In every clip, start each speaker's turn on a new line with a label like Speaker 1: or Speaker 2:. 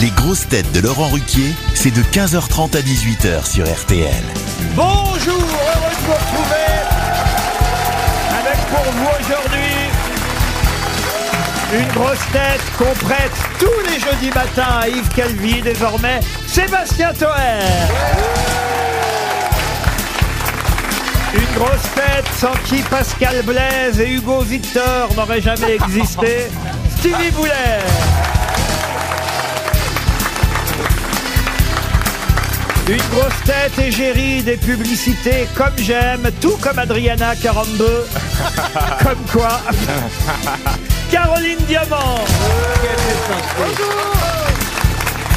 Speaker 1: Les grosses têtes de Laurent Ruquier, c'est de 15h30 à 18h sur RTL.
Speaker 2: Bonjour, heureux de vous retrouver avec pour vous aujourd'hui une grosse tête qu'on prête tous les jeudis matins à Yves Calvi, désormais Sébastien Toer. Une grosse tête sans qui Pascal Blaise et Hugo Victor n'auraient jamais existé, Stevie Boulet. Une grosse tête égérie des publicités comme j'aime, tout comme Adriana 42. comme quoi Caroline Diamant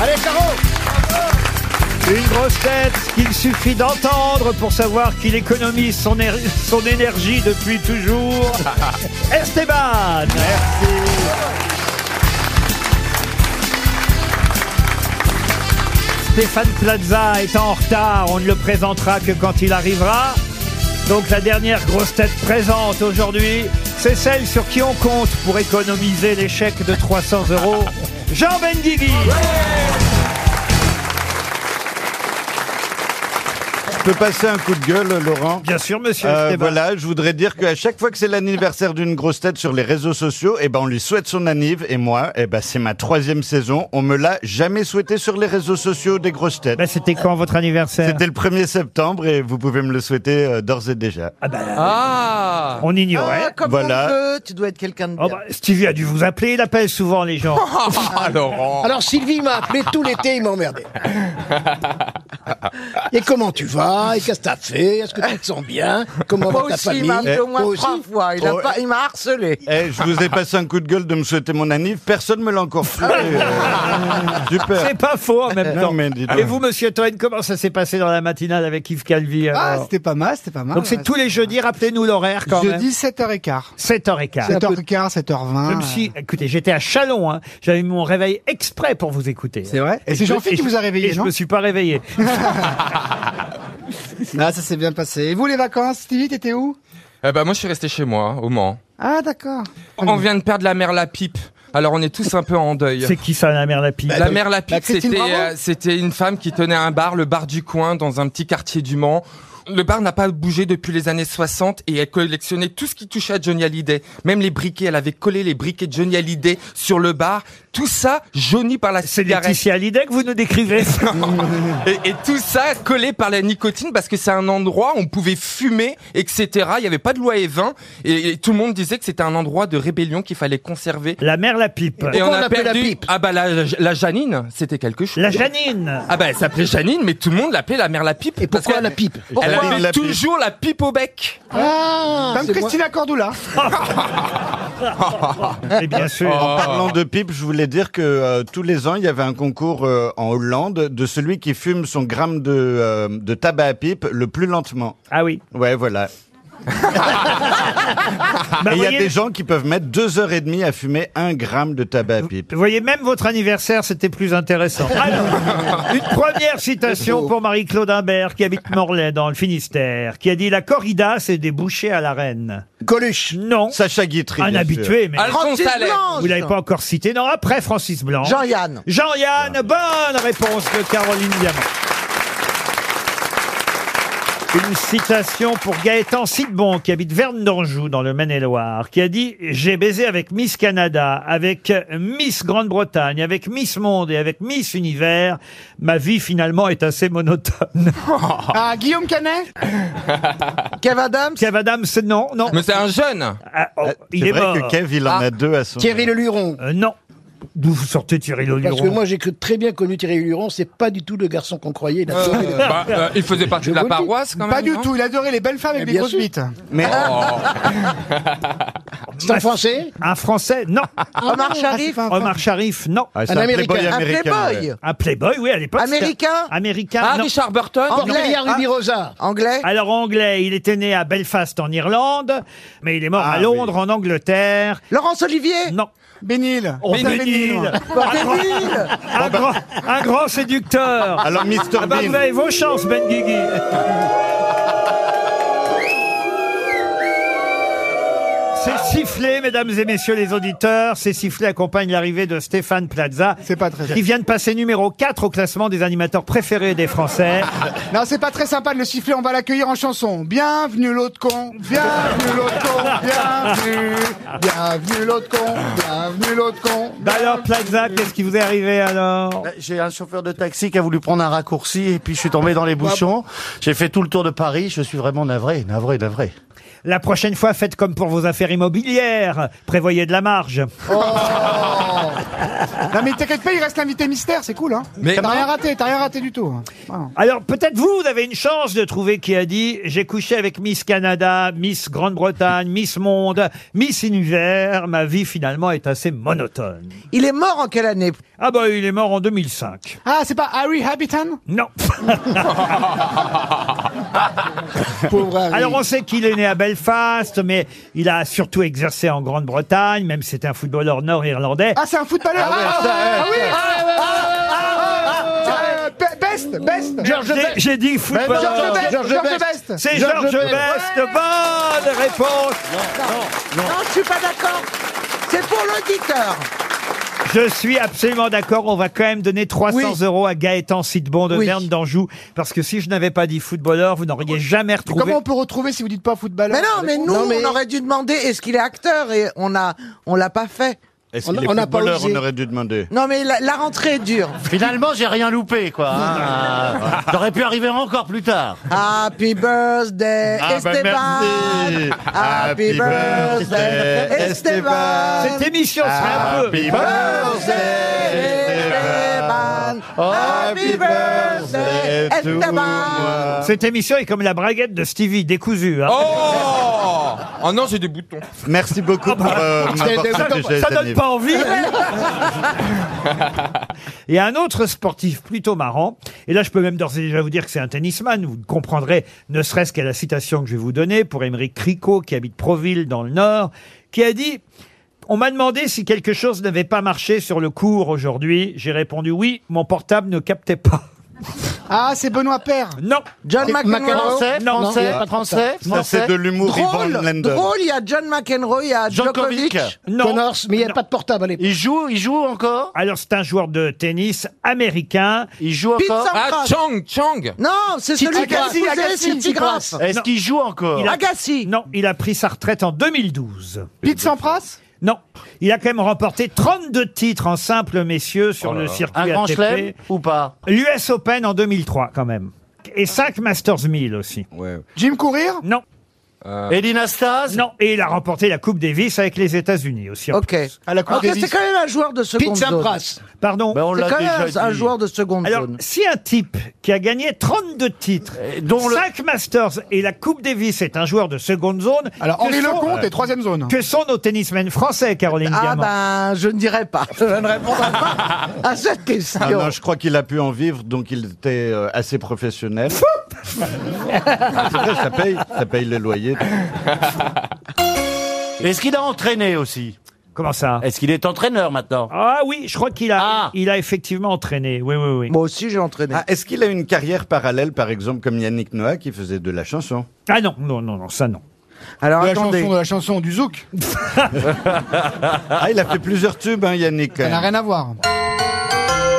Speaker 3: Allez, Caro
Speaker 2: Une grosse tête qu'il suffit d'entendre pour savoir qu'il économise son, ér- son énergie depuis toujours. Esteban Merci Stéphane Plaza est en retard, on ne le présentera que quand il arrivera. Donc la dernière grosse tête présente aujourd'hui, c'est celle sur qui on compte pour économiser l'échec de 300 euros, Jean Benguigui
Speaker 4: Je peux passer un coup de gueule, Laurent
Speaker 2: Bien sûr, monsieur Eh ben.
Speaker 4: Euh,
Speaker 2: Esteban.
Speaker 4: voilà, je voudrais dire qu'à chaque fois que c'est l'anniversaire d'une grosse tête sur les réseaux sociaux, eh ben on lui souhaite son anniv et moi, eh ben c'est ma troisième saison. On me l'a jamais souhaité sur les réseaux sociaux des grosses têtes.
Speaker 2: Bah, c'était quand votre anniversaire
Speaker 4: C'était le 1er septembre et vous pouvez me le souhaiter euh, d'ores et déjà.
Speaker 2: ben.
Speaker 3: Ah
Speaker 2: On ignorait.
Speaker 3: Comme
Speaker 4: Voilà.
Speaker 3: on
Speaker 5: Euh,
Speaker 3: peut, tu dois être quelqu'un de bien.
Speaker 2: Oh, bah, Stevie a dû vous appeler, il appelle souvent les gens.
Speaker 5: Ah,
Speaker 4: Ah,
Speaker 5: Alors Sylvie m'a appelé tout l'été, il m'a emmerdé. Et comment tu vas Et qu'est-ce que t'as fait Est-ce que tu te sens bien Comment
Speaker 3: Moi
Speaker 5: va ta
Speaker 3: aussi, il
Speaker 5: famille
Speaker 3: m'a appelé au
Speaker 5: Toi
Speaker 3: moins
Speaker 5: aussi
Speaker 3: trois fois. Il a
Speaker 4: Oh,
Speaker 3: pas- il m'a harcelé.
Speaker 4: Eh, je vous ai passé un coup de gueule de me souhaiter mon anniv, personne me l'a encore fait. euh, super.
Speaker 2: C'est pas faux en même
Speaker 4: Non,
Speaker 2: temps.
Speaker 4: mais dis donc.
Speaker 2: Et vous, monsieur Toen, comment ça s'est passé dans la matinale avec Yves Calvi
Speaker 6: Ah,
Speaker 2: alors
Speaker 6: c'était pas mal, c'était pas mal.
Speaker 2: Donc c'est
Speaker 6: Ouais,
Speaker 2: tous les jeudis, rappelez-nous l'horaire quand même.
Speaker 6: Jeudi, 7h15.
Speaker 2: 7h15.
Speaker 6: 7h15, 7h20.
Speaker 2: Même si, écoutez, j'étais à Chalon, hein. j'avais mis mon réveil exprès pour vous écouter.
Speaker 6: C'est vrai
Speaker 2: Et
Speaker 6: Et c'est
Speaker 2: je-
Speaker 6: Jean-Philippe
Speaker 2: et
Speaker 6: qui
Speaker 2: je-
Speaker 6: vous a
Speaker 2: et
Speaker 6: réveillé,
Speaker 2: Je
Speaker 6: non
Speaker 2: me suis pas réveillé.
Speaker 6: Ah, ça s'est bien passé. Et vous, les vacances, Stevie, t'étais où
Speaker 7: Eh ben moi je suis resté chez moi, au Mans.
Speaker 6: Ah, d'accord.
Speaker 7: On vient de perdre la mère la pipe. Alors on est tous un peu en deuil.
Speaker 2: C'est qui ça, la mère Lapide
Speaker 7: La mère la
Speaker 6: la
Speaker 2: bah,
Speaker 7: pipe,
Speaker 6: Bah, Christine
Speaker 7: c'était
Speaker 6: Bravo
Speaker 7: euh, c'était une femme qui tenait un bar, le bar du coin, dans un petit quartier du Mans. Le bar n'a pas bougé depuis les années 60 et elle collectionnait tout ce qui touchait à Johnny Hallyday. Même les briquets, elle avait collé les briquets de Johnny Hallyday sur le bar. Tout ça jauni par la
Speaker 2: C'est
Speaker 7: cigarette.
Speaker 2: Laetitia Hallyday que vous nous décrivez
Speaker 7: Et, et tout ça collé par la nicotine parce que c'est un endroit où on pouvait fumer, etc. Il n'y avait pas de loi E20 et, et tout le monde disait que c'était un endroit de rébellion qu'il fallait conserver.
Speaker 2: La mère la pipe.
Speaker 7: Et
Speaker 5: Pourquoi
Speaker 7: on
Speaker 5: on
Speaker 7: a
Speaker 5: l'appelait la
Speaker 7: perdu.
Speaker 5: pipe
Speaker 7: ah bah la, la Janine, c'était quelque chose.
Speaker 2: La Janine.
Speaker 7: Ah bah elle s'appelait Janine, mais tout le monde l'appelait la mère la pipe.
Speaker 5: Et
Speaker 7: parce
Speaker 5: pourquoi
Speaker 7: qu'elle-
Speaker 5: la pipe
Speaker 7: Elle
Speaker 5: Pourquoi
Speaker 7: avait
Speaker 4: la pipe
Speaker 7: toujours la pipe au bec.
Speaker 5: Ah
Speaker 6: Comme
Speaker 5: c'est moi.
Speaker 6: Christina Cordula.
Speaker 3: Ah
Speaker 2: Et bien sûr.
Speaker 4: En parlant de pipe, je voulais dire que euh, tous les ans, il y avait un concours euh, en Hollande de celui qui fume son gramme de, euh, de tabac à pipe le plus lentement.
Speaker 2: Ah oui.
Speaker 4: Ouais, voilà.
Speaker 2: Bah,
Speaker 4: et il y a
Speaker 2: voyez-
Speaker 4: des gens qui peuvent mettre deux heures et demie à fumer un gramme de tabac à pipe.
Speaker 2: Vous voyez, même votre anniversaire, c'était plus intéressant. Alors, une première citation pour Marie-Claude Imbert, qui habite Morlaix, dans le Finistère, qui a dit « La corrida, c'est des bouchées à la reine.
Speaker 5: Coluche »
Speaker 2: Non,
Speaker 4: Sacha Guitry.
Speaker 2: un
Speaker 4: bien sûr.
Speaker 2: habitué, mais
Speaker 7: Alphonse
Speaker 3: Francis
Speaker 7: Allais.
Speaker 3: Blanche
Speaker 2: vous l'avez pas encore cité. Non, après Francis Blanc.
Speaker 3: Jean-Yann.
Speaker 2: Jean-Yann, bonne réponse de Caroline Diamant. Une citation pour Gaëtan Sidbon, qui habite Verne d'Anjou, dans le Maine-et-Loire, qui a dit « J'ai baisé avec Miss Canada, avec Miss Grande-Bretagne, avec Miss Monde et avec Miss Univers. Ma vie, finalement, est assez monotone.
Speaker 6: Ah, Guillaume Canet
Speaker 3: Kev Adams. »
Speaker 2: Kev Adams, non, non.
Speaker 7: Mais c'est un jeune.
Speaker 2: Ah, oh, il
Speaker 4: C'est
Speaker 2: est
Speaker 4: vrai
Speaker 2: mort. Ah,
Speaker 4: que Kev, il en
Speaker 3: Ah.
Speaker 4: a deux à son.
Speaker 5: Thierry Leluron.
Speaker 2: Euh, non. D'où vous sortez Thierry
Speaker 5: Parce
Speaker 2: Loluron
Speaker 5: que moi j'ai que très bien connu Thierry Luron, c'est pas du tout le garçon qu'on croyait. Il a
Speaker 7: Euh,
Speaker 5: adoré les-
Speaker 7: bah, euh, il faisait partie
Speaker 5: Je
Speaker 7: de la
Speaker 5: vous le dis.
Speaker 7: paroisse quand même.
Speaker 6: Pas du
Speaker 7: non Oh,
Speaker 6: tout, il adorait les belles femmes
Speaker 5: Eh
Speaker 6: avec des
Speaker 5: bien
Speaker 6: grosses
Speaker 5: sûr. oh.
Speaker 6: bites. Ah.
Speaker 4: Mais
Speaker 5: C'est un français
Speaker 2: Un Ah, Français Non. Ah,
Speaker 3: Omar Sharif.
Speaker 6: Enfin,
Speaker 2: Omar Sharif, non.
Speaker 4: Ah, c'est
Speaker 5: Un
Speaker 4: un
Speaker 5: Américain,
Speaker 4: playboy
Speaker 3: Un
Speaker 4: américain.
Speaker 3: playboy.
Speaker 4: ouais.
Speaker 2: Un playboy, oui, à l'époque. c'était-
Speaker 3: Américain
Speaker 2: Américain,
Speaker 7: Ah,
Speaker 2: non. Ah.
Speaker 7: Richard Burton.
Speaker 5: Cornelia Ruby Rosa.
Speaker 3: Anglais.
Speaker 2: Alors anglais, il était né à Belfast en Irlande, mais il est mort à Londres en Angleterre.
Speaker 3: Laurence Olivier.
Speaker 2: Non. Oh,
Speaker 6: Bénil.
Speaker 2: Bénil.
Speaker 3: Bah, Bénil.
Speaker 2: Un, grand, un grand
Speaker 4: Ah
Speaker 2: séducteur.
Speaker 4: bah. Alors, Mr.
Speaker 2: Ah bah,
Speaker 4: Bean.
Speaker 2: vous avez vos chances, Ben Guigui. C'est sifflé, mesdames et messieurs les auditeurs. C'est sifflé accompagne l'arrivée de Stéphane Plaza.
Speaker 6: C'est pas très
Speaker 2: qui vient de passer numéro 4 au classement des animateurs préférés des Français.
Speaker 6: Non, c'est pas très sympa de le siffler, on va l'accueillir en chanson. Bienvenue l'autre con, bienvenue l'autre con, bienvenue, bienvenue l'autre con, bienvenue l'autre con.
Speaker 2: Bah alors, Plaza, qu'est-ce qui vous est arrivé alors
Speaker 8: Bah, J'ai un chauffeur de taxi qui a voulu prendre un raccourci et puis je suis tombé dans
Speaker 6: Ah
Speaker 8: les bouchons. J'ai fait tout le tour de Paris. Je suis vraiment navré, navré, navré.
Speaker 2: La prochaine fois, faites comme pour vos affaires immobilières. Prévoyez de la marge.
Speaker 6: Non mais t'inquiète pas, il reste l'invité mystère, c'est cool hein.
Speaker 7: Mais-
Speaker 6: T'as rien raté, t'as rien raté du tout. hein. Voilà.
Speaker 2: Alors peut-être vous, vous avez une chance de trouver qui a dit j'ai couché avec Miss Canada, Miss Grande-Bretagne, Miss Monde, Miss Univers. Ma vie finalement est assez monotone.
Speaker 3: Il est mort en quelle année
Speaker 2: Ah bah il est mort en 2005.
Speaker 6: Ah, c'est pas Harry Habitan
Speaker 2: Non.
Speaker 6: Pauvre Harry.
Speaker 2: Alors on sait qu'il est né à Belfast, mais il a surtout exercé en Grande-Bretagne, même si c'était un footballeur nord-irlandais.
Speaker 6: Ah, c'est un footballeur Ah, ah oui Ah, Be- Best Best
Speaker 2: J'ai- J'ai dit footballeur.
Speaker 6: George Best George Best
Speaker 2: C'est George Best. Bonne réponse.
Speaker 3: Non, je suis pas d'accord. C'est pour l'auditeur.
Speaker 2: Je suis absolument d'accord. On va quand même donner 300
Speaker 3: Oui.
Speaker 2: euros à Gaëtan Sidbon de
Speaker 3: Oui.
Speaker 2: Verne d'Anjou. Parce que si je n'avais pas dit footballeur, vous n'auriez jamais retrouvé.
Speaker 6: Comment on peut retrouver si vous dites pas footballeur
Speaker 3: Mais non, mais nous,
Speaker 5: Non, mais-
Speaker 3: on aurait dû demander est-ce qu'il est acteur et on a, on l'a pas fait.
Speaker 4: Est-ce
Speaker 5: On-
Speaker 4: qu'il est
Speaker 5: on n'a pas
Speaker 4: footballeur
Speaker 5: osé.
Speaker 4: On aurait dû demander.
Speaker 3: Non, mais la, la rentrée est dure. Ah.
Speaker 8: Finalement, j'ai rien loupé,
Speaker 6: Ah.
Speaker 8: quoi. hein. J'aurais pu arriver encore plus tard.
Speaker 3: Happy
Speaker 8: ben
Speaker 3: birthday,
Speaker 4: Ah, bah,
Speaker 3: Esteban.
Speaker 4: merci.
Speaker 3: Happy
Speaker 4: Happy
Speaker 3: birthday,
Speaker 4: birthday,
Speaker 3: Esteban.
Speaker 2: Cette émission
Speaker 8: Ah.
Speaker 2: serait un peu.
Speaker 4: Happy
Speaker 3: Esteban. Happy birthday,
Speaker 4: to you.
Speaker 3: Esteban.
Speaker 2: Cette émission est comme la braguette de Stevie décousue. hein.
Speaker 7: Oh
Speaker 2: Ah
Speaker 7: Oh non, j'ai des boutons.
Speaker 4: Merci beaucoup pour euh, m'avoir
Speaker 2: bah. ça,
Speaker 4: partagé les
Speaker 2: ça donne
Speaker 4: anniversaires.
Speaker 2: pas envie. Et un autre sportif plutôt marrant, et là je peux même d'ores et déjà vous dire que c'est un tennisman, vous comprendrez ne serait-ce qu'à la citation que je vais vous donner pour Émeric Cricot qui habite Proville dans le Nord, qui a dit on m'a demandé si quelque chose n'avait pas marché sur le cours aujourd'hui. J'ai répondu oui, mon portable ne captait pas.
Speaker 6: Ah, c'est Benoît Père
Speaker 2: Non,
Speaker 3: John McEnroe.
Speaker 8: Français,
Speaker 2: Non,
Speaker 8: français,
Speaker 2: non.
Speaker 8: pas français,
Speaker 4: Ça, c'est
Speaker 8: français.
Speaker 4: de l'humour Ivan
Speaker 3: Drôle,
Speaker 4: Lender.
Speaker 3: drôle, il y a John McEnroe, il y a
Speaker 8: Djokovic.
Speaker 3: Djokovic.
Speaker 2: non.
Speaker 5: Connors, mais il n'y avait pas de portable à l'époque.
Speaker 8: Il joue, il joue encore.
Speaker 2: Alors c'est un joueur de tennis américain.
Speaker 8: Il joue
Speaker 3: Pete
Speaker 8: encore.
Speaker 7: Ah,
Speaker 3: Sampras.
Speaker 7: Chang, Chang
Speaker 3: Non, c'est celui qui a
Speaker 6: Agassi,
Speaker 3: poussé,
Speaker 6: Agassi,
Speaker 3: c'est Tigras.
Speaker 8: Est-ce qu'il joue encore
Speaker 2: Il a-
Speaker 3: Agassi.
Speaker 2: Non, il a pris sa retraite en 2012.
Speaker 6: Pete Sampras
Speaker 2: Non, il a quand même remporté 32 titres en simple messieurs
Speaker 8: Oh
Speaker 2: sur le circuit
Speaker 8: Un grand
Speaker 2: ATP.
Speaker 8: chelem ou pas
Speaker 2: L'US Open en 2003 quand même. Et 5 Masters 1000 aussi.
Speaker 7: Ouais.
Speaker 6: Jim Courir
Speaker 2: Non,
Speaker 4: Euh.
Speaker 8: Edina Stas
Speaker 2: non, et il a remporté la Coupe Davis avec les États-Unis aussi. en
Speaker 3: Ok.
Speaker 2: plus.
Speaker 6: À la Coupe
Speaker 3: Ok, Ah, c'est
Speaker 6: Davis.
Speaker 3: quand même un joueur de
Speaker 5: Pete
Speaker 3: seconde zone.
Speaker 5: Sampras.
Speaker 2: Pardon.
Speaker 8: Ben, on
Speaker 3: C'est
Speaker 8: l'a
Speaker 3: quand
Speaker 8: déjà
Speaker 3: même un
Speaker 8: dit.
Speaker 3: joueur de seconde
Speaker 2: Alors,
Speaker 3: zone.
Speaker 2: si un type qui a gagné 32 titres,
Speaker 8: Et dont le-
Speaker 2: 5 Masters et la Coupe Davis est un joueur de seconde zone,
Speaker 6: Alors,
Speaker 2: que,
Speaker 6: Henri
Speaker 2: sont,
Speaker 6: Lecomte est troisième zone.
Speaker 2: que sont nos tennismen français, Caroline
Speaker 3: Ah
Speaker 2: Diamant
Speaker 3: ben, je ne dirais pas. Je ne répondrai pas à cette question.
Speaker 4: Ah non, je crois qu'il a pu en vivre, donc il était euh, assez professionnel. Ah, c'est vrai, ça paye, ça paye le loyer.
Speaker 8: Est-ce qu'il a entraîné aussi
Speaker 2: Comment ça
Speaker 8: Est-ce qu'il est entraîneur maintenant
Speaker 2: Ah oui, je crois qu'il a,
Speaker 8: Ah.
Speaker 2: il a effectivement entraîné. Oui, oui, oui.
Speaker 3: Moi aussi, j'ai entraîné.
Speaker 4: Ah, Est-ce qu'il a une carrière parallèle, par exemple, comme Yannick Noah qui faisait de la chanson
Speaker 2: Ah non, non, non, non, ça non.
Speaker 3: Alors,
Speaker 6: De la
Speaker 3: attendez.
Speaker 6: chanson, de la chanson du Zouk.
Speaker 4: Ah, il a fait plusieurs tubes, hein, Yannick. quand
Speaker 6: Ça n'a
Speaker 4: même.
Speaker 6: rien à voir.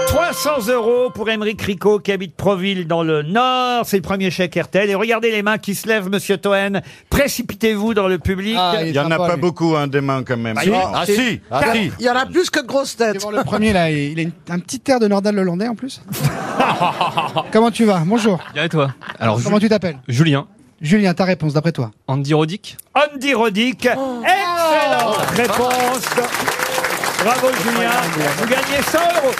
Speaker 2: 300 euros pour Émeric Rico qui habite Proville dans le Nord. C'est le premier chèque RTL. Et regardez les mains qui se lèvent, monsieur Toen. Précipitez-vous dans le public.
Speaker 6: Ah,
Speaker 4: Il y en a pas beaucoup, hein, des mains, quand même. Ah,
Speaker 8: Ah si, ah si.
Speaker 3: Il y en a plus que de grosses
Speaker 6: Allez
Speaker 3: têtes.
Speaker 6: voir le premier là, il a une- un petit air de Nordal hollandais en plus. Comment tu vas Bonjour.
Speaker 9: Bien et toi
Speaker 6: Alors, Comment tu t'appelles
Speaker 9: Julien,
Speaker 6: Julien, ta réponse d'après toi.
Speaker 9: Andy Roddick
Speaker 2: Andy Roddick. Excellente réponse. Bravo, Julien. Vous gagnez 100 euros.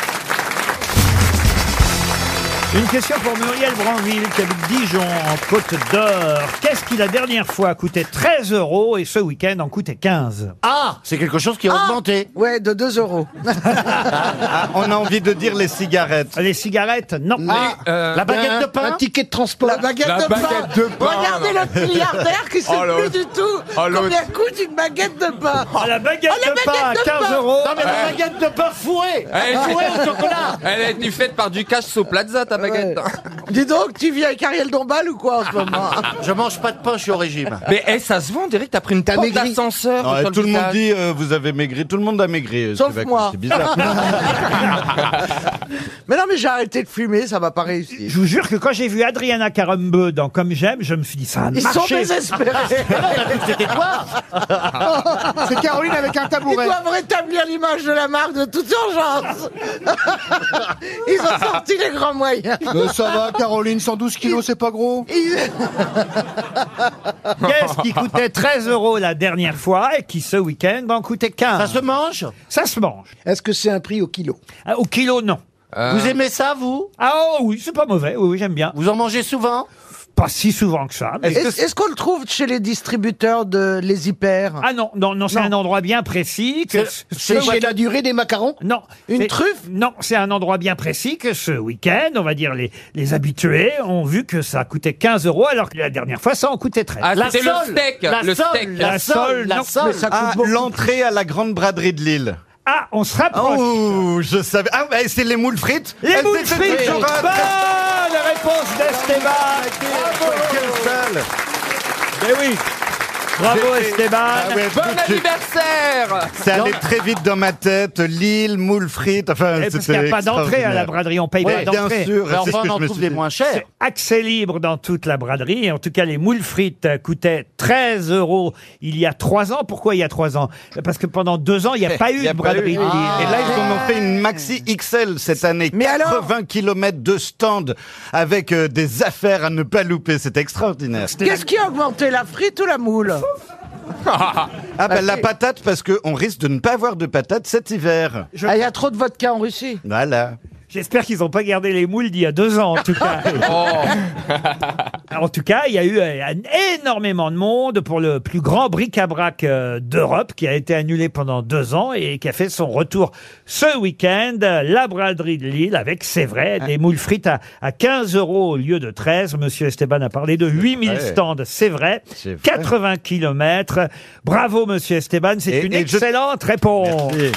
Speaker 2: Une question pour Muriel Branville qui habite Dijon en Côte d'Or. Qu'est-ce qui la dernière fois coûtait 13 euros et ce week-end en coûtait 15
Speaker 8: Ah, c'est quelque chose qui a augmenté.
Speaker 3: Ouais, de 2 euros.
Speaker 4: ah, on a envie de dire les cigarettes.
Speaker 2: Les cigarettes, non.
Speaker 7: Ah, euh,
Speaker 8: La baguette de
Speaker 5: Un
Speaker 8: pain
Speaker 5: ticket de transport.
Speaker 3: La baguette,
Speaker 7: La
Speaker 3: de,
Speaker 7: baguette
Speaker 3: pain.
Speaker 7: de pain,
Speaker 3: Regardez
Speaker 7: non.
Speaker 3: le milliardaire qui sait
Speaker 7: Oh, l'autre.
Speaker 3: plus du tout
Speaker 7: Oh, l'autre.
Speaker 3: combien coûte une baguette de pain.
Speaker 2: Ah, la baguette
Speaker 3: Ah, la
Speaker 2: de pain à
Speaker 3: baguette de
Speaker 2: 15
Speaker 3: pain.
Speaker 2: euros. Eh,
Speaker 8: Non mais la baguette de pain fourrée
Speaker 7: elle,
Speaker 8: Fourrée au chocolat
Speaker 7: elle a été faite par du cash au plaza, ta baguette.
Speaker 3: Dis donc, tu vis avec Ariel Dombal ou quoi en ce moment
Speaker 8: Je mange pas de
Speaker 7: Oh,
Speaker 8: pain, je suis au régime.
Speaker 7: Mais eh, ça se voit, on dirait que t'as pris une
Speaker 5: T'as
Speaker 7: porte
Speaker 5: maigri.
Speaker 7: d'ascenseur.
Speaker 4: Non,
Speaker 7: sur
Speaker 4: tout le monde
Speaker 7: visage.
Speaker 4: dit euh, vous avez maigri, tout le monde a maigri. euh,
Speaker 3: Sauf
Speaker 4: ces vacances,
Speaker 3: moi.
Speaker 4: C'est bizarre.
Speaker 3: Mais non, mais j'ai arrêté de fumer, ça m'a pas réussi.
Speaker 2: Je vous jure que quand j'ai vu Adriana Carambeu dans Comme j'aime, je me suis dit ça a
Speaker 3: Ils sont
Speaker 2: marché.
Speaker 3: désespérés.
Speaker 6: C'est Caroline avec un
Speaker 3: Ils
Speaker 6: tabouret.
Speaker 3: doivent rétablir l'image de la marque de toute urgence. Ils ont sorti les grands moyens.
Speaker 6: Mais ça va, Caroline, 112 kilos, c'est pas gros.
Speaker 3: Ils-
Speaker 2: Qu'est-ce qui coûtait 13 euros la dernière fois et qui ce week-end en coûtait 15
Speaker 8: Ça se mange
Speaker 2: Ça se mange.
Speaker 5: Est-ce que c'est un prix au kilo
Speaker 2: Ah, Au kilo, non.
Speaker 8: Vous aimez ça, vous
Speaker 2: Ah oh, oui, c'est pas mauvais. Oui, oui, j'aime bien.
Speaker 8: Euh. Vous en mangez souvent
Speaker 2: Pas si souvent que ça. mais-
Speaker 3: Est-ce est-ce qu'on le trouve chez les distributeurs de les hyper
Speaker 2: Ah non, non, non, c'est un endroit bien précis. Que
Speaker 5: C'est chez la durée des macarons
Speaker 2: Euh, Non.
Speaker 3: Une
Speaker 2: c'est-
Speaker 3: truffe
Speaker 2: Non, c'est un endroit bien précis que ce week-end, on va dire, les, les habitués ont vu que ça coûtait 15 euros alors que la dernière fois, ça en coûtait 13.
Speaker 7: Ah, c'était le
Speaker 8: sole,
Speaker 7: steak.
Speaker 8: la
Speaker 7: le
Speaker 8: sole,
Speaker 7: steak.
Speaker 8: La sole,
Speaker 2: non,
Speaker 8: la sole.
Speaker 4: Ah, l'entrée à la grande braderie de Lille.
Speaker 2: Ah, on se rapproche.
Speaker 4: Oh, je savais. Ah, bah, c'est les moules frites.
Speaker 2: Les
Speaker 4: Elles
Speaker 2: moules
Speaker 4: étaient
Speaker 2: frites,
Speaker 4: toujours à-
Speaker 2: bonne réponse d'Esteban.
Speaker 4: Bravo. Quelle salle.
Speaker 2: Eh oui. Bravo Esteban.
Speaker 4: Ah ouais, tout
Speaker 7: Bon
Speaker 4: de suite.
Speaker 7: anniversaire
Speaker 4: Ça allait très vite dans ma tête. Lille, moules frites. Enfin,
Speaker 2: Eh,
Speaker 4: c'était
Speaker 2: parce qu'il n'y a pas d'entrée à la
Speaker 4: extraordinaire.
Speaker 2: braderie, on paye
Speaker 4: Ouais,
Speaker 2: pas
Speaker 4: bien
Speaker 2: d'entrée.
Speaker 4: sûr.
Speaker 8: Mais
Speaker 4: c'est ce
Speaker 8: enfin,
Speaker 4: que
Speaker 8: on en
Speaker 4: je me
Speaker 8: trouve
Speaker 4: suis
Speaker 8: des
Speaker 4: dit.
Speaker 8: moins chers.
Speaker 2: Accès libre dans toute la braderie. Et En tout cas, les moules frites euh, coûtaient 13 euros il y a trois ans. Pourquoi il y a trois ans Parce que pendant deux ans, il n'y a pas eu
Speaker 7: y a
Speaker 2: de
Speaker 7: pas eu. Ah.
Speaker 2: braderie.
Speaker 4: Et là, ils en ont fait une maxi XL cette année.
Speaker 3: Mais alors
Speaker 4: 80 km de stand avec euh, des affaires à ne pas louper. C'est extraordinaire.
Speaker 3: Qu'est-ce qui a augmenté, la frite ou la moule
Speaker 4: Ah, bah, la patate, parce qu'on risque de ne pas avoir de patate cet hiver.
Speaker 3: Ah, Il y a trop de vodka en Russie.
Speaker 4: Voilà.
Speaker 2: J'espère qu'ils n'ont pas gardé les moules d'il y a deux ans, en tout cas.
Speaker 4: Oh.
Speaker 7: Oh.
Speaker 2: Alors, en tout cas, il y a eu euh, un- énormément de monde pour le plus grand bric-à-brac euh, d'Europe qui a été annulé pendant deux ans et qui a fait son retour ce week-end. euh, La braderie de Lille avec, c'est vrai,
Speaker 4: Ah.
Speaker 2: des moules frites à, à 15 euros au lieu de 13. Monsieur Esteban a parlé de 8000
Speaker 4: vrai.
Speaker 2: stands, c'est vrai.
Speaker 4: C'est vrai.
Speaker 2: 80 kilomètres. Bravo, monsieur Esteban, c'est
Speaker 4: Et-
Speaker 2: une
Speaker 4: et je-
Speaker 2: excellente réponse.
Speaker 4: Merci.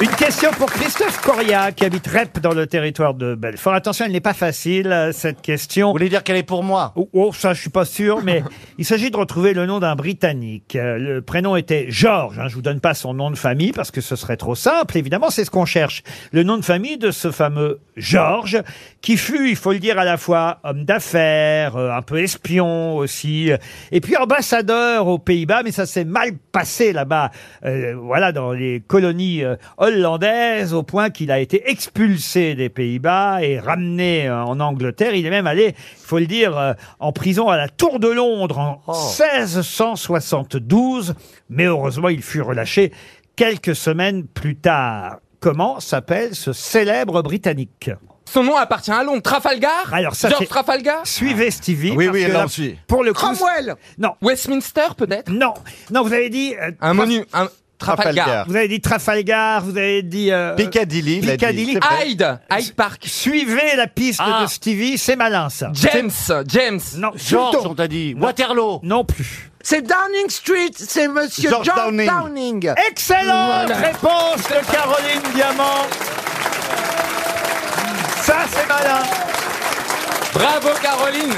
Speaker 2: Une question pour Christophe Coria qui habite Rep dans le territoire de Belfort. Attention, elle n'est pas facile euh, cette question.
Speaker 8: Vous voulez dire qu'elle est pour moi
Speaker 2: Oh, oh, ça, je suis pas sûr, mais il s'agit de retrouver le nom d'un Britannique. Euh, Le prénom était George. Hein, je vous donne pas son nom de famille parce que ce serait trop simple. Évidemment, c'est ce qu'on cherche. Le nom de famille de ce fameux George, qui fut, il faut le dire, à la fois homme d'affaires, euh, un peu espion aussi, euh, et puis ambassadeur aux Pays-Bas. Mais ça s'est mal passé là-bas. euh, voilà, dans les colonies euh, hollandaises, au point qu'il a été expulsé des Pays-Bas et ramené euh, en Angleterre. Il est même allé, il faut le dire, euh, en prison à la Tour de Londres en 1672. Mais heureusement, il fut relâché quelques semaines plus tard. Comment s'appelle ce célèbre Britannique
Speaker 7: Son nom appartient à Londres. Trafalgar
Speaker 2: Alors ça,
Speaker 7: George
Speaker 2: c'est-
Speaker 7: Trafalgar
Speaker 2: Suivez Stevie.
Speaker 4: Oui,
Speaker 2: parce
Speaker 4: oui,
Speaker 2: que
Speaker 4: là,
Speaker 2: là,
Speaker 4: on suit.
Speaker 2: Pour le coup,
Speaker 3: Cromwell
Speaker 2: non,
Speaker 7: Westminster, peut-être
Speaker 2: non, non. Vous avez dit euh,
Speaker 7: Un menu. Un... Trafalgar.
Speaker 4: Trafalgar.
Speaker 2: vous avez dit Trafalgar. Vous avez dit euh,
Speaker 4: Piccadilly. il a dit.
Speaker 2: Piccadilly.
Speaker 4: C'est vrai.
Speaker 7: Hyde. Hyde Park.
Speaker 2: Bah,
Speaker 7: Ah.
Speaker 2: Suivez la piste de Stevie, c'est malin ça.
Speaker 7: James. James.
Speaker 2: Non,
Speaker 8: Georges, on t'a dit. Waterloo.
Speaker 2: non plus.
Speaker 3: C'est Downing Street, c'est monsieur
Speaker 4: George
Speaker 3: John Downing.
Speaker 4: Downing.
Speaker 2: Excellente réponse de Caroline Diamant. Ça, c'est malin.
Speaker 7: Bravo, Caroline.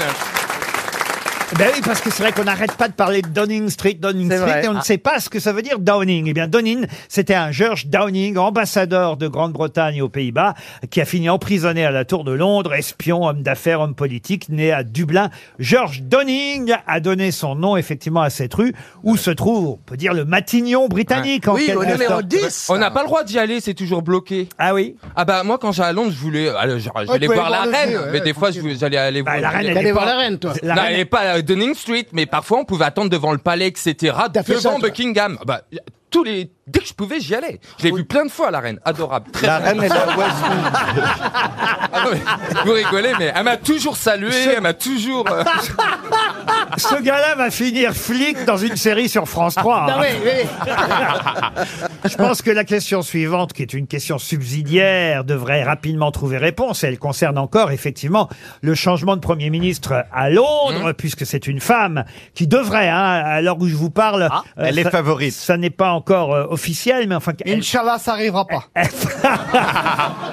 Speaker 2: Ben oui, parce que c'est vrai qu'on n'arrête pas de parler de Downing Street, Downing
Speaker 3: C'est
Speaker 2: Street,
Speaker 3: vrai. Ah.
Speaker 2: et on ne sait pas ce que ça veut dire Downing. Eh bien, Downing, c'était un George Downing, ambassadeur de Grande-Bretagne aux Pays-Bas, qui a fini emprisonné à la Tour de Londres, espion, homme d'affaires, homme politique, né à Dublin. George Downing a donné son nom, effectivement, à cette rue, où se trouve, on peut dire, le Matignon britannique, en
Speaker 3: Oui,
Speaker 2: quelque
Speaker 3: au numéro
Speaker 2: sorte.
Speaker 3: 10.
Speaker 7: On n'a pas le droit d'y aller, c'est toujours bloqué.
Speaker 2: Ah oui
Speaker 7: Ah bah moi quand j'allais à Londres, je voulais aller, j'allais
Speaker 6: tu
Speaker 7: voir
Speaker 6: allais
Speaker 7: la
Speaker 6: voir le
Speaker 7: reine,
Speaker 6: musée, ouais,
Speaker 7: mais des fois je voulais- j'allais aller
Speaker 2: Bah,
Speaker 7: voir
Speaker 2: la reine, elle
Speaker 5: T'allais
Speaker 2: est
Speaker 5: voir
Speaker 2: pas-
Speaker 5: la reine, toi
Speaker 2: la
Speaker 7: non,
Speaker 2: reine,
Speaker 7: elle est pas à Downing Street, mais parfois on pouvait attendre devant le palais, etc.
Speaker 5: T'as fait ça,
Speaker 7: Devant
Speaker 5: toi
Speaker 7: Buckingham. Bah, tous les... Dès que je pouvais, j'y allais. Je l'ai vu plein de fois, la reine. Adorable. Très
Speaker 2: Ah,
Speaker 4: La reine, elle est à Westminster.
Speaker 7: Ah non, mais vous rigolez, mais elle m'a toujours salué, elle m'a toujours. euh,
Speaker 2: Ce gars-là va finir flic dans une série sur France 3. hein.
Speaker 5: Ah oui, oui.
Speaker 2: Je pense que la question suivante, qui est une question subsidiaire, devrait rapidement trouver réponse. Elle concerne encore, effectivement, le changement de Premier ministre à Londres, puisque c'est une femme qui devrait, hein, à l'heure où je vous parle... euh,
Speaker 4: elle est
Speaker 2: ça-
Speaker 4: favorite.
Speaker 2: Ça n'est pas encore euh, officielle, mais enfin, elle,
Speaker 6: Inch'Allah, ça arrivera pas.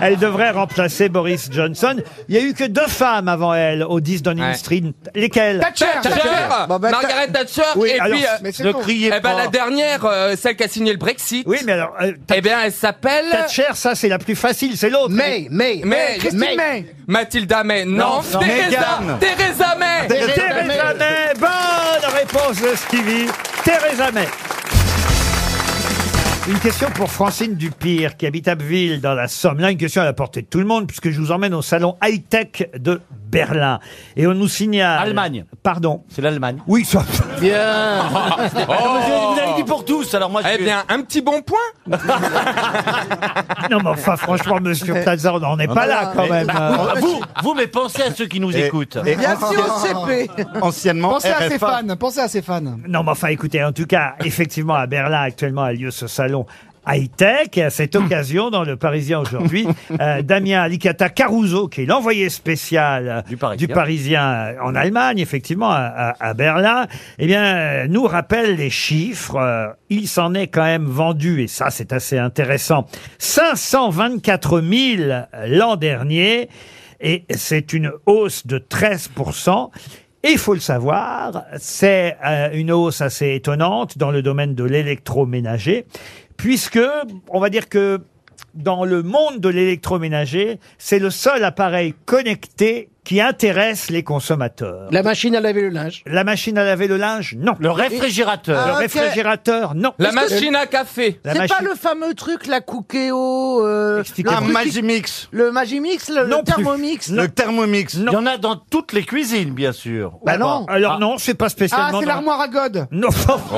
Speaker 2: elle devrait remplacer Boris Johnson. Il y a eu que deux femmes avant elle au 10 Downing
Speaker 7: Ouais.
Speaker 2: Street. Lesquelles
Speaker 6: Thatcher,
Speaker 7: Thatcher,
Speaker 3: Bon, ben,
Speaker 7: Margaret Thatcher, et
Speaker 2: bah, alors,
Speaker 7: puis, euh,
Speaker 6: Mais c'est
Speaker 8: Ne
Speaker 6: tout.
Speaker 8: criez
Speaker 7: eh ben,
Speaker 8: pas.
Speaker 7: la dernière, euh, celle qui a signé le Brexit,
Speaker 2: Oui, mais alors, euh,
Speaker 7: eh bien, elle s'appelle
Speaker 2: Thatcher, ça, c'est la plus facile, c'est l'autre.
Speaker 5: May, May,
Speaker 7: May.
Speaker 6: Christine May.
Speaker 7: Mathilda May. Non,
Speaker 8: non,
Speaker 7: Theresa,
Speaker 8: Meghan.
Speaker 7: Theresa May.
Speaker 2: Theresa May Bonne réponse de Stevie Theresa May une question pour Francine Dupire, qui habite Abbeville, dans la Somme. Là, une question à la portée de tout le monde, puisque je vous emmène au salon high-tech de Berlin. Et on nous signale...
Speaker 8: Allemagne.
Speaker 2: Pardon.
Speaker 8: C'est l'Allemagne.
Speaker 2: Oui, ça...
Speaker 8: Bien. Vous avez dit pour tous, alors moi je
Speaker 7: Oh. Eh
Speaker 8: suis-
Speaker 7: bien, un petit bon point.
Speaker 2: Non, mais enfin, franchement, monsieur Plaza, on n'en est pas là, quand même. Euh,
Speaker 8: Ah, bah,
Speaker 10: Ah,
Speaker 8: Vous, vous, mais pensez à ceux qui nous
Speaker 4: Et-
Speaker 8: écoutent.
Speaker 4: et
Speaker 3: Ah, Bien sûr, CP.
Speaker 4: anciennement
Speaker 6: Pensez à ses
Speaker 4: RFA.
Speaker 6: fans, pensez à ses fans.
Speaker 2: Non, mais enfin, écoutez, en tout cas, effectivement, à Berlin, actuellement, a lieu ce salon high-tech. Et à cette occasion, dans le Parisien aujourd'hui, euh, Damien Alicata Caruso, qui est l'envoyé spécial euh,
Speaker 8: Du Parisien.
Speaker 2: Parisien, euh, en Allemagne, effectivement, à, à- à Berlin, eh bien, euh, nous rappelle les chiffres. Euh, il s'en est quand même vendu, et ça, c'est assez intéressant, 524 000 l'an dernier. Et c'est une hausse de 13 et il faut le savoir, c'est euh, une hausse assez étonnante dans le domaine de l'électroménager, puisque on va dire que dans le monde de l'électroménager, c'est le seul appareil connecté qui intéresse les consommateurs.
Speaker 5: La machine à laver le linge.
Speaker 2: La machine à laver le linge, non.
Speaker 8: Le réfrigérateur.
Speaker 2: Le
Speaker 3: ok.
Speaker 2: réfrigérateur, non.
Speaker 7: La machine à café.
Speaker 2: La
Speaker 3: C'est
Speaker 2: machine-
Speaker 3: pas le fameux truc, la Cookéo, euh,
Speaker 2: Expliquez-moi.
Speaker 4: Un
Speaker 2: Un
Speaker 4: Magimix,
Speaker 3: le Magimix, le, le
Speaker 2: Non plus.
Speaker 3: Thermomix. Ah,
Speaker 4: le Thermomix.
Speaker 8: Il y en a dans toutes les cuisines, bien sûr.
Speaker 6: Bah non.
Speaker 2: Alors non, c'est pas spécialement.
Speaker 6: Ah, c'est
Speaker 2: dans- Oh.
Speaker 6: l'armoire à God.
Speaker 2: Non.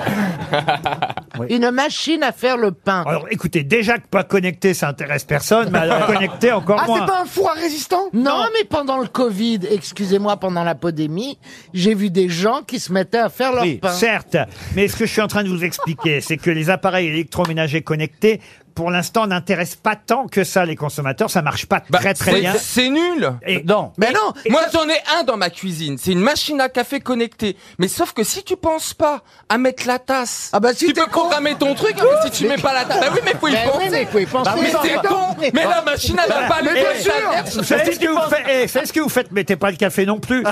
Speaker 3: Une machine à faire le pain.
Speaker 2: Alors écoutez, déjà que pas connecté, ça intéresse personne, mais alors connecté encore
Speaker 6: Ah,
Speaker 2: moins.
Speaker 6: c'est pas un four à résistant
Speaker 3: Non, mais pendant le Covid, excusez-moi, pendant la pandémie, j'ai vu des gens qui se mettaient à faire leur
Speaker 8: Oui,
Speaker 3: pain.
Speaker 2: Certes, mais ce que je suis en train de vous expliquer, c'est que les appareils électroménagers connectés, pour l'instant, n'intéressent pas tant que ça les consommateurs. Ça marche pas
Speaker 7: Bah,
Speaker 2: très Eh, très
Speaker 7: c'est-
Speaker 2: bien.
Speaker 7: C'est nul.
Speaker 2: Et
Speaker 8: Non.
Speaker 3: Mais non,
Speaker 7: Moi, j'en ai un dans ma cuisine. C'est une machine à café connectée. Mais sauf que si tu penses pas à mettre la tasse,
Speaker 3: Ah bah, si
Speaker 7: tu
Speaker 3: t'es
Speaker 7: peux
Speaker 3: con.
Speaker 7: programmer ton truc,
Speaker 3: Ah,
Speaker 7: hein, mais si tu mets pas la tasse. Bah oui, mais faut y
Speaker 5: Ben oui,
Speaker 7: penser.
Speaker 5: mais il faut y penser.
Speaker 8: Bah
Speaker 7: mais
Speaker 8: oui,
Speaker 7: c'est con. Mais la machine, elle va pas le
Speaker 6: Mais bien
Speaker 7: faire.
Speaker 6: sûr,
Speaker 2: vous savez ce que vous faites Eh, vous savez ce que vous faites Mettez pas le café non plus.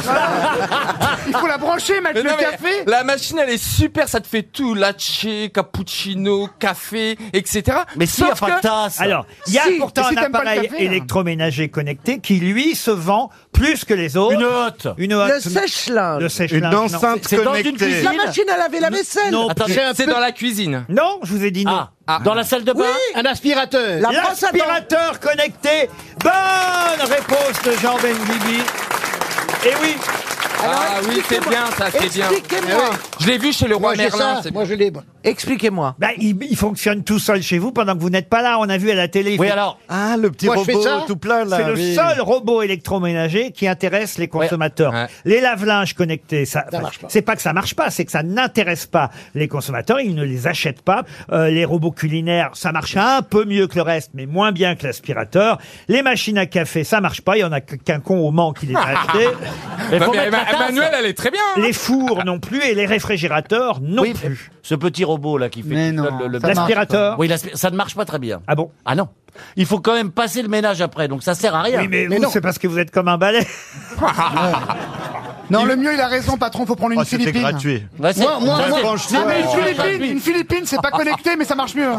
Speaker 6: il faut la brancher, mettre
Speaker 7: Mais
Speaker 6: le
Speaker 7: non, mais
Speaker 6: café.
Speaker 7: la machine, elle est super, ça te fait tout, latte, cappuccino, café, etc.
Speaker 8: Mais si, il
Speaker 7: Sauf
Speaker 8: n'y a pas de
Speaker 7: que-
Speaker 8: tasse.
Speaker 2: Alors, il y a
Speaker 6: Si,
Speaker 2: pourtant
Speaker 6: et si
Speaker 2: un
Speaker 6: t'aimes pas le
Speaker 2: appareil
Speaker 6: café, hein. là
Speaker 2: électroménager connecté qui lui se vend plus que les autres.
Speaker 8: une hotte.
Speaker 2: Une
Speaker 3: le
Speaker 2: hotte.
Speaker 3: sèche-linge.
Speaker 2: Le sèche
Speaker 4: Une enceinte
Speaker 8: C'est dans une
Speaker 4: connectée.
Speaker 8: cuisine.
Speaker 3: La machine à laver la vaisselle.
Speaker 2: Non,
Speaker 8: Attendez,
Speaker 2: plus.
Speaker 8: un
Speaker 7: C'est
Speaker 8: peu-
Speaker 7: dans la cuisine.
Speaker 2: non, je vous ai dit non.
Speaker 8: Ah, dans la salle de bain
Speaker 5: Un aspirateur.
Speaker 3: La brosse à dents.
Speaker 2: L'aspirateur connecté. Bonne réponse de Jean Benguigui. Et oui,
Speaker 7: Ah oui, c'est bien, ça, c'est bien. Eh
Speaker 3: Expliquez-moi.
Speaker 7: Je l'ai vu chez le roi
Speaker 5: Moi j'ai
Speaker 7: Merlin.
Speaker 5: ça,
Speaker 7: c'est-
Speaker 5: moi je l'ai.
Speaker 3: Expliquez-moi.
Speaker 2: bah, il, il fonctionne tout seul chez vous pendant que vous n'êtes pas là. On a vu à la télé. il
Speaker 8: Oui,
Speaker 2: fait-
Speaker 8: alors.
Speaker 4: Ah, le petit
Speaker 5: Moi, je fais
Speaker 4: robot
Speaker 5: ça.
Speaker 4: tout plein là.
Speaker 2: C'est le
Speaker 4: oui.
Speaker 2: seul robot électroménager qui intéresse les consommateurs.
Speaker 7: Ouais.
Speaker 2: Les lave-linges connectés, ça, enfin,
Speaker 5: marche pas.
Speaker 2: c'est pas que ça marche pas, c'est que ça n'intéresse pas les consommateurs, ils ne les achètent pas. Euh, les robots culinaires, ça marche un peu mieux que le reste, mais moins bien que l'aspirateur. Les machines à café, ça marche pas, il y en a que- qu'un con au Mans qui les a achetées.
Speaker 8: Mais
Speaker 7: Bah,
Speaker 8: faut mettre
Speaker 7: mais
Speaker 8: la
Speaker 7: Emma-
Speaker 8: tasse.
Speaker 7: Emmanuel, elle est très bien. hein.
Speaker 2: Les fours non plus et les réfrigérateurs non
Speaker 8: Oui,
Speaker 2: plus.
Speaker 8: ce petit robot là qui fait
Speaker 6: Mais
Speaker 8: tout
Speaker 6: non,
Speaker 8: seul le, le
Speaker 6: ça marche pas.
Speaker 2: L'aspirateur.
Speaker 8: Oui, l'aspi- ça ne marche pas très bien.
Speaker 2: Ah bon
Speaker 8: Ah non. Il faut quand même passer le ménage après, donc ça sert à rien.
Speaker 2: Oui, mais,
Speaker 5: Mais
Speaker 2: vous,
Speaker 5: non.
Speaker 2: c'est parce que vous êtes comme un balai.
Speaker 3: Ah, bah,
Speaker 6: Non, le mieux, il a raison, patron, faut prendre une
Speaker 4: Oh, c'était
Speaker 6: Philippine. Bah,
Speaker 4: gratuit.
Speaker 2: Bah,
Speaker 8: Ouais, c'est-
Speaker 5: Moi, moi,
Speaker 8: ça,
Speaker 5: moi.
Speaker 8: c'est-
Speaker 4: Franchement,
Speaker 6: Ah, mais une
Speaker 2: euh,
Speaker 8: Ouais.
Speaker 6: Philippine, une Philippine, c'est pas connecté, mais ça marche mieux.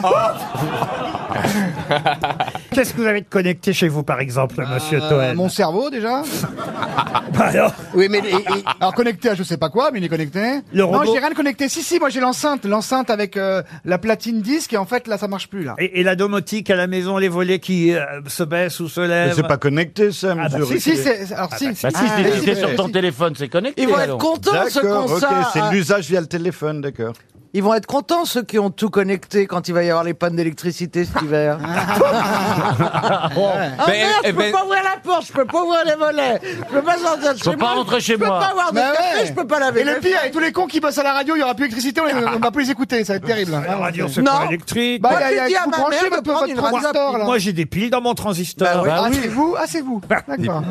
Speaker 2: Qu'est-ce que vous avez de connecté chez vous, par exemple, monsieur
Speaker 6: Euh,
Speaker 2: Toen
Speaker 6: Mon cerveau, déjà.
Speaker 2: Bah alors,
Speaker 5: Oui, mais et- et-
Speaker 6: Alors, connecté à je sais pas quoi, mais il est connecté.
Speaker 2: Le
Speaker 6: non,
Speaker 2: robot-
Speaker 6: j'ai rien de connecté. Si, si, moi, j'ai l'enceinte. L'enceinte avec euh, la platine disque, et en fait, là, ça marche plus, là.
Speaker 2: Et, et la domotique à la maison, les volets qui euh, se baissent ou se
Speaker 4: Mais
Speaker 2: lèvent.
Speaker 4: c'est pas connecté ça,
Speaker 2: bah,
Speaker 4: monsieur
Speaker 6: Si, si,
Speaker 4: Ruquier.
Speaker 6: c'est, alors, si.
Speaker 8: Bah, si, si,
Speaker 6: oui,
Speaker 8: si, c'est
Speaker 6: oui,
Speaker 8: sur
Speaker 6: oui,
Speaker 8: ton
Speaker 6: si.
Speaker 8: téléphone, c'est connecté.
Speaker 3: Ils vont être
Speaker 8: alors.
Speaker 3: contents, ceux qui
Speaker 4: D'accord,
Speaker 3: ont
Speaker 4: ok,
Speaker 3: ça.
Speaker 4: c'est
Speaker 3: à-
Speaker 4: l'usage via le téléphone, d'accord.
Speaker 3: Ils vont être contents, ceux qui ont tout connecté quand il va y avoir les pannes d'électricité cet hiver. Ah
Speaker 7: Ben,
Speaker 3: merde,
Speaker 7: eh
Speaker 3: je peux
Speaker 7: ben-
Speaker 3: pas ouvrir la porte, je peux pas ouvrir les volets, je peux pas sortir de chez
Speaker 8: peux
Speaker 3: moi.
Speaker 8: pas rentrer chez
Speaker 3: je peux
Speaker 8: moi.
Speaker 3: pas avoir de
Speaker 6: Bah
Speaker 3: café,
Speaker 6: ouais.
Speaker 3: je peux pas laver.
Speaker 6: Et le
Speaker 3: mes
Speaker 6: pire, avec tous les cons qui bossent à la radio, il y aura plus d'électricité, on, les- on va plus les écouter, ça va être terrible.
Speaker 2: La radio, c'est
Speaker 3: Non.
Speaker 2: pas électrique.
Speaker 6: Bah,
Speaker 3: Moi,
Speaker 6: il y a,
Speaker 3: je
Speaker 6: il
Speaker 3: dis
Speaker 6: y
Speaker 3: à
Speaker 6: a, vous
Speaker 3: ma
Speaker 6: branchez
Speaker 3: mère de
Speaker 6: votre,
Speaker 3: prendre
Speaker 6: votre
Speaker 3: une
Speaker 6: transistor, là.
Speaker 2: Moi, j'ai des piles dans mon transistor.
Speaker 8: Bah
Speaker 6: Ah, c'est vous, ah, c'est vous. D'accord.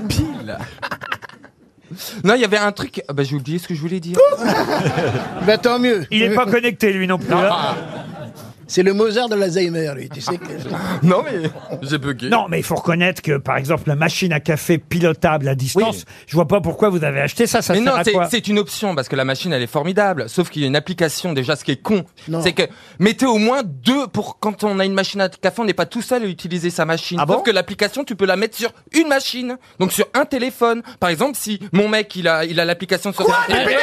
Speaker 7: Non, il y avait un truc. Ah, bah, j'ai oublié ce que je voulais dire.
Speaker 5: bah, tant mieux.
Speaker 2: Il est pas connecté, lui non plus. hein.
Speaker 5: C'est le Mozart de l'Alzheimer, lui. Tu sais que...
Speaker 7: Non, mais j'ai bugué.
Speaker 2: Non, mais il faut reconnaître que, par exemple, la machine à café pilotable à distance, je vois pas pourquoi vous avez acheté ça. Ça
Speaker 7: Mais
Speaker 2: sert
Speaker 7: non,
Speaker 2: à
Speaker 7: c'est-
Speaker 2: quoi
Speaker 7: c'est une option parce que la machine elle est formidable. Sauf qu'il y a une application déjà, ce qui est con, c'est que mettez au moins deux pour quand on a une machine à café, on n'est pas tout seul à utiliser sa machine.
Speaker 8: Ah
Speaker 7: sauf
Speaker 8: bon
Speaker 7: que l'application tu peux la mettre sur une machine, donc sur un téléphone. Par exemple, si mon mec il a il a l'application sur son téléphone,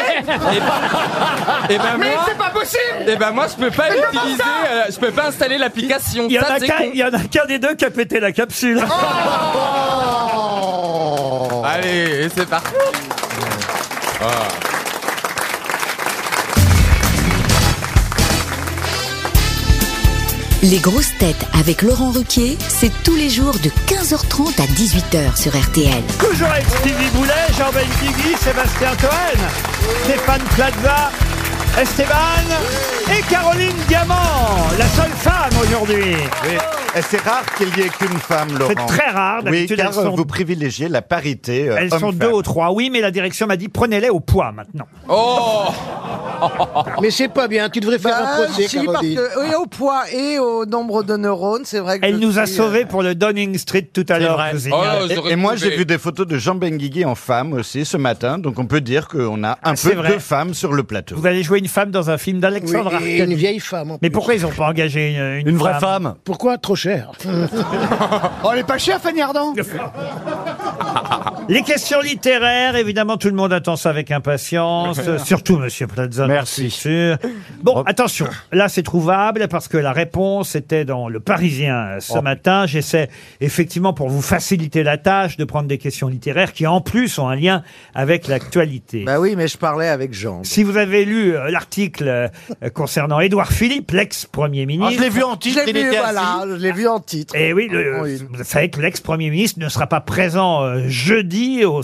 Speaker 7: et ben
Speaker 6: Mais
Speaker 7: moi,
Speaker 6: c'est pas possible
Speaker 7: et ben moi je peux pas l'utiliser, euh, je peux pas installer l'application.
Speaker 2: Il y en
Speaker 7: Ça,
Speaker 2: a
Speaker 7: c'est
Speaker 2: qu'un-
Speaker 7: con.
Speaker 2: il y en a qu'un des deux qui a pété la capsule.
Speaker 7: Oh. Allez, et c'est parti.
Speaker 9: Les grosses têtes avec Laurent Ruquier, c'est tous les jours de 15h30 à 18h sur RTL.
Speaker 2: Toujours avec Stevie Boulet, Jean-Baptiste Guigui, Sébastien Toen, Stéphane Plaza, Esteban et Caroline Diamant, la seule femme aujourd'hui.
Speaker 4: Oui. Et Eh, c'est rare qu'il y ait qu'une femme, Laurent.
Speaker 2: C'est très rare,
Speaker 4: Oui,
Speaker 2: d'habitude,
Speaker 4: car euh,
Speaker 2: elles sont-
Speaker 4: vous privilégiez la parité. euh,
Speaker 2: Elles sont
Speaker 4: homme-femme.
Speaker 2: deux ou trois, oui, mais la direction m'a dit prenez-les au poids maintenant.
Speaker 7: Oh,
Speaker 5: Mais c'est pas bien, tu devrais faire un
Speaker 3: Bah,
Speaker 5: procès,
Speaker 3: si, parce
Speaker 5: Caroline.
Speaker 3: que, oui, au poids et au nombre de neurones, c'est vrai que.
Speaker 2: Elle
Speaker 3: je
Speaker 2: nous a
Speaker 3: suis, euh,
Speaker 2: sauvés pour le Downing Street tout à l'heure.
Speaker 8: vrai.
Speaker 2: je vous
Speaker 7: Oh,
Speaker 2: signale.
Speaker 7: vous aurez
Speaker 4: Et, et moi,
Speaker 7: trouvé.
Speaker 4: j'ai vu des photos de Jean Benguigui en femme aussi ce matin, donc on peut dire qu'on a un
Speaker 2: c'est
Speaker 4: peu
Speaker 2: vrai.
Speaker 4: de femmes sur le plateau.
Speaker 2: Vous allez jouer une femme dans un film
Speaker 3: euh,
Speaker 5: Oui,
Speaker 2: d'Alexandre
Speaker 5: et
Speaker 2: Arcadi.
Speaker 5: une vieille femme. en
Speaker 2: Mais
Speaker 5: plus.
Speaker 2: pourquoi ils n'ont pas engagé une,
Speaker 8: Une vraie femme
Speaker 5: Pourquoi trop cher
Speaker 6: Oh, elle est pas chère, Fanny Ardant
Speaker 2: Les questions littéraires, évidemment, tout le monde attend ça avec impatience, euh, surtout Monsieur Plaza.
Speaker 8: Merci. Oh.
Speaker 2: c'est sûr. Bon, attention, là c'est trouvable parce que la réponse était dans le Parisien euh, ce
Speaker 8: Oh.
Speaker 2: matin. J'essaie effectivement, pour vous faciliter la tâche, de prendre des questions littéraires qui en plus ont un lien avec l'actualité.
Speaker 3: Bah oui, mais je parlais avec Jean.
Speaker 2: Si vous avez lu euh, l'article euh, concernant Édouard Philippe, l'ex-premier
Speaker 8: Ah, Je
Speaker 2: ministre,
Speaker 8: l'ai vu en titre,
Speaker 3: Je l'ai
Speaker 8: il
Speaker 3: vu,
Speaker 8: était assis.
Speaker 3: voilà, je l'ai vu en titre.
Speaker 2: Eh oui, le-
Speaker 3: En une.
Speaker 2: vous savez que l'ex-premier ministre ne sera pas présent euh, jeudi au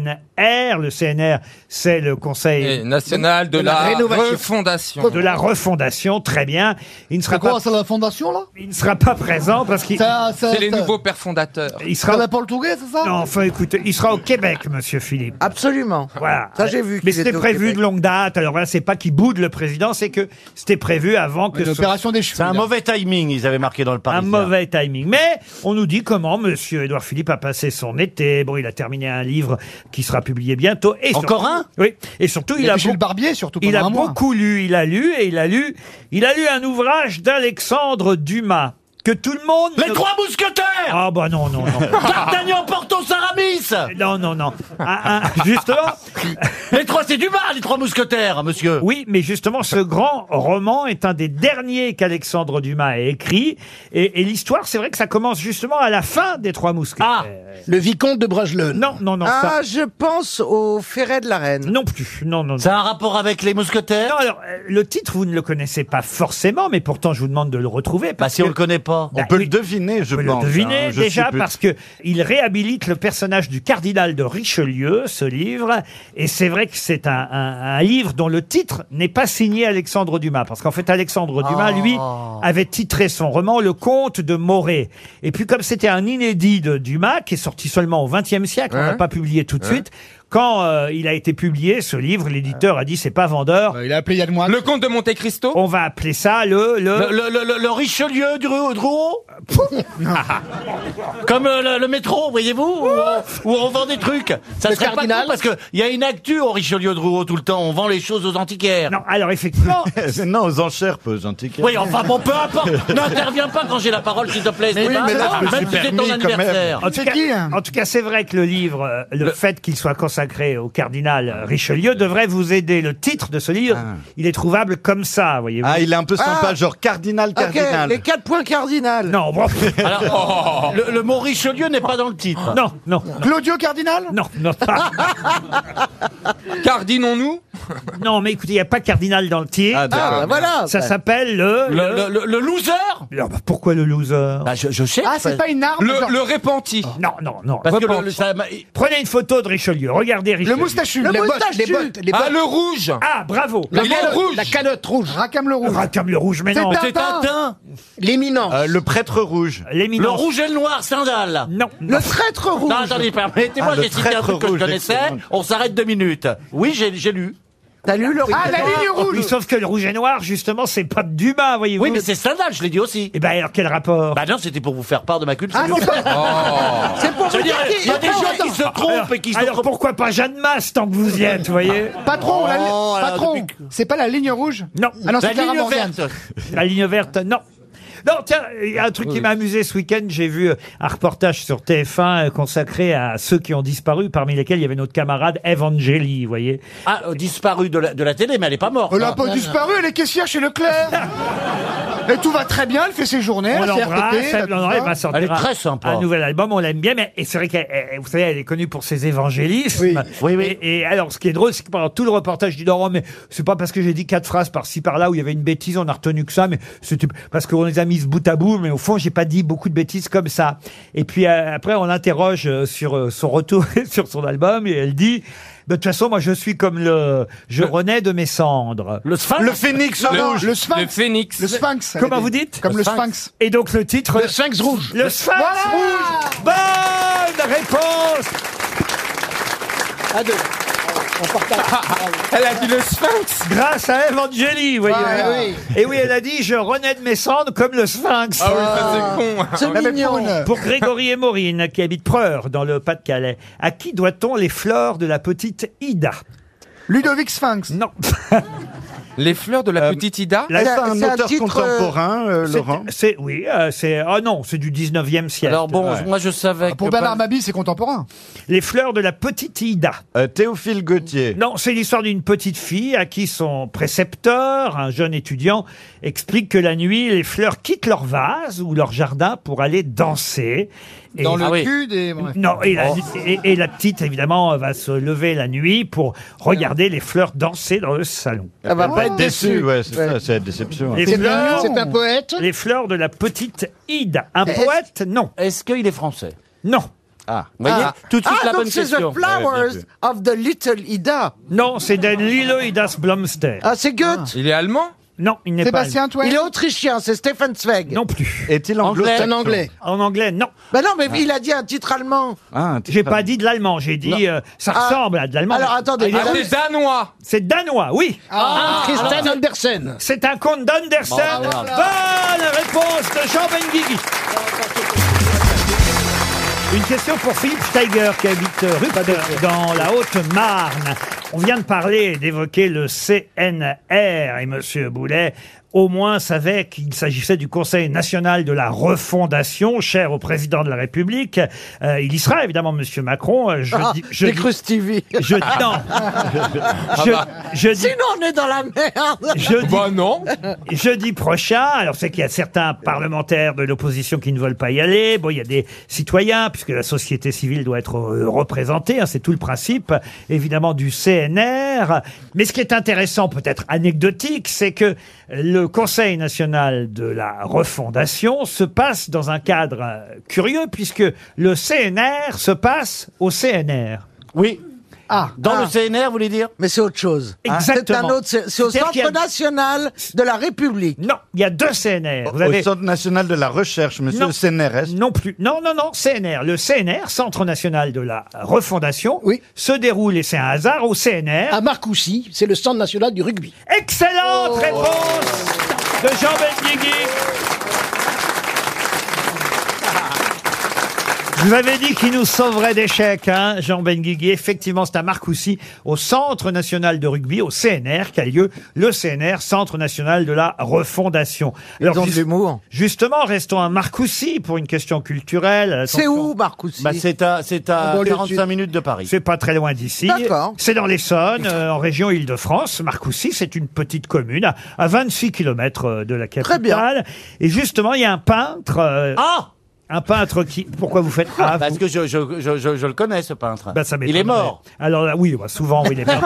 Speaker 2: CNR. Le CNR, c'est le
Speaker 7: Et
Speaker 2: Conseil
Speaker 7: national de,
Speaker 5: De la
Speaker 7: la,
Speaker 5: rénovation.
Speaker 7: refondation.
Speaker 2: de la refondation. Très bien. Il ne sera, pas,
Speaker 6: c'est la fondation, là
Speaker 2: il ne sera pas présent parce qu'il
Speaker 7: C'est les nouveaux pères fondateurs.
Speaker 2: il sera.
Speaker 6: portugais, c'est ça
Speaker 2: Non, enfin, écoutez, il sera au Québec, Monsieur Philippe.
Speaker 3: Absolument.
Speaker 2: Voilà.
Speaker 3: Ça, j'ai vu
Speaker 2: Mais
Speaker 3: qu'il
Speaker 2: c'était
Speaker 3: était au
Speaker 2: prévu
Speaker 3: Québec.
Speaker 2: de longue date. Alors là, c'est pas qu'il boude le président, c'est que c'était prévu avant que.
Speaker 6: Une
Speaker 2: ce-
Speaker 6: opération des cheveux.
Speaker 8: C'est un mauvais timing, ils avaient marqué dans le
Speaker 2: Un
Speaker 8: Parisien.
Speaker 2: mauvais timing. Mais on nous dit comment Monsieur Édouard Philippe a passé son été. Bon, il a terminé un livre qui sera publié bientôt. Et
Speaker 8: Encore
Speaker 2: surtout-
Speaker 8: un
Speaker 2: Oui. Et surtout, il,
Speaker 6: Il
Speaker 2: a,
Speaker 6: a chez le
Speaker 2: beaucoup-
Speaker 6: barbier, surtout pendant
Speaker 2: il a
Speaker 6: un mois.
Speaker 2: beaucoup lu. Il a lu et il a lu. Il a lu un ouvrage d'Alexandre Dumas que tout le monde.
Speaker 8: Les
Speaker 2: ne-
Speaker 8: trois mousquetaires
Speaker 2: Ah bah non non non
Speaker 8: D'Artagnan, Porthos, Aramis
Speaker 2: non non non. Un- un- justement.
Speaker 8: Les trois, c'est du bar, les trois mousquetaires, monsieur
Speaker 2: Oui, mais justement, ce grand roman est un des derniers qu'Alexandre Dumas ait écrit. Et, et l'histoire, c'est vrai que ça commence justement à la fin des Trois Mousquetaires.
Speaker 8: Ah
Speaker 5: Le vicomte de Bragelonne.
Speaker 2: Non, non, non, ça.
Speaker 3: Ah, je pense au Ferret de la Reine.
Speaker 2: Non plus. Non, non, non.
Speaker 8: Ça a un rapport avec les
Speaker 2: Non,
Speaker 8: mousquetaires
Speaker 2: alors, euh, le titre, vous ne le connaissez pas forcément, mais pourtant, je vous demande de le retrouver.
Speaker 8: Bah
Speaker 2: Parce
Speaker 8: si on
Speaker 2: que
Speaker 8: le connaît pas.
Speaker 2: Bah,
Speaker 4: on peut
Speaker 2: oui.
Speaker 4: le deviner, je
Speaker 2: vous
Speaker 4: pense.
Speaker 2: le devinez
Speaker 4: hein, je
Speaker 2: déjà,
Speaker 4: suppute.
Speaker 2: parce que il réhabilite le personnage du cardinal de Richelieu, ce livre. Et c'est vrai que c'est un, un- un livre dont le titre n'est pas signé Alexandre Dumas. Parce qu'en fait, Alexandre Dumas, lui,
Speaker 7: Ah.
Speaker 2: avait titré son roman Le Comte de Morée. Et puis, comme c'était un inédit de Dumas, qui est sorti seulement au XXe siècle, on n'a pas publié tout de suite, quand euh, il a été publié, ce livre, l'éditeur a dit c'est pas vendeur.
Speaker 6: Euh, Il a appelé Yann Moix.
Speaker 7: Le comte de Monte Cristo.
Speaker 2: On va appeler ça le,
Speaker 8: Le,
Speaker 2: le...
Speaker 8: le- le- le- le Richelieu du Drouot Comme euh, le, le métro, voyez-vous où, on- où on vend des trucs. Ça serait pas
Speaker 5: cardinal.
Speaker 8: cool parce qu'il y a une actu au Richelieu Drouot tout le temps. On vend les choses aux antiquaires.
Speaker 2: Non, alors effectivement,
Speaker 4: non, aux enchères, pas aux antiquaires.
Speaker 8: Oui, enfin bon, peu importe. N'interviens pas quand j'ai la parole, s'il te plaît. Stéphane,
Speaker 4: mais là, je me
Speaker 8: même
Speaker 4: suis
Speaker 8: si c'est
Speaker 4: permis
Speaker 8: ton
Speaker 4: quand
Speaker 8: anniversaire.
Speaker 2: En tout,
Speaker 6: C'est
Speaker 2: cas,
Speaker 6: qui, hein
Speaker 2: en tout cas, c'est vrai que le livre, euh, le, fait qu'il soit consacré au cardinal euh, Richelieu, devrait vous aider. Le titre de ce livre, il est trouvable comme ça, voyez-vous.
Speaker 4: Ah, il est un peu sympa,
Speaker 3: Ah.
Speaker 4: genre cardinal,
Speaker 3: Ok,
Speaker 4: cardinal.
Speaker 3: les quatre points cardinal.
Speaker 2: Non, bon,
Speaker 8: Alors, Oh, le, le mot Richelieu n'est pas dans le titre.
Speaker 2: non, non,
Speaker 6: Claudio Cardinal
Speaker 2: non, non, pas.
Speaker 7: Cardinons-nous
Speaker 2: non, mais écoutez, il n'y a pas cardinal dans le titre.
Speaker 3: Ah, bah voilà.
Speaker 2: ça
Speaker 3: bah.
Speaker 2: s'appelle le...
Speaker 8: Le, le- le- le loser
Speaker 2: Alors, bah, pourquoi le loser Oh.
Speaker 8: bah, je, je sais.
Speaker 6: Ah, c'est pas une arme genre-
Speaker 7: le, le répenti.
Speaker 2: Non, non, non.
Speaker 8: Parce que le-
Speaker 7: Repente.
Speaker 8: le- ça m'a-
Speaker 2: Prenez une photo de Richelieu, regardez
Speaker 6: Le
Speaker 2: Richelieu.
Speaker 6: moustachu.
Speaker 3: Le
Speaker 6: les bottes,
Speaker 3: moustachu.
Speaker 6: les bottes, les bottes.
Speaker 7: Ah, le rouge
Speaker 2: Ah, bravo
Speaker 7: Il est rouge
Speaker 5: La calotte rouge.
Speaker 6: Racame le rouge.
Speaker 2: Racame le rouge, mais
Speaker 6: C'est
Speaker 2: non.
Speaker 6: un-
Speaker 8: C'est Tintin.
Speaker 5: L'éminence.
Speaker 4: Euh, le prêtre rouge.
Speaker 8: Le
Speaker 2: L'éminence.
Speaker 8: rouge et le noir, Stendhal.
Speaker 2: Non,
Speaker 3: Le
Speaker 2: non.
Speaker 3: traître rouge.
Speaker 8: Non, attendez, permettez-moi,
Speaker 4: Ah, le
Speaker 8: j'ai cité un
Speaker 4: traître
Speaker 8: truc que je
Speaker 4: rouge,
Speaker 8: connaissais.
Speaker 4: excellent.
Speaker 8: On s'arrête deux minutes. Oui, j'ai j'ai lu.
Speaker 3: T'as lu le rouge
Speaker 6: Ah, la ligne
Speaker 2: Oh, Oui,
Speaker 6: rouge
Speaker 2: sauf que le rouge et noir, justement, c'est pas Dumas, voyez-vous.
Speaker 10: Oui, mais c'est Stendhal, je l'ai dit aussi.
Speaker 2: Et ben alors, quel rapport
Speaker 10: Bah non, c'était pour vous faire part de ma culture.
Speaker 6: Ah, c'est pas- C'est pour
Speaker 10: Ça
Speaker 6: vous
Speaker 10: veut dire,
Speaker 6: dire
Speaker 10: il y a des gens qui se trompent et qui se
Speaker 2: Alors
Speaker 10: trompent.
Speaker 2: pourquoi pas Jeanne Masse tant que vous y êtes, voyez
Speaker 6: Patron, la li-
Speaker 10: Oh, là,
Speaker 6: patron,
Speaker 10: depuis
Speaker 6: c'est pas la ligne rouge
Speaker 2: Non,
Speaker 6: Ah non, c'est
Speaker 10: La
Speaker 6: Clara
Speaker 10: ligne
Speaker 6: Morgan.
Speaker 10: verte.
Speaker 2: la ligne verte, non. Non, tiens, il y a un truc qui m'a amusé ce week-end. J'ai vu un reportage sur TF1 consacré à ceux qui ont disparu, parmi lesquels il y avait notre camarade Evangeli, vous voyez.
Speaker 10: Ah, euh, disparu de la, de la télé, mais elle est pas morte.
Speaker 6: Elle a pas disparu, elle est caissière chez Leclerc. Et tout va très bien, elle fait ses journées,
Speaker 2: On
Speaker 6: elle
Speaker 2: l'embrasse, elle on aurait- va sortir
Speaker 10: Elle est
Speaker 2: un-
Speaker 10: très sympa.
Speaker 2: un nouvel album, on l'aime bien, mais et c'est vrai qu'elle, elle- vous savez, elle est connue pour ses évangélismes.
Speaker 5: Oui.
Speaker 8: Oui, oui.
Speaker 2: Et, et alors, ce qui est drôle, c'est que pendant tout le reportage, je dis non, mais c'est pas parce que j'ai dit quatre phrases par-ci par-là où il y avait une bêtise, on a retenu que ça, mais c'était parce qu'on les a mises bout à bout, mais au fond, j'ai pas dit beaucoup de bêtises comme ça. Et puis euh, après, on l'interroge euh, sur euh, son retour sur son album, et elle dit. bah, De toute façon, moi, je suis comme le, je renais de mes cendres.
Speaker 10: Le sphinx
Speaker 4: Le phénix rouge.
Speaker 6: Le Sphinx.
Speaker 7: Le phénix.
Speaker 6: Le Sphinx. elle
Speaker 2: Comment
Speaker 6: a
Speaker 2: vous
Speaker 6: dit.
Speaker 2: dites
Speaker 6: Comme le Sphinx.
Speaker 2: Et donc, le titre.
Speaker 5: Le sphinx rouge.
Speaker 2: Le sphinx
Speaker 6: Voilà
Speaker 2: rouge Bonne réponse
Speaker 7: Elle a dit le sphinx.
Speaker 2: Grâce à Evangeli, voyez.
Speaker 6: Ah, oui.
Speaker 2: Et oui, elle a dit « Je renais de mes cendres comme le sphinx Eh ben,
Speaker 7: Ah oui, ça c'est con.
Speaker 3: C'est
Speaker 6: Ah, mais pour une
Speaker 3: mignon.
Speaker 6: heure.
Speaker 2: Pour Grégory et Maureen, qui habitent Preur, dans le Pas-de-Calais, à qui doit-on les fleurs de la petite Ida
Speaker 6: Ludovic Sphinx.
Speaker 2: Non, Euh,
Speaker 7: Les fleurs de la petite Ida.
Speaker 2: La-
Speaker 4: Est-ce un
Speaker 3: c'est un
Speaker 4: auteur
Speaker 3: titre, euh,
Speaker 4: contemporain, euh,
Speaker 2: c'est-
Speaker 4: Laurent
Speaker 2: c'est oui, euh, c'est ah non, c'est du 19e siècle.
Speaker 10: Alors bon, moi je savais
Speaker 6: Ah, Pour
Speaker 10: que
Speaker 6: Bernard
Speaker 10: pas-
Speaker 6: Mabie, c'est contemporain.
Speaker 2: Les fleurs de la petite Ida.
Speaker 4: Euh, Théophile Gauthier.
Speaker 2: Non, c'est l'histoire d'une petite fille à qui son précepteur, un jeune étudiant, explique que la nuit, les fleurs quittent leur vase ou leur jardin pour aller danser. Et-
Speaker 6: Dans le
Speaker 10: Ah oui.
Speaker 6: cul des. Oh. bref.
Speaker 2: Non, et la, et- et la petite, évidemment, va se lever la nuit pour regarder les fleurs danser dans le salon.
Speaker 3: Elle va pas être
Speaker 4: Déçu,
Speaker 3: déçue.
Speaker 4: ouais, c'est
Speaker 3: Ouais.
Speaker 4: ça, c'est la déception.
Speaker 2: Les
Speaker 6: C'est
Speaker 2: fleurs,
Speaker 6: mignon.
Speaker 5: poète.
Speaker 2: les fleurs de la petite Ida. Un poète Non,
Speaker 10: Est-ce qu'il est français
Speaker 2: non,
Speaker 10: Ah, vous voyez, tout de suite
Speaker 3: Ah,
Speaker 10: la
Speaker 3: donc
Speaker 10: bonne
Speaker 3: c'est The
Speaker 10: question.
Speaker 4: Ouais,
Speaker 3: Flowers
Speaker 4: bien vu.
Speaker 3: of the Little Ida.
Speaker 2: non, c'est de Lilo Idas Blomster.
Speaker 3: Ah, c'est Goethe.
Speaker 7: Il est allemand.
Speaker 2: Non, il n'est pas.
Speaker 6: Sébastien Toine.
Speaker 3: Il est autrichien, c'est Stefan Zweig.
Speaker 2: Non plus.
Speaker 4: Est-il
Speaker 10: Anglais,
Speaker 4: anglo-saxon
Speaker 10: en anglais.
Speaker 2: En anglais, non. Ah.
Speaker 3: Bah non, mais il a dit un titre allemand.
Speaker 4: Ah, un titre
Speaker 2: J'ai pas dit de l'allemand, j'ai dit euh, ça
Speaker 3: Ah.
Speaker 2: ressemble à de l'allemand.
Speaker 3: Alors, attendez, Ah,
Speaker 2: Ah,
Speaker 7: Ah,
Speaker 2: oui,
Speaker 7: c'est danois.
Speaker 2: c'est danois, oui. Ah,
Speaker 5: Christian Andersen.
Speaker 2: C'est un conte d'Andersen.
Speaker 10: Bon, voilà.
Speaker 2: Bonne réponse de Jean Benguigui. Une question pour Philippe Steiger qui habite euh, Ruppert, dans la Haute-Marne. On vient de parler, d'évoquer le CNR et Monsieur Boulet au moins savait qu'il s'agissait du Conseil national de la refondation, cher au président de la République. Euh, il y sera évidemment, Monsieur Macron. euh,
Speaker 3: Ah,
Speaker 2: Jeudi,
Speaker 3: J'ai
Speaker 2: jeudi,
Speaker 3: cru Stevie.
Speaker 2: jeudi- non. Je- jeudi-
Speaker 3: Sinon, on est dans la merde.
Speaker 2: jeudi
Speaker 7: Bah non.
Speaker 2: jeudi prochain. Alors, c'est qu'il y a certains parlementaires de l'opposition qui ne veulent pas y aller. Bon, il y a des citoyens, puisque la société civile doit être euh, représentée. hein, c'est tout le principe, évidemment, du CNR. Mais ce qui est intéressant, peut-être anecdotique, c'est que le Conseil national de la refondation se passe dans un cadre euh, curieux, puisque le CNR se passe au CNR.
Speaker 10: Oui.
Speaker 6: Ah,
Speaker 10: Dans
Speaker 6: ah.
Speaker 10: le CNR, vous voulez dire
Speaker 3: Mais c'est autre chose. Ah. C'est
Speaker 2: Exactement.
Speaker 3: un autre. C'est c'est au
Speaker 2: C'est-à-dire qu'il y a-
Speaker 3: Centre national de la République.
Speaker 2: Non, il y a deux CNR. Vous avez-
Speaker 4: Au Centre national de la recherche, monsieur
Speaker 2: Non.
Speaker 4: le CNRS.
Speaker 2: Non plus. Non, non, non, CNR. Le CNR, Centre National de la Refondation,
Speaker 5: Oui.
Speaker 2: se déroule, et c'est un hasard, au CNR.
Speaker 5: À Marcoussis, c'est le centre national du rugby.
Speaker 2: Excellente réponse de Jean Benguigui. Je vous avais dit qu'il nous sauverait d'échecs, hein, Jean Benguigui. Effectivement, c'est à Marcoussis, au Centre National de Rugby, au CNR, qu'a lieu le CNR, Centre National de la Refondation. Alors,
Speaker 3: Dans de
Speaker 2: ju-
Speaker 3: l'humour.
Speaker 2: justement, restons à Marcoussis pour une question culturelle.
Speaker 3: C'est
Speaker 2: Attention.
Speaker 3: où, Marcoussi
Speaker 8: Bah, c'est à, c'est à
Speaker 5: Dans le
Speaker 8: 45
Speaker 5: sud.
Speaker 8: minutes de Paris.
Speaker 2: C'est pas très loin d'ici.
Speaker 3: D'accord.
Speaker 2: C'est dans l'Essonne, euh, en région Île-de-France. Marcoussis, c'est une petite commune à, à 26 km de la capitale.
Speaker 3: Très bien.
Speaker 2: Et justement, il y a un peintre, euh,
Speaker 10: Ah
Speaker 2: un peintre qui. Pourquoi vous faites ah,
Speaker 10: Parce
Speaker 2: vous-
Speaker 10: que je, je, je, je, je le connais, ce peintre.
Speaker 2: Bah, ça
Speaker 10: il est
Speaker 2: m'étonnerait.
Speaker 10: mort.
Speaker 2: Alors là, oui, bah, souvent, oui, il est mort.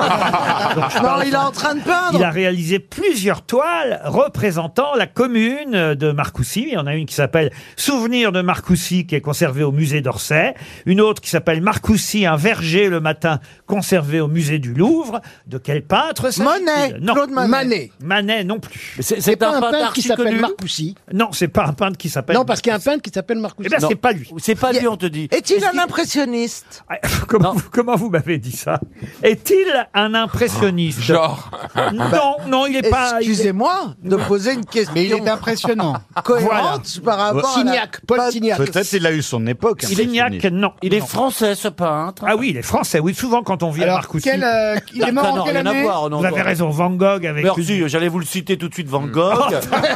Speaker 2: Donc, je
Speaker 3: Non,
Speaker 2: parle-
Speaker 3: il est en train de peindre.
Speaker 2: il a réalisé plusieurs toiles représentant la commune de Marcoussis. Il y en a une qui s'appelle Souvenir de Marcoussis, qui est conservée au musée d'Orsay. Une autre qui s'appelle Marcoussis, un verger le matin, conservée au musée du Louvre. De quel peintre s'agit-il
Speaker 3: Monet,
Speaker 2: Non.
Speaker 3: Claude Monet.
Speaker 5: Manet.
Speaker 2: Manet non plus.
Speaker 10: C'est c'est
Speaker 5: pas
Speaker 10: un
Speaker 5: un
Speaker 10: peintre
Speaker 5: peintre qui
Speaker 10: archi
Speaker 5: s'appelle
Speaker 10: connu.
Speaker 5: Marcoussis.
Speaker 2: Non, c'est pas un peintre qui s'appelle.
Speaker 5: Non, parce qu'il y a un peintre qui s'appelle
Speaker 2: Eh ben,
Speaker 10: Non.
Speaker 2: c'est pas lui.
Speaker 10: C'est pas lui, on te dit.
Speaker 3: Est-il un impressionniste
Speaker 2: Ah, Comment, vous- comment vous m'avez dit ça Est-il un impressionniste
Speaker 7: Genre.
Speaker 6: Bah,
Speaker 2: Non, non, il est pas. il est-
Speaker 3: Ah bah. Excusez-moi de poser une question.
Speaker 6: Mais il est impressionnant.
Speaker 3: cohérente par rapport
Speaker 5: Signac, Paul
Speaker 3: à la...
Speaker 5: Signac.
Speaker 4: Peut-être il a eu son époque. hein,
Speaker 2: Signac, non.
Speaker 10: Il est
Speaker 2: Non.
Speaker 10: français, ce peintre.
Speaker 2: Ah oui, il est français. Oui, souvent quand on vient à
Speaker 6: Alors,
Speaker 2: Marcoussis.
Speaker 6: quel, euh, il est mort
Speaker 10: Ça
Speaker 6: en
Speaker 10: n'a
Speaker 6: quelle
Speaker 10: rien à
Speaker 6: année
Speaker 10: voir, Ah non,
Speaker 2: Vous avez
Speaker 10: non.
Speaker 2: raison, Van Gogh avec.
Speaker 10: Merci, j'allais vous le citer tout de suite, Van Gogh.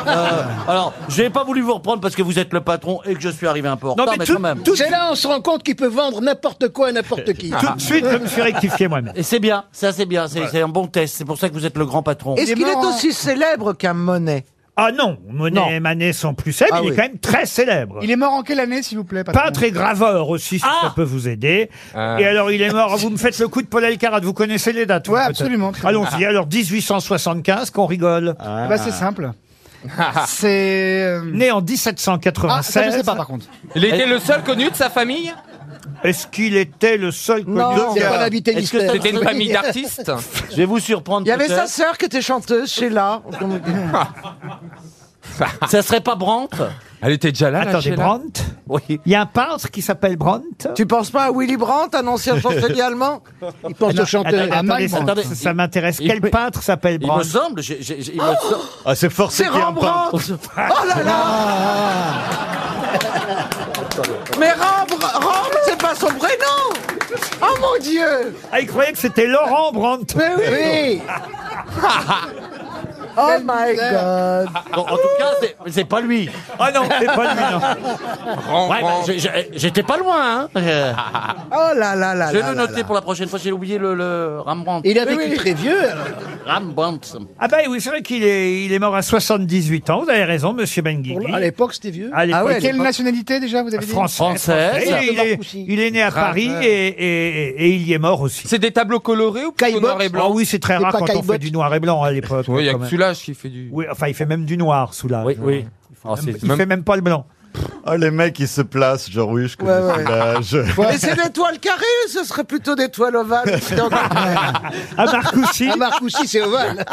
Speaker 10: Euh, alors, j'ai pas voulu vous reprendre parce que vous êtes le patron et que je suis arrivé un peu en
Speaker 2: Non,
Speaker 10: retard,
Speaker 2: mais
Speaker 10: mais
Speaker 2: tout-
Speaker 10: quand même.
Speaker 2: tout-
Speaker 5: C'est là on se rend compte qu'il peut vendre n'importe quoi à n'importe qui.
Speaker 7: Ah.
Speaker 2: Tout de suite, je me suis rectifié moi-même.
Speaker 10: Et c'est bien, ça c'est bien, c'est c'est un bon test, c'est pour ça que vous êtes le grand patron.
Speaker 3: Est-ce
Speaker 6: Il est
Speaker 3: qu'il est
Speaker 6: mort en-
Speaker 7: hein.
Speaker 3: aussi célèbre qu'un Monet
Speaker 2: Ah non, Monet
Speaker 10: Non.
Speaker 2: et Manet sont plus célèbres,
Speaker 3: Ah
Speaker 2: il est
Speaker 3: oui.
Speaker 2: quand même très célèbre.
Speaker 6: Il est mort en quelle année, s'il vous plaît patron
Speaker 2: Peintre et graveur aussi, si ça peut vous aider.
Speaker 7: Ah.
Speaker 2: Et alors, il est mort. Vous me faites le coup de Paul Elkarat. Vous connaissez les dates vous,
Speaker 6: Ouais,
Speaker 2: peut-être
Speaker 6: absolument. Ah.
Speaker 2: Allons-y. Alors, 1875, qu'on rigole.
Speaker 6: Eh ben, c'est simple. C'est. euh,
Speaker 2: Né en
Speaker 6: Ah, ça, je
Speaker 2: 1796.
Speaker 6: sais pas, par contre.
Speaker 7: Il était le seul connu de sa famille
Speaker 2: Est-ce qu'il était le seul connu euh,
Speaker 3: Non.
Speaker 5: C'est pas l'habité
Speaker 10: Est-ce que
Speaker 5: mystère.
Speaker 7: C'était une famille d'artistes
Speaker 10: Je vais vous surprendre.
Speaker 3: Il y avait sa
Speaker 10: peut-être.
Speaker 3: sœur qui était chanteuse, Sheila.
Speaker 10: Ça serait pas Brandt
Speaker 7: Elle était déjà là, la
Speaker 2: Attendez,
Speaker 7: Sheila
Speaker 2: Brandt
Speaker 10: Oui.
Speaker 2: Il y a un peintre qui s'appelle Brandt
Speaker 3: tu penses pas à Willy Brandt, un ancien chancelier allemand
Speaker 5: Il pense au chanteur.
Speaker 2: Attendez, attendez, ça,
Speaker 10: Attendez.
Speaker 2: ça m'intéresse.
Speaker 10: Il-
Speaker 2: Quel peintre s'appelle
Speaker 10: Il me
Speaker 2: Brandt
Speaker 10: semble, j'ai- j'ai- j'ai- il me semble-
Speaker 4: Ah, c'est forcé
Speaker 3: C'est
Speaker 4: qu'il y a un peintre.
Speaker 3: Rembrandt Oh là là Mais Rembrandt, Rembrandt, c'est pas son prénom Oh mon Dieu
Speaker 2: Ah, il croyait que c'était Laurent Ah, Brandt.
Speaker 3: Mais oui
Speaker 5: Oui, Ah.
Speaker 3: Oh my God
Speaker 7: Ah,
Speaker 10: Bon, en tout cas, c'est- c'est pas lui.
Speaker 2: Ah non, c'est pas lui, non.
Speaker 7: Rembrandt.
Speaker 10: Ouais, bah, j'ai- j'ai- j'étais pas loin. Hein.
Speaker 7: Ah,
Speaker 10: Euh,
Speaker 3: Oh là là là
Speaker 10: Je vais
Speaker 3: là
Speaker 10: le
Speaker 3: là
Speaker 10: noter pour la prochaine fois. J'ai oublié le, le Rembrandt.
Speaker 5: il a vécu très vieux. alors.
Speaker 10: Rembrandt.
Speaker 2: Ah bah oui, c'est vrai qu'il est, il est mort à 78 ans. Vous avez raison, monsieur Benguigui.
Speaker 5: Pour- À l'époque, c'était vieux.
Speaker 2: À l'époque,
Speaker 3: Ah ouais,
Speaker 2: il est
Speaker 6: Quelle nationalité déjà, vous avez dit
Speaker 2: français.
Speaker 10: Française.
Speaker 2: Et il, est,
Speaker 5: Marcoussis.
Speaker 2: il est né à Paris et, et- et- et il y est mort aussi.
Speaker 7: C'est des tableaux colorés ou plutôt
Speaker 5: Caillebotte.
Speaker 7: noir et
Speaker 2: Ah
Speaker 7: blanc
Speaker 2: oui, c'est très
Speaker 5: C'est
Speaker 2: rare
Speaker 5: pas
Speaker 2: quand on
Speaker 5: Caillebotte.
Speaker 2: fait du noir et blanc à l'époque.
Speaker 7: Oui, il y a
Speaker 2: quand
Speaker 7: que
Speaker 2: même.
Speaker 7: Soulage qui fait du...
Speaker 2: Oui, enfin, il fait même du noir sous la.
Speaker 10: Oui, oui. Oh, c'est-
Speaker 2: Il fait même pas le blanc.
Speaker 4: Oh, les mecs, ils se placent. Genre, oui, je connais
Speaker 3: Ouais, ouais.
Speaker 4: ce village.
Speaker 3: Mais c'est des toiles carrées, ce serait plutôt des toiles ovales.
Speaker 2: À Marcoussis,
Speaker 5: À Marcoussis, c'est ovale.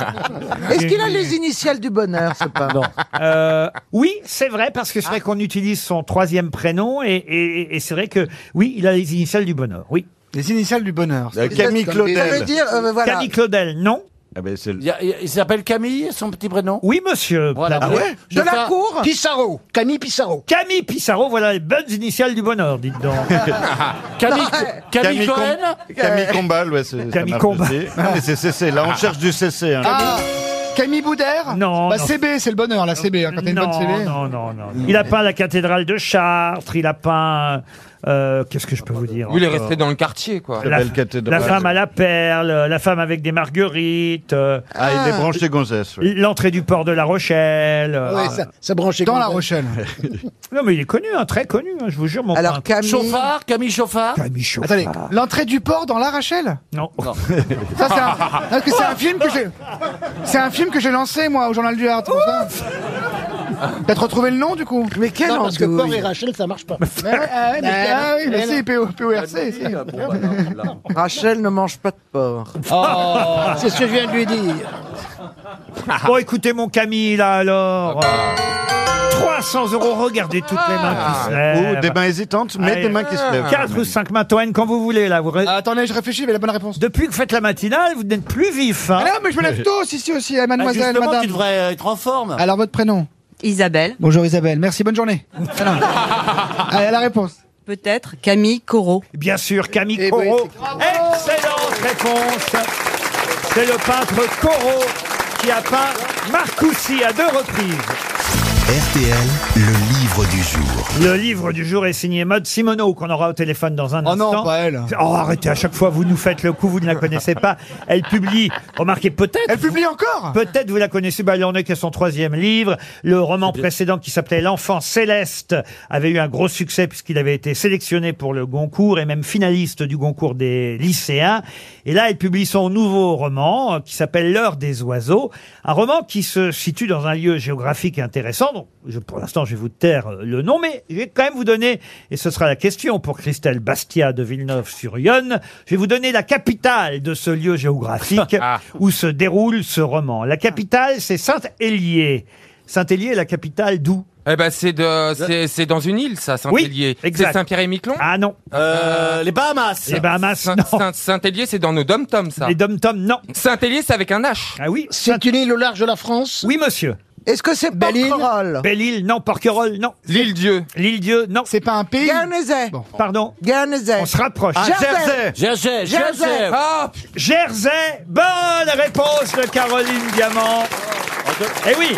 Speaker 3: Est-ce qu'il a les initiales du bonheur, ce pas Non.
Speaker 2: euh, oui, c'est vrai parce que c'est vrai qu'on utilise son troisième prénom et, et- et c'est vrai que oui, il a les initiales du bonheur. Oui.
Speaker 6: Les initiales du bonheur.
Speaker 4: Euh, Camille
Speaker 3: Ça veut
Speaker 4: Claudel.
Speaker 3: dire, euh, voilà.
Speaker 2: Camille Claudel, non
Speaker 4: Ah, ben, c'est le-
Speaker 10: Il y a- il s'appelle Camille, son petit prénom
Speaker 2: Oui, monsieur.
Speaker 10: Voilà.
Speaker 2: Plaza.
Speaker 6: Ah
Speaker 10: Je
Speaker 3: De la
Speaker 10: fais-
Speaker 3: cour
Speaker 5: Pissarro, Camille Pissarro.
Speaker 2: Camille Pissarro, voilà les bonnes initiales du bonheur, dites donc.
Speaker 6: Ah.
Speaker 10: Camille, Camille
Speaker 4: Com-
Speaker 10: Cohen
Speaker 4: Camille Combal, ouais, c'est
Speaker 2: Camille
Speaker 4: ça marche
Speaker 2: Combal.
Speaker 4: aussi. Non, mais c'est CC. Là, on cherche du CC. hein.
Speaker 6: Ah Camille Boudère
Speaker 2: Non,
Speaker 6: Bah,
Speaker 2: non.
Speaker 6: CB, c'est le bonheur, la CB. hein, quand t'as une bonne CB.
Speaker 2: non, non, non. Il a peint la cathédrale de Chartres, il a peint. euh, Qu'est-ce que je peux vous dire
Speaker 7: Lui, il est
Speaker 2: encore
Speaker 7: resté dans le quartier, quoi.
Speaker 4: La belle cathédrale.
Speaker 2: la femme à la perle, la femme avec des marguerites, euh,
Speaker 4: Ah, il est branché gonzesse. ouais.
Speaker 2: l'entrée du port de La Rochelle. euh,
Speaker 5: Ouais, ça, ça branchait
Speaker 6: Dans
Speaker 5: comme
Speaker 6: la
Speaker 5: ça.
Speaker 6: Rochelle.
Speaker 2: Non, mais il est connu, hein, très connu, hein, je vous jure, mon
Speaker 3: Alors,
Speaker 2: peintre.
Speaker 3: Camille.
Speaker 10: Chauffard, Camille Chauffard
Speaker 2: Camille Chauffard.
Speaker 6: Attendez, l'entrée du port dans la Rochelle
Speaker 2: Non.
Speaker 6: Ça, c'est un... non, parce que c'est un film que j'ai... C'est un film que j'ai lancé, moi, au Journal du Hard, c'est pour ça. T'as retrouvé le nom, du coup
Speaker 3: Mais quel
Speaker 5: Non, parce que Port et
Speaker 3: andouille
Speaker 5: Rachel, ça marche pas.
Speaker 6: Mais ouais, ah ouais, mais,
Speaker 5: Mais
Speaker 6: ah
Speaker 5: non,
Speaker 6: oui, mais
Speaker 5: mais
Speaker 6: si, PO, PORC, si.
Speaker 3: Rachel ne mange pas de porc.
Speaker 5: Oh, c'est ce que je viens de lui dire.
Speaker 2: Bon, écoutez, mon Camille, là, alors. euh, 300 euros, regardez toutes les mains qui se lèvent.
Speaker 4: Ou Ah. Oh, des mains hésitantes, mais
Speaker 2: Allez.
Speaker 4: des mains qui se lèvent.
Speaker 2: 4 ou 5 mains, Toen, quand vous voulez, là. Vous... re-
Speaker 6: Ah, Attendez, je réfléchis, mais la bonne réponse.
Speaker 2: Depuis que vous faites la matinale, vous n'êtes plus vif. hein.
Speaker 6: Ah non, mais je me lève tôt, si, si, aussi, eh,
Speaker 10: Ah,
Speaker 6: mademoiselle,
Speaker 10: Justement, tu
Speaker 6: madame.
Speaker 10: devrais euh, être en forme.
Speaker 6: Alors, votre prénom
Speaker 11: Isabelle,
Speaker 6: Bonjour Isabelle, merci, bonne journée. Ah, non. Allez, à la réponse.
Speaker 11: peut-être Camille Corot.
Speaker 2: Bien sûr, Camille
Speaker 5: Eh ben,
Speaker 2: Corot. Excellente réponse. C'est le peintre Corot qui a peint Marcoussi à deux reprises.
Speaker 1: RTL, le livre du jour.
Speaker 2: Le livre du jour est signé Mode Simoneau, qu'on aura au téléphone dans un
Speaker 6: Oh non,
Speaker 2: instant.
Speaker 6: pas elle.
Speaker 2: Oh, arrêtez, à chaque fois, vous nous faites le coup, vous ne la connaissez pas. Elle publie, remarquez, peut-être.
Speaker 6: Elle publie encore
Speaker 2: Peut-être vous la connaissez, bah, elle en est qu'à son troisième livre. Le roman précédent qui s'appelait L'enfant céleste avait eu un gros succès puisqu'il avait été sélectionné pour le Goncourt et même finaliste du Goncourt des lycéens. Et là, elle publie son nouveau roman euh, qui s'appelle L'heure des oiseaux. Un roman qui se situe dans un lieu géographique intéressant. Donc, je, pour l'instant, je vais vous taire euh, le nom, mais je vais quand même vous donner, et ce sera la question pour Christelle Bastia de Villeneuve-sur-Yonne, je vais vous donner la capitale de ce lieu géographique où se déroule ce roman. La capitale, c'est Saint-Hélier. Saint-Hélier est la capitale d'où
Speaker 7: Eh ben, c'est de, c'est, c'est dans une île, ça, Saint-Hélier.
Speaker 2: exact.
Speaker 7: C'est Saint-Pierre-et-Miquelon?
Speaker 2: Ah non.
Speaker 4: Euh,
Speaker 7: les Bahamas.
Speaker 2: Les Bahamas,
Speaker 7: Saint- Saint- Saint-Hélier, c'est dans nos dom-toms, ça.
Speaker 2: Les dom-toms, non.
Speaker 7: Saint-Hélier, c'est avec un H.
Speaker 2: Ah oui.
Speaker 5: C'est une île au large de la France
Speaker 2: Oui, monsieur.
Speaker 3: Est-ce que c'est Porquerolles
Speaker 2: Belle-Île, non. Porquerolles, non.
Speaker 7: L'île-Dieu.
Speaker 2: L'île-Dieu, non.
Speaker 6: C'est pas un pays
Speaker 3: Guernesey.
Speaker 2: Pardon
Speaker 3: Guernesey.
Speaker 2: On se rapproche.
Speaker 3: Ah, Jersey. Jersey, Jersey. Jersey.
Speaker 2: Ah, Jersey. Bonne réponse de Caroline Diamant.
Speaker 3: Oh,
Speaker 2: Eh oui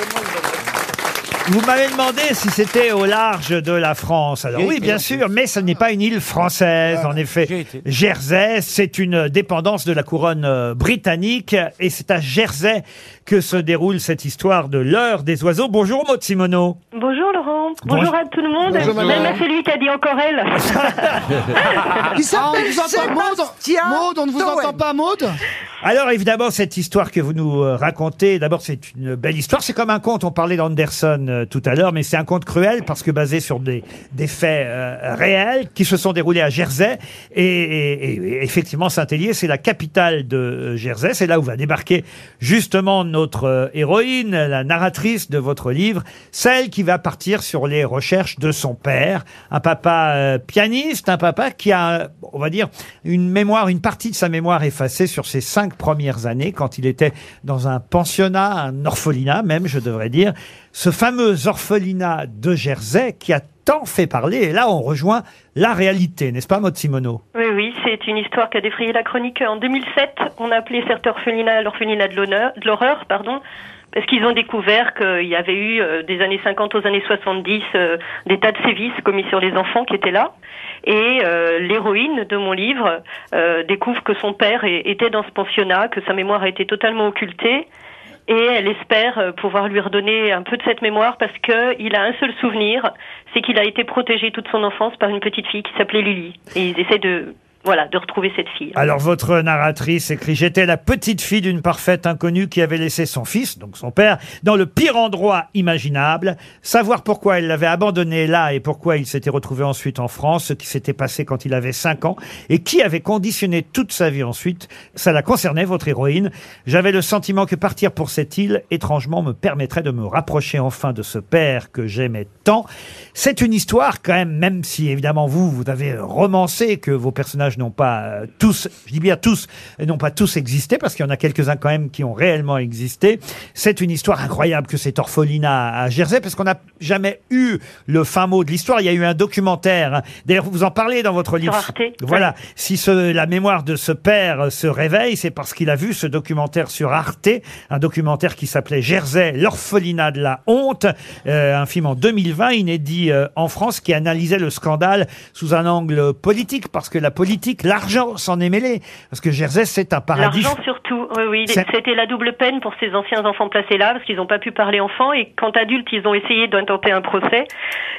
Speaker 2: vous m'avez demandé si c'était au large de la France. Alors
Speaker 10: J'ai
Speaker 2: oui,
Speaker 10: été Ah,
Speaker 2: bien
Speaker 10: en
Speaker 2: sûr, mais ce n'est pas une île française, en effet. Jersey, c'est une dépendance de la couronne euh, britannique, et c'est à Jersey que se déroule cette histoire de l'heure des oiseaux. Bonjour Maud Simoneau.
Speaker 12: Bonjour Laurent, bonjour
Speaker 2: Bonjour.
Speaker 12: à tout le monde,
Speaker 2: Bonjour, madame.
Speaker 12: même à celui qui a dit encore elle.
Speaker 6: Il s'appelle Maud. Maud, on ne vous
Speaker 12: Toen.
Speaker 6: entend pas, Maud
Speaker 2: Alors évidemment, cette histoire que vous nous euh, racontez, d'abord c'est une belle histoire, c'est comme un conte, on parlait d'Anderson euh, tout à l'heure, mais c'est un conte cruel parce que basé sur des, des faits euh, réels qui se sont déroulés à Jersey. Et, et- et effectivement, Saint-Hélier, c'est la capitale de euh, Jersey, c'est là où va débarquer justement notre euh, héroïne, la narratrice de votre livre, celle qui va partir sur les recherches de son père, un papa euh, pianiste, un papa qui a, on va dire, une mémoire, une partie de sa mémoire effacée sur ses cinq premières années, quand il était dans un pensionnat, un orphelinat même, je devrais dire, ce fameux orphelinat de Jersey qui a tant fait parler, et là on rejoint la réalité, n'est-ce pas, Maud Simoneau
Speaker 12: Oui, oui, c'est une histoire qui a défrayé la chronique. En 2007, on a appelé cette orphelinat l'orphelinat de l'honneur- de l'horreur, pardon, parce qu'ils ont découvert qu'il y avait eu euh, des années 50 aux années 70 euh, des tas de sévices commis sur les enfants qui étaient là. Et euh, l'héroïne de mon livre euh, découvre que son père é- était dans ce pensionnat, que sa mémoire a été totalement occultée. Et elle espère euh, pouvoir lui redonner un peu de cette mémoire parce que il a un seul souvenir, c'est qu'il a été protégé toute son enfance par une petite fille qui s'appelait Lily. Et ils essaient de, voilà, de retrouver cette fille.
Speaker 2: Alors votre narratrice écrit J'étais la petite fille d'une parfaite inconnue qui avait laissé son fils, donc son père, dans le pire endroit imaginable. Savoir pourquoi elle l'avait abandonné là et pourquoi il s'était retrouvé ensuite en France, ce qui s'était passé quand il avait 5 ans et qui avait conditionné toute sa vie ensuite, ça la concernait, votre héroïne. J'avais le sentiment que partir pour cette île, étrangement, me permettrait de me rapprocher enfin de ce père que j'aimais tant. C'est une histoire quand même, même si évidemment vous, vous avez romancé que vos personnages n'ont pas euh, tous, je dis bien tous, et n'ont pas tous existé, parce qu'il y en a quelques-uns quand même qui ont réellement existé. C'est une histoire incroyable que cet orphelinat à Jersey, parce qu'on n'a jamais eu le fin mot de l'histoire. Il y a eu un documentaire. hein. D'ailleurs, vous en parlez dans votre livre.
Speaker 12: Arte.
Speaker 2: Voilà. Si ce- la mémoire de ce père euh, se réveille, c'est parce qu'il a vu ce documentaire sur Arte, un documentaire qui s'appelait Jersey, l'orphelinat de la honte, euh, un film en 2020 inédit euh, en France qui analysait le scandale sous un angle politique, parce que la politique, l'argent s'en est mêlé, parce que Jersey c'est un paradis.
Speaker 12: L'argent surtout, oui, oui.
Speaker 2: C'est-
Speaker 12: C'était la double peine pour ces anciens enfants placés là, parce qu'ils n'ont pas pu parler enfant, et quand adultes, ils ont essayé d'intenter un procès.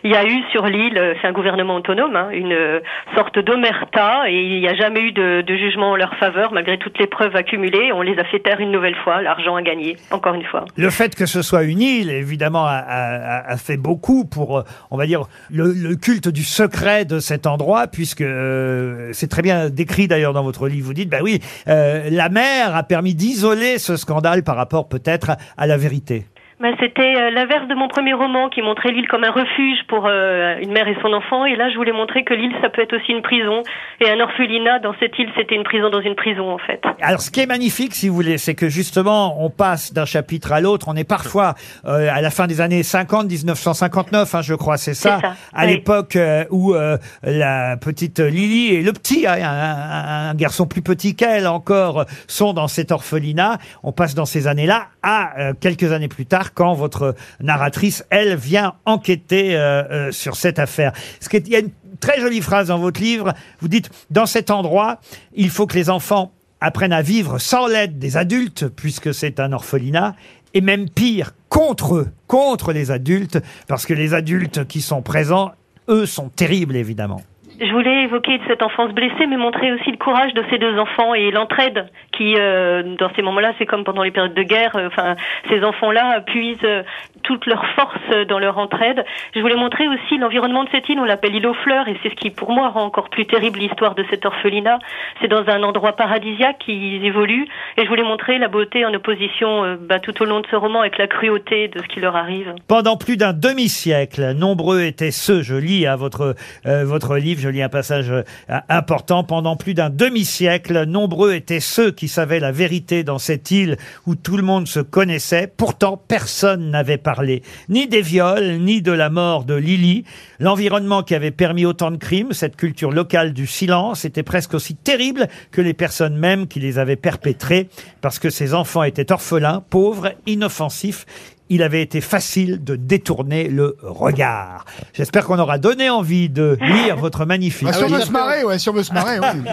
Speaker 12: Il y a eu sur l'île, euh, c'est un gouvernement autonome, hein, une euh, sorte d'omerta, et il n'y a jamais eu de, de jugement en leur faveur, malgré toutes les preuves accumulées. On les a fait taire une nouvelle fois, l'argent a gagné, encore une fois.
Speaker 2: Le fait que ce soit une île, évidemment, a, a- a fait beaucoup pour, euh, on va dire, le, le culte du secret de cet endroit, puisque euh, c'est très bien décrit d'ailleurs dans votre livre. Vous dites, bah oui, euh, la mer a permis d'isoler ce scandale par rapport peut-être à la vérité.
Speaker 12: Ben, C'était euh, l'inverse de mon premier roman qui montrait l'île comme un refuge pour euh, une mère et son enfant. Et là, je voulais montrer que l'île, ça peut être aussi une prison. Et un orphelinat dans cette île, c'était une prison dans une prison, en fait.
Speaker 2: Alors, ce qui est magnifique, si vous voulez, c'est que justement, on passe d'un chapitre à l'autre. On est parfois euh, à la fin des années 50, 1959, hein, je crois, c'est ça,
Speaker 12: C'est ça,
Speaker 2: à
Speaker 12: oui.
Speaker 2: l'époque euh, où euh, la petite Lily et le petit, hein, un, un- un garçon plus petit qu'elle encore, sont dans cet orphelinat. On passe dans ces années-là à euh, quelques années plus tard, quand votre narratrice, elle, vient enquêter euh, euh, sur cette affaire. Ce qui est- il y a une très jolie phrase dans votre livre. Vous dites, dans cet endroit, il faut que les enfants apprennent à vivre sans l'aide des adultes, puisque c'est un orphelinat, et même pire, contre eux, contre les adultes, parce que les adultes qui sont présents, eux, sont terribles, évidemment.
Speaker 12: Je voulais évoquer cette enfance blessée, mais montrer aussi le courage de ces deux enfants et l'entraide qui, euh, dans ces moments-là, c'est comme pendant les périodes de guerre. euh, Enfin, ces enfants-là puisent euh, toute leur force euh, dans leur entraide. Je voulais montrer aussi l'environnement de cette île. On l'appelle île aux fleurs et c'est ce qui, pour moi, rend encore plus terrible l'histoire de cet orphelinat. C'est dans un endroit paradisiaque qu'ils évoluent et je voulais montrer la beauté en opposition euh, bah, tout au long de ce roman avec la cruauté de ce qui leur arrive.
Speaker 2: Pendant plus d'un demi-siècle, nombreux étaient ceux, je lis à votre, euh, votre livre, je lis un passage euh, important, pendant plus d'un demi-siècle, nombreux étaient ceux qui savaient la vérité dans cette île où tout le monde se connaissait, pourtant personne n'avait parlé, ni des viols, ni de la mort de Lily. L'environnement qui avait permis autant de crimes, cette culture locale du silence, était presque aussi terrible que les personnes mêmes qui les avaient perpétrés, parce que ces enfants étaient orphelins, pauvres, inoffensifs, il avait été facile de détourner le regard. J'espère qu'on aura donné envie de lire votre magnifique.
Speaker 6: Ah, si on veut se marrer, ouais, si on veut se marrer, oui.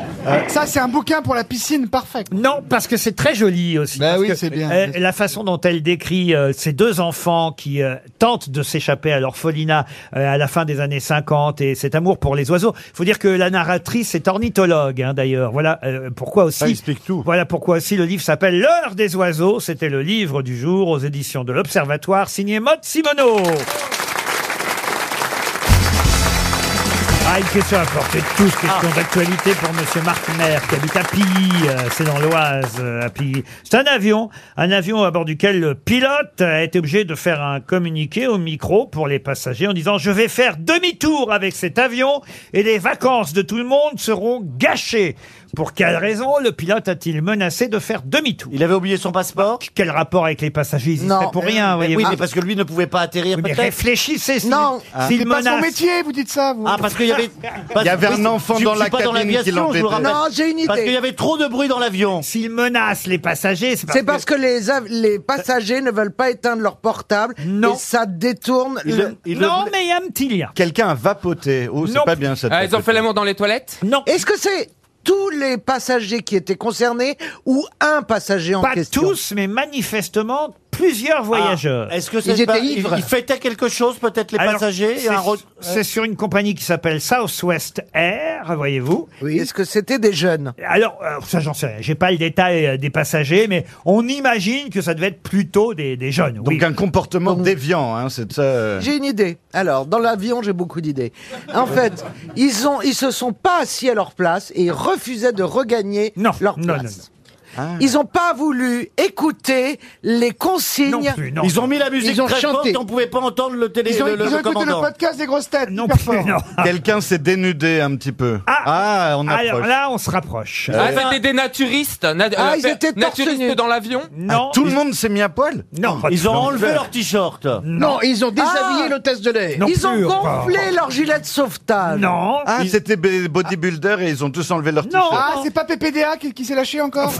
Speaker 6: Ça, c'est un bouquin pour la piscine, parfait.
Speaker 2: Non, parce que c'est très joli aussi. Parce que, euh, la façon dont elle décrit euh, ces deux enfants qui euh, tentent de s'échapper à l'orphelinat euh, à la fin des années 50 et cet amour pour les oiseaux. faut dire que la narratrice est ornithologue, hein, d'ailleurs. Voilà euh, pourquoi aussi. Voilà pourquoi aussi le livre s'appelle L'heure des oiseaux. C'était le livre du jour aux éditions de l'Observatoire, signé Mott Simoneau. Ah, une question à portée de tous, question d'actualité pour Monsieur Marc Maire, qui habite à Pilly, euh, c'est dans l'Oise, euh, à Pilly. C'est un avion, un avion à bord duquel le pilote a été obligé de faire un communiqué au micro pour les passagers en disant « Je vais faire demi-tour avec cet avion et les vacances de tout le monde seront gâchées ». Pour quelle raison le pilote a-t-il menacé de faire demi-tour Il avait oublié son passeport Quel rapport avec les passagers Ils y seraient pour rien, voyez
Speaker 10: Eh Oui, mais parce que lui ne pouvait pas atterrir.
Speaker 2: mais
Speaker 10: peut-être.
Speaker 2: réfléchissez, si-
Speaker 6: Non,
Speaker 10: Ah.
Speaker 6: c'est
Speaker 2: s'il
Speaker 6: pas son
Speaker 2: menace.
Speaker 6: métier, vous dites ça, vous.
Speaker 10: Ah, parce qu'il y avait. parce- oui, c'est- tu- tu pas dans l'aviation, je vous le rappelle. Parce qu'il y avait trop de bruit dans l'avion.
Speaker 2: S'il menace les passagers, c'est parce,
Speaker 3: C'est parce que les, av- les passagers ne veulent pas éteindre leur portable.
Speaker 2: Non.
Speaker 3: Et ça détourne. le-
Speaker 2: mais il y a un petit lien.
Speaker 4: Quelqu'un a vapoté. Oh, c'est pas bien ça.
Speaker 7: Ah, ils ont fait l'amour dans les toilettes
Speaker 2: Non.
Speaker 3: Est-ce que c'est tous les passagers qui étaient concernés ou un passager en
Speaker 2: Pas
Speaker 3: question
Speaker 2: tous, mais manifestement plusieurs voyageurs.
Speaker 4: Ah,
Speaker 10: Ah, Est-ce que c'est pas- ils- Ils fêtaient quelque chose, peut-être les
Speaker 2: Alors,
Speaker 10: passagers. et
Speaker 2: c'est-
Speaker 10: un re-
Speaker 2: C'est sur une compagnie qui s'appelle Southwest Air, voyez-vous. Oui. Est-ce que c'était des jeunes Alors, euh, ça j'en sais rien. J'ai pas le détail euh, des passagers, mais on imagine que ça devait être plutôt des, des jeunes.
Speaker 4: Donc un comportement déviant, hein, c'est ça. euh.
Speaker 3: J'ai une idée. Alors, dans l'avion, j'ai beaucoup d'idées. En fait, ils ont, ils se sont pas assis à leur place et ils refusaient de regagner leur place. Ils n'ont pas voulu écouter les consignes.
Speaker 10: Ils ont mis la musique très forte et on pouvait pas entendre le télé.
Speaker 6: Ils ont,
Speaker 10: le-
Speaker 6: ils
Speaker 10: le
Speaker 6: ont écouté le
Speaker 10: commandant.
Speaker 6: podcast des grosses têtes. Non
Speaker 4: Quelqu'un s'est dénudé un petit peu. Ah, on approche.
Speaker 2: Alors là, on se rapproche.
Speaker 4: Euh,
Speaker 7: Ah, c'était des naturistes. na-
Speaker 5: Ah,
Speaker 7: euh,
Speaker 4: ils
Speaker 7: fa-
Speaker 4: étaient torse
Speaker 7: Naturistes
Speaker 4: nu.
Speaker 7: dans l'avion
Speaker 2: Ah, Non.
Speaker 4: tout le monde s'est mis à poil
Speaker 2: Non.
Speaker 10: Ils ont enlevé leur t-shirt.
Speaker 5: Non, ils ont déshabillé
Speaker 3: Ah
Speaker 5: l'hôtesse de l'air.
Speaker 3: ils ont gonflé leur gilet de sauvetage.
Speaker 2: Non.
Speaker 4: Ah, c'était des bodybuilders et ils ont tous enlevé leur t-shirt.
Speaker 6: Ah, c'est pas PPDA qui, qui s'est lâché encore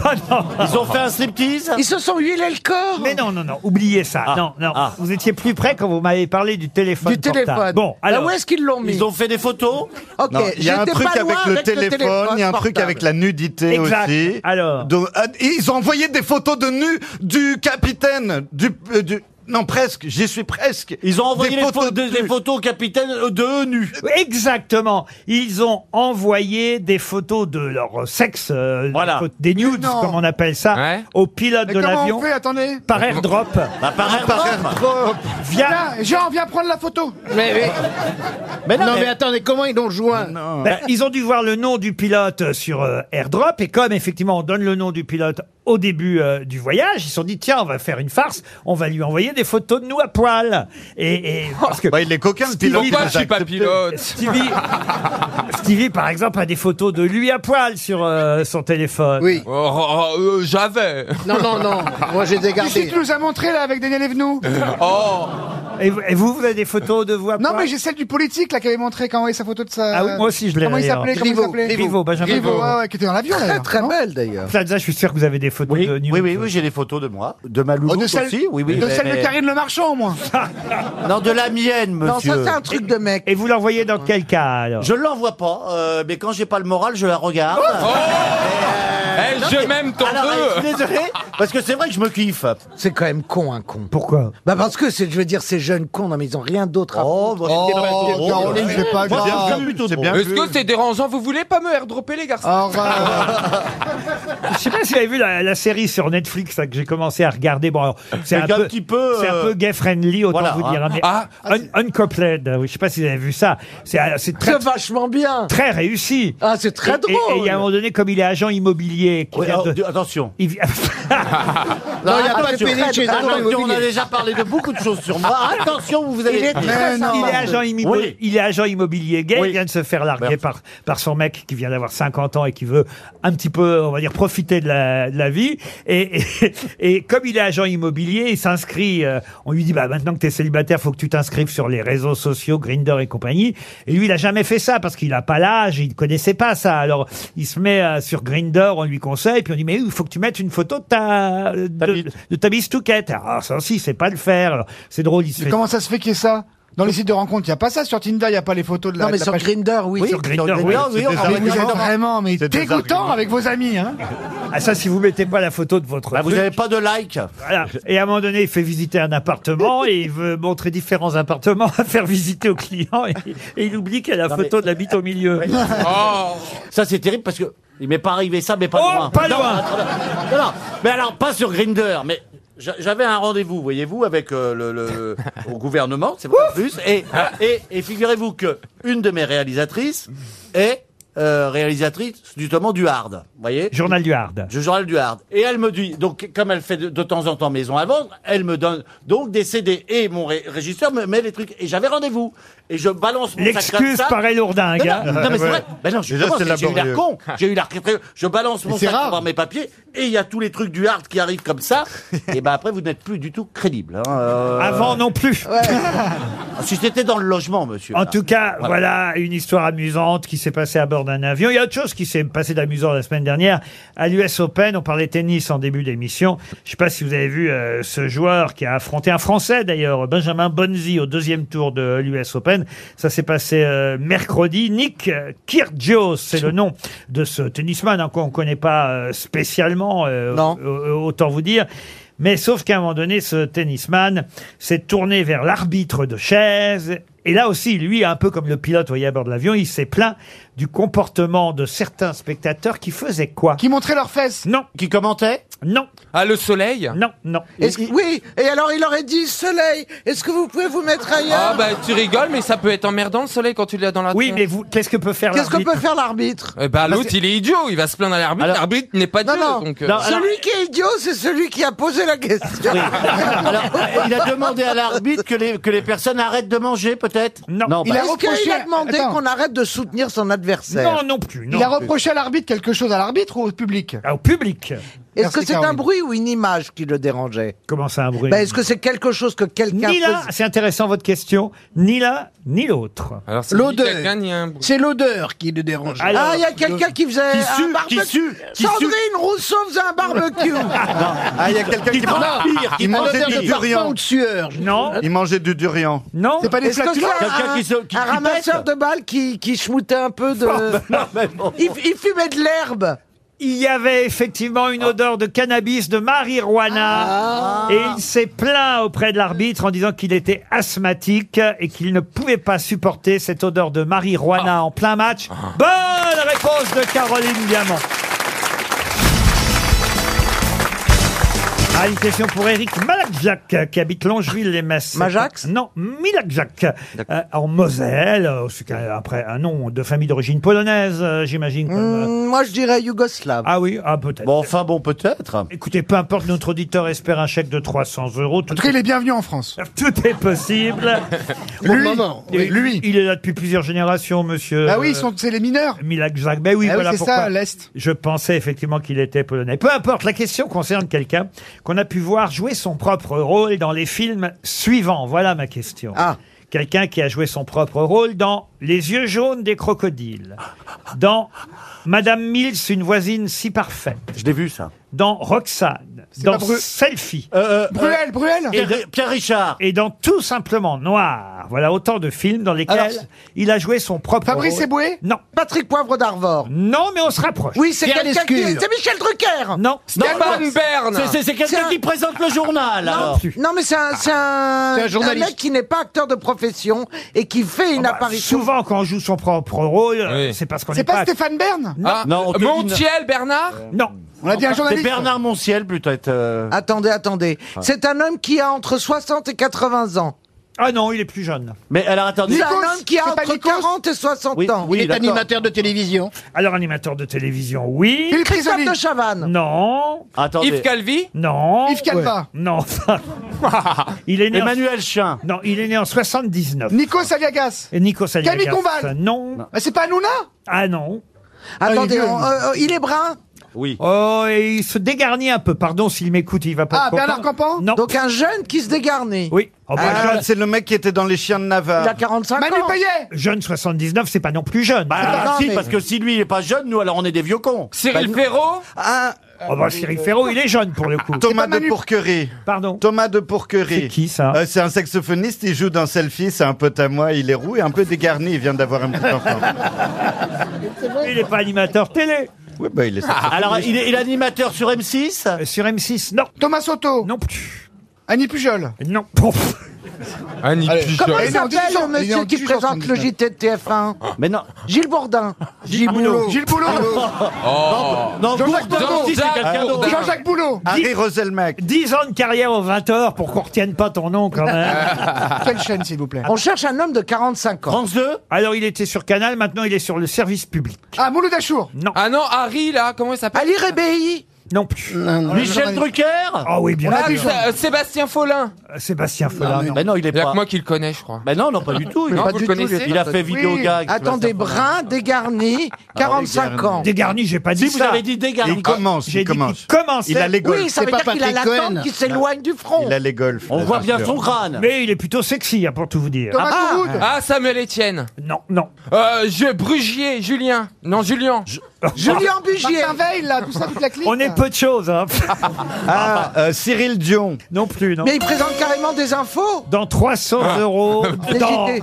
Speaker 4: Ils ont fait un
Speaker 10: striptease
Speaker 3: Ils se sont huilés le corps
Speaker 2: Mais non, non, non, oubliez ça. Non, non, vous étiez plus près quand vous m'avez parlé du téléphone
Speaker 3: Du
Speaker 2: portable.
Speaker 3: téléphone.
Speaker 2: Bon,
Speaker 3: Là,
Speaker 2: alors...
Speaker 3: où est-ce qu'ils l'ont mis
Speaker 10: Ils ont fait des photos.
Speaker 3: Ok,
Speaker 4: Non, Il y a un
Speaker 3: j'étais
Speaker 4: truc
Speaker 3: pas
Speaker 4: avec
Speaker 3: loin
Speaker 4: le
Speaker 3: avec le
Speaker 4: téléphone,
Speaker 3: téléphone
Speaker 4: il y a un truc
Speaker 3: portable.
Speaker 4: avec la nudité
Speaker 2: Exact.
Speaker 4: aussi.
Speaker 2: Alors.
Speaker 4: Donc, ah, et ils envoyaient des photos de nu du capitaine, du, euh, du- non presque, j'y suis presque.
Speaker 10: Ils ont envoyé
Speaker 4: Des
Speaker 10: les
Speaker 4: photos
Speaker 10: photos, des, des photos au capitaine euh, de eux nus.
Speaker 2: Exactement. Ils ont envoyé des photos de leur sexe, euh,
Speaker 10: Voilà.
Speaker 2: des photos- des nudes,
Speaker 6: Mais non.
Speaker 2: comme on appelle ça, au pilote
Speaker 6: Mais
Speaker 2: de
Speaker 6: comment
Speaker 2: l'avion
Speaker 6: on fait Attendez.
Speaker 2: par airdrop.
Speaker 10: Bah, par
Speaker 2: Via...
Speaker 6: Viens, Jean, viens prendre la photo.
Speaker 5: Mais, mais-
Speaker 10: Mais
Speaker 5: non, mais, attendez, comment ils l'ont joint
Speaker 2: Ben, ils ont dû voir le nom du pilote euh, sur euh, airdrop et comme effectivement on donne le nom du pilote au début euh, du voyage, ils se sont dit tiens on va faire une farce, on va lui envoyer des photos de nous à poil. Et, et parce que
Speaker 4: Bah, il est coquin le pilote.
Speaker 7: Pourquoi
Speaker 4: il les
Speaker 7: je suis pas
Speaker 4: accepte.
Speaker 7: pilote
Speaker 2: Stevie, Stevie, par exemple, a des photos de lui à poil sur euh, son téléphone.
Speaker 5: Oui.
Speaker 7: Oh, oh, oh, euh, J'avais.
Speaker 5: Non, non, non. Moi, je les ai
Speaker 6: Ici,
Speaker 5: gardés.
Speaker 6: tu nous as montré là avec Daniel Evenou.
Speaker 10: Euh.
Speaker 7: Oh.
Speaker 2: Et, vous- et vous, vous avez des photos de vous à
Speaker 6: Non,
Speaker 2: poil
Speaker 6: mais j'ai celle du politique là qui avait montré quand envoyé sa photo de sa.
Speaker 2: Ah oui, moi aussi, je l'ai,
Speaker 6: Comment il
Speaker 2: d'ailleurs.
Speaker 6: s'appelait Comment il
Speaker 3: Griveaux,
Speaker 6: s'appelait
Speaker 2: Griveaux, Benjamin
Speaker 6: Griveaux,
Speaker 2: Griveaux.
Speaker 6: Ah ouais, ouais, qui était dans l'avion
Speaker 3: Très
Speaker 6: d'ailleurs.
Speaker 3: très
Speaker 6: non
Speaker 3: belle d'ailleurs.
Speaker 2: Plaza, je suis sûr que vous avez des photos
Speaker 10: Oui,
Speaker 2: de
Speaker 10: oui,
Speaker 2: nudes.
Speaker 10: oui, oui, j'ai des photos de moi.
Speaker 8: De ma
Speaker 6: Oh,
Speaker 8: louloute
Speaker 6: de celle,
Speaker 8: aussi, oui, oui.
Speaker 6: de,
Speaker 10: mais-
Speaker 6: celle de
Speaker 10: mais-
Speaker 6: Karine Le Marchand, au moins.
Speaker 10: Non, de la mienne,
Speaker 3: Non,
Speaker 10: monsieur.
Speaker 3: ça c'est un truc de mec.
Speaker 2: Et vous l'envoyez dans quel cas alors
Speaker 3: Oh
Speaker 10: Je l'envoie pas, euh, mais quand j'ai pas le moral, je la regarde.
Speaker 7: Eh, Eh, je m'aime, t'en
Speaker 3: Ah,
Speaker 10: Alors,
Speaker 7: veux.
Speaker 10: je suis désolé,
Speaker 3: parce que c'est vrai que je me kiffe. C'est quand même con, un con. Pourquoi Bah parce que c'est, je veux dire, ces jeunes cons, non mais ils ont rien d'autre à foutre.
Speaker 7: Oh, Est-ce que c'est dérangeant Vous voulez pas me airdropper, les garçons
Speaker 2: Je sais pas si vous avez vu la, la série sur Netflix là, que j'ai commencé à regarder. Bon, alors, c'est
Speaker 7: Mais
Speaker 2: un,
Speaker 7: qu'un
Speaker 2: peu,
Speaker 7: petit peu,
Speaker 2: c'est un
Speaker 7: euh,
Speaker 2: peu gay friendly, autant
Speaker 7: voilà,
Speaker 2: vous dire.
Speaker 7: hein.
Speaker 2: hein, mais
Speaker 7: Ah,
Speaker 2: Un- Uncoupled, oui, je sais pas si vous avez vu ça. C'est, euh, c'est très
Speaker 3: vachement bien,
Speaker 2: très réussi.
Speaker 3: Ah, c'est très
Speaker 2: Et- et- Et il y a un moment donné, comme il est agent immobilier, qui
Speaker 10: Oui,
Speaker 2: vient
Speaker 10: alors,
Speaker 2: de-
Speaker 10: du- attention.
Speaker 2: il vient-
Speaker 10: Non,
Speaker 2: Non, il y a
Speaker 10: attention,
Speaker 2: pas de péniche chez les agents
Speaker 10: attention, on a
Speaker 2: immobiliers.
Speaker 10: déjà parlé de beaucoup de choses sur moi.
Speaker 2: Ah,
Speaker 10: Attention, vous allez.
Speaker 2: il est, très sympa. Il est agent immobilier,
Speaker 10: Oui.
Speaker 2: il est agent immobilier gay, il vient de se faire larguer par, par son mec qui vient d'avoir 50 ans et qui veut un petit peu, on va dire, profiter de la, de la vie. Et, et, et comme il est agent immobilier, il s'inscrit, euh, on lui dit, bah, maintenant que t'es célibataire, faut que tu t'inscrives sur les réseaux sociaux, Grinder et compagnie. Et lui, il a jamais fait ça parce qu'il a pas l'âge, il connaissait pas ça. Alors, il se met euh, sur Grinder, on lui conseille, puis on dit, mais il faut que tu mettes une photo de ta, de, de ta bistouquette. Alors, ça aussi, c'est pas le faire. Alors, C'est drôle, il se
Speaker 6: Mais
Speaker 2: fait
Speaker 6: comment ça se fait qu'il y ait ça dans les sites de rencontres, il n'y a pas ça sur Tinder, il n'y a pas les photos de la.
Speaker 3: Non,
Speaker 6: de
Speaker 3: mais
Speaker 6: la
Speaker 3: sur
Speaker 6: page-
Speaker 3: Grindr, oui. Oui,
Speaker 2: sur Grindr, Grindr, oui. oui,
Speaker 6: Ah,
Speaker 2: oui,
Speaker 6: mais vous
Speaker 2: oui.
Speaker 6: êtes vraiment, mais
Speaker 2: C'est des
Speaker 6: dégoûtant
Speaker 2: arguments.
Speaker 6: avec vos amis, hein.
Speaker 2: Ah ça, si vous mettez pas la photo de votre...
Speaker 6: vous
Speaker 2: truc.
Speaker 6: avez
Speaker 10: Bah, pas de like.
Speaker 2: Voilà. Et à un moment donné, il fait visiter un appartement et il veut montrer différents appartements à faire visiter au client et, et il oublie qu'il y a la
Speaker 10: Non,
Speaker 2: photo de la bite au milieu.
Speaker 10: Ça, c'est terrible parce que il m'est pas arrivé ça, mais pas
Speaker 2: Oh,
Speaker 10: loin.
Speaker 2: pas
Speaker 10: Non,
Speaker 2: loin.
Speaker 10: attends, non, non. mais alors pas sur Grinder, mais. j'a- J'avais un rendez-vous, voyez-vous, avec euh, le, le- au gouvernement, c'est vrai en plus. Et, et, et figurez-vous que une de mes réalisatrices est euh, réalisatrice justement du Hard, voyez.
Speaker 2: Journal du Hard.
Speaker 10: Du journal du Hard. Et elle me dit, donc comme elle fait de, de temps en temps maison à vendre, elle me donne donc des CD et mon ré- régisseur me met les trucs. Et j'avais rendez-vous. Et je balance mon sac comme
Speaker 2: L'excuse
Speaker 10: ça.
Speaker 2: paraît lourdingue,
Speaker 10: Non,
Speaker 2: hein.
Speaker 10: non, non, mais c'est
Speaker 2: Ouais.
Speaker 10: vrai. Ben non, je suis
Speaker 2: Déjà,
Speaker 10: vraiment-
Speaker 2: c'est
Speaker 10: j'ai eu l'air
Speaker 2: laborieux.
Speaker 10: con. J'ai eu l'air très- très- Je balance mon
Speaker 2: c'est
Speaker 10: sac pour
Speaker 2: rare.
Speaker 10: voir mes papiers et il y a tous les trucs du hard qui arrivent comme ça. et ben après, vous n'êtes plus du tout crédible. hein, euh. Ah,
Speaker 2: Avant non plus.
Speaker 10: Si c'était dans le logement, monsieur.
Speaker 2: En
Speaker 10: là.
Speaker 2: tout cas,
Speaker 10: Voilà.
Speaker 2: voilà. une histoire amusante qui s'est passée à bord d'un avion. Il y a autre chose qui s'est passé d'amusant la semaine dernière. À l'US Open, on parlait tennis en début d'émission. Je sais pas si vous avez vu euh, ce joueur qui a affronté un Français d'ailleurs, Benjamin Bonzi, au deuxième tour de l'US Open. Ça s'est passé euh, mercredi. Nick Kyrgios, c'est le nom de ce tennisman hein, qu'on ne connaît pas euh, spécialement, euh, euh, autant vous dire. Mais sauf qu'à un moment donné, ce tennisman s'est tourné vers l'arbitre de chaise. Et là aussi, lui, un peu comme le pilote voyez, à bord de l'avion, il s'est plaint du comportement de certains spectateurs qui faisaient quoi Qui montraient leurs fesses Non.
Speaker 10: Qui commentaient
Speaker 2: Non.
Speaker 7: Ah, le soleil
Speaker 2: Non, non.
Speaker 3: Est-ce que- oui, et alors il aurait dit soleil, est-ce que vous pouvez vous mettre ailleurs
Speaker 7: Ah bah tu rigoles, mais ça peut être emmerdant le soleil quand tu l'as dans la
Speaker 2: Oui,
Speaker 7: tronche.
Speaker 2: mais vous, qu'est-ce que peut faire
Speaker 3: Qu'est-ce que peut faire l'arbitre
Speaker 7: Eh ben, l'autre, il est idiot, il va se plaindre à l'arbitre.
Speaker 3: Alors-
Speaker 7: L'arbitre n'est pas
Speaker 3: Non,
Speaker 7: Dieu.
Speaker 3: non,
Speaker 7: donc, euh,
Speaker 3: celui qui est idiot, c'est celui qui a posé la question.
Speaker 10: Alors, euh, il a demandé à l'arbitre que les, que les personnes arrêtent de manger, peut-être
Speaker 2: Non.
Speaker 3: il a,
Speaker 10: bah-
Speaker 3: il a demandé
Speaker 6: Attends.
Speaker 3: qu'on arrête de soutenir son adversaire
Speaker 2: Non, non plus.
Speaker 6: Il a reproché à l'arbitre quelque chose à l'arbitre ou au public
Speaker 2: Au public.
Speaker 3: Est-ce que c'est un
Speaker 6: Caroline.
Speaker 3: bruit ou une image qui le dérangeait
Speaker 2: Comment ça, un bruit
Speaker 3: Ben, Est-ce que c'est quelque chose que quelqu'un...
Speaker 2: Ni l'un, c'est intéressant votre question, ni l'un, ni l'autre.
Speaker 7: Alors,
Speaker 6: c'est L'odeur. lui qui a gagné, C'est l'odeur qui le dérange.
Speaker 2: Alors,
Speaker 3: ah, il y a quelqu'un qui faisait
Speaker 6: Qui
Speaker 3: un
Speaker 6: sue,
Speaker 3: barbecue.
Speaker 6: qui sue, qui
Speaker 3: Sandrine
Speaker 6: sue.
Speaker 3: Rousseau faisait un barbecue.
Speaker 4: Ah, il y a quelqu'un qui, Ah,
Speaker 6: transpire, qui
Speaker 4: il
Speaker 6: prend
Speaker 4: mangeait
Speaker 6: l'odeur
Speaker 4: du
Speaker 6: de parfum
Speaker 4: durian.
Speaker 6: ou de sueur.
Speaker 2: Non.
Speaker 4: Il mangeait du durian.
Speaker 2: Non.
Speaker 6: C'est pas des
Speaker 3: Est-ce que c'est
Speaker 6: flatulences.
Speaker 3: un, un ramasseur de balles qui, qui schmoutait euh, un peu de... il, il fumait de l'herbe.
Speaker 2: Il y avait effectivement une odeur de cannabis, de
Speaker 3: Ah.
Speaker 2: marijuana. Et il s'est plaint auprès de l'arbitre en disant qu'il était asthmatique et qu'il ne pouvait pas supporter cette odeur de marijuana
Speaker 3: Ah.
Speaker 2: en plein match. Bonne réponse de Caroline Diamant. Ah, une question pour Eric Malakjak, euh, qui habite Longeville-les-Messes. Majax Non, Milakjak, euh, en Moselle. Euh, C'est quand même après un nom de famille d'origine polonaise, euh, j'imagine. comme, euh,
Speaker 3: Hmm, Moi, je dirais yougoslave.
Speaker 2: Ah oui, ah peut-être.
Speaker 10: Bon, enfin, bon, peut-être.
Speaker 2: Écoutez, peu importe, notre auditeur espère un chèque de 300 euros. Tout,
Speaker 6: En tout cas, il est bienvenu en France.
Speaker 2: tout est possible.
Speaker 6: Pour le moment, oui.
Speaker 2: Et lui, il est là depuis plusieurs générations, monsieur. euh,
Speaker 6: Ah oui, ils sont, c'est les mineurs.
Speaker 2: Milak Jacques. Ben oui,
Speaker 6: Ah oui,
Speaker 2: voilà
Speaker 6: c'est
Speaker 2: pourquoi.
Speaker 6: ça, l'Est.
Speaker 2: Je pensais effectivement qu'il était polonais. Peu importe, la question concerne quelqu'un qu'on a pu voir jouer son propre rôle dans les films suivants. Voilà ma question.
Speaker 6: Ah.
Speaker 2: Quelqu'un qui a joué son propre rôle dans Les yeux jaunes des crocodiles, dans Madame Mills, une voisine si parfaite,
Speaker 10: Je l'ai vu, ça.
Speaker 2: dans Roxane, dans
Speaker 6: pas Bru-
Speaker 2: Selfie. Euh,
Speaker 6: Bruel, Bruel
Speaker 2: et de-
Speaker 10: Pierre Richard.
Speaker 2: Et dans Tout simplement Noir. Voilà autant de films dans lesquels
Speaker 3: Alors,
Speaker 2: il a joué son propre
Speaker 3: Fabrice
Speaker 2: rôle.
Speaker 3: Eboué
Speaker 2: Non.
Speaker 3: Patrick Poivre d'Arvor.
Speaker 2: Non, mais on se rapproche.
Speaker 3: Oui, c'est
Speaker 2: Pierre
Speaker 3: quelqu'un qui...
Speaker 2: Lescure.
Speaker 3: C'est Michel Drucker
Speaker 2: Non,
Speaker 10: C'est- c'est- c'est quelqu'un
Speaker 3: un-
Speaker 10: qui présente le journal,
Speaker 3: Non,
Speaker 10: alors.
Speaker 3: Non, mais c'est un, c'est un,
Speaker 2: C'est un journaliste.
Speaker 3: mec qui n'est pas acteur de profession et qui fait une
Speaker 2: Ah bah,
Speaker 3: apparition.
Speaker 2: Souvent, quand on joue son propre rôle, euh, c'est parce qu'on n'est
Speaker 6: C'est pas
Speaker 2: pas...
Speaker 6: Stéphane Bern
Speaker 2: Ah,
Speaker 8: Non, on devine. Montiel,
Speaker 2: Bernard Non.
Speaker 6: On a dit un journaliste.
Speaker 8: C'est Bernard Montiel, peut-être. euh.
Speaker 3: Attendez, attendez. C'est un homme qui a entre 60 et 80 ans.
Speaker 2: Ah non, il est plus jeune.
Speaker 8: Mais alors, attendez.
Speaker 3: C'est un homme qui a
Speaker 6: c'est pas
Speaker 3: entre
Speaker 6: Nikos
Speaker 3: 40 et 60 ans.
Speaker 6: il est animateur de télévision.
Speaker 2: Alors, animateur de télévision, oui.
Speaker 3: Philippe Christophe de Chavannes.
Speaker 2: Non.
Speaker 8: Attendez.
Speaker 2: Calvi Non.
Speaker 6: Yves Calva.
Speaker 2: Non. il est né
Speaker 8: Emmanuel Chin.
Speaker 2: en... Non, il est né en 79.
Speaker 6: Nico Saviagas.
Speaker 2: Et Nico Saliagas.
Speaker 6: Camille Combal.
Speaker 2: Non.
Speaker 6: Mais Bah, c'est pas Nouna
Speaker 2: Ah non.
Speaker 3: Attendez,
Speaker 6: il est vieux,
Speaker 3: on-
Speaker 6: lui.
Speaker 3: euh, euh, il est brun
Speaker 8: Oui.
Speaker 2: Oh, et il se dégarnit un peu. Pardon s'il m'écoute, il va pas
Speaker 6: Ah,
Speaker 2: être content.
Speaker 6: Bernard Campan
Speaker 2: Non.
Speaker 3: Donc un jeune qui se dégarnit.
Speaker 2: Oui. Oh, bah,
Speaker 4: Ah, c'est le mec qui était dans les chiens de Navarre.
Speaker 3: Il a 45
Speaker 6: Manu
Speaker 3: ans.
Speaker 6: Payet
Speaker 2: jeune 79, c'est pas non plus jeune.
Speaker 4: Bah,
Speaker 8: Ah,
Speaker 3: Non,
Speaker 8: si,
Speaker 3: mais-
Speaker 8: parce que si lui, il est pas jeune, nous, alors on est des vieux cons.
Speaker 7: Cyril Ferraud
Speaker 4: Ah,
Speaker 2: Oh bah Cyril Ferraud, il est jeune pour le coup.
Speaker 4: Thomas
Speaker 6: pas Manu-
Speaker 4: de Pourquerie.
Speaker 2: Pardon.
Speaker 4: Thomas de Pourquerie.
Speaker 2: C'est qui, ça
Speaker 4: Euh, C'est un saxophoniste, il joue dans Selfie, c'est un pote à moi, il est roux et un peu dégarni, il vient d'avoir un petit enfant.
Speaker 2: Il est pas animateur télé. Ah,
Speaker 4: oui, bah il est
Speaker 10: Alors, il est, il est animateur sur M6
Speaker 2: Euh, Sur M6, non.
Speaker 6: Thomas Soto
Speaker 2: Non plus.
Speaker 6: Annie Pujol
Speaker 2: Non. Bon.
Speaker 7: Annie
Speaker 6: Allez.
Speaker 7: Pujol.
Speaker 6: Comment
Speaker 3: Comment
Speaker 6: Il est
Speaker 3: il
Speaker 6: né en 1800,
Speaker 3: s'appelle le
Speaker 6: il est
Speaker 3: monsieur
Speaker 6: en
Speaker 3: qui
Speaker 6: 1800,
Speaker 3: présente le JT de TF1
Speaker 8: Mais non.
Speaker 3: Gilles Bourdin.
Speaker 6: Gilles Boulot. Gilles Boulot.
Speaker 7: Oh.
Speaker 8: Non,
Speaker 6: Jean-Jacques
Speaker 8: Bourdin,
Speaker 6: Bourdin.
Speaker 8: si, c'est quelqu'un d'autre.
Speaker 6: Jean-Jacques Boulot.
Speaker 4: Harry Roselmack.
Speaker 2: 10 ans de carrière aux 20 heures pour qu'on retienne pas ton nom quand même.
Speaker 6: Quelle chaîne, s'il vous plaît
Speaker 3: On cherche un homme de 45 ans.
Speaker 8: France 2
Speaker 2: Alors il était sur Canal, maintenant il est sur le service public.
Speaker 6: Ah, Mouloud Achour.
Speaker 2: Non.
Speaker 7: Ah non, Harry, là, comment il s'appelle
Speaker 3: Ali Rébéi.
Speaker 2: Non plus.
Speaker 10: Michel Drucker
Speaker 2: Ah oui, bien
Speaker 7: Ah,
Speaker 2: sûr.
Speaker 7: c'est- euh, Sébastien Follin.
Speaker 2: Euh, Sébastien Follin. non.
Speaker 8: Mais non, il est
Speaker 7: Il y a que
Speaker 8: pas.
Speaker 7: moi qui le connais, je crois.
Speaker 8: Mais non, non, pas du tout. il est
Speaker 7: Non,
Speaker 8: pas
Speaker 7: vous
Speaker 8: du
Speaker 7: le
Speaker 8: tout, il est-
Speaker 7: connaissez
Speaker 8: Il a fait
Speaker 6: Oui.
Speaker 8: vidéo gag.
Speaker 3: Attendez, brun, dégarni, 45 ans.
Speaker 2: Dégarni, j'ai pas dit
Speaker 10: Si vous
Speaker 2: ça.
Speaker 10: avez dit Desgarni.
Speaker 4: Il commence,
Speaker 2: J'ai
Speaker 4: il
Speaker 2: dit
Speaker 4: commence.
Speaker 2: qu'il commençait,
Speaker 4: Il a les golfs.
Speaker 3: Oui, ça
Speaker 6: C'est
Speaker 3: veut
Speaker 6: pas
Speaker 3: dire qu'il a la
Speaker 6: Patrick Cohen.
Speaker 3: tente qui s'éloigne du front.
Speaker 4: Il a les golfs.
Speaker 10: On
Speaker 4: là,
Speaker 10: voit
Speaker 4: c'est
Speaker 10: bien
Speaker 4: sûr.
Speaker 10: son crâne.
Speaker 2: Mais il est plutôt sexy, hein, pour tout vous dire.
Speaker 6: Thomas Gourwood.
Speaker 7: Ah, Samuel Etienne.
Speaker 2: Non, non.
Speaker 7: Euh, je, Brugier, Julien. Non, Julien.
Speaker 3: Julien Bugier.
Speaker 6: Martin Veil, là, tout ça, toute la clique.
Speaker 2: On est peu de choses, hein.
Speaker 4: Ah, euh, Cyril Dion.
Speaker 2: non plus, non.
Speaker 3: Mais il présente carrément des infos.
Speaker 2: Dans 300 euros,
Speaker 3: Les
Speaker 2: dans,
Speaker 3: JT.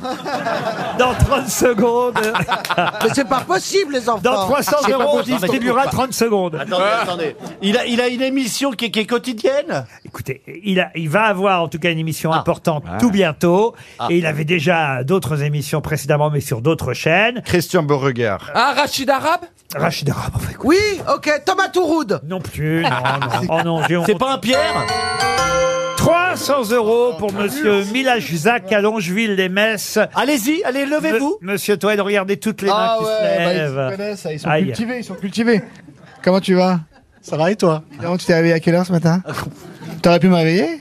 Speaker 2: dans 30 secondes,
Speaker 3: Mais c'est pas possible, les enfants.
Speaker 2: dans
Speaker 10: Ah,
Speaker 2: 300 euros, on
Speaker 10: possible, mais
Speaker 2: distribuera
Speaker 10: c'est pas.
Speaker 2: 30 secondes.
Speaker 10: Attendez, attendez. Il a, il a une émission qui est, qui est quotidienne
Speaker 2: Écoutez, il, a- il va avoir en tout cas une émission
Speaker 10: Ah.
Speaker 2: importante tout bientôt. Et il avait déjà d'autres émissions précédemment, mais sur d'autres chaînes.
Speaker 4: Christian Beauregard.
Speaker 7: Ah, Rachid Arabe
Speaker 2: Rachida, Rabb, enfin, écoute,
Speaker 3: Oui, ok, Thomas Touroud.
Speaker 2: non plus, non, non. Oh non, j'ai honte.
Speaker 10: Ah, C'est pas un Pierre
Speaker 2: 300 euros pour monsieur Milajzac à Longeville-les-Messes.
Speaker 10: Allez-y, allez, levez-vous.
Speaker 2: Me- Monsieur Toed, regardez toutes les mains
Speaker 6: Ah
Speaker 2: qui
Speaker 6: ouais, bah, ils se
Speaker 2: se lèvent. Ah.
Speaker 6: connaissent, ils sont
Speaker 2: Aïe.
Speaker 6: cultivés, ils sont cultivés. Comment tu vas Ça va et toi tu t'es réveillé à quelle heure ce matin T'aurais pu me réveiller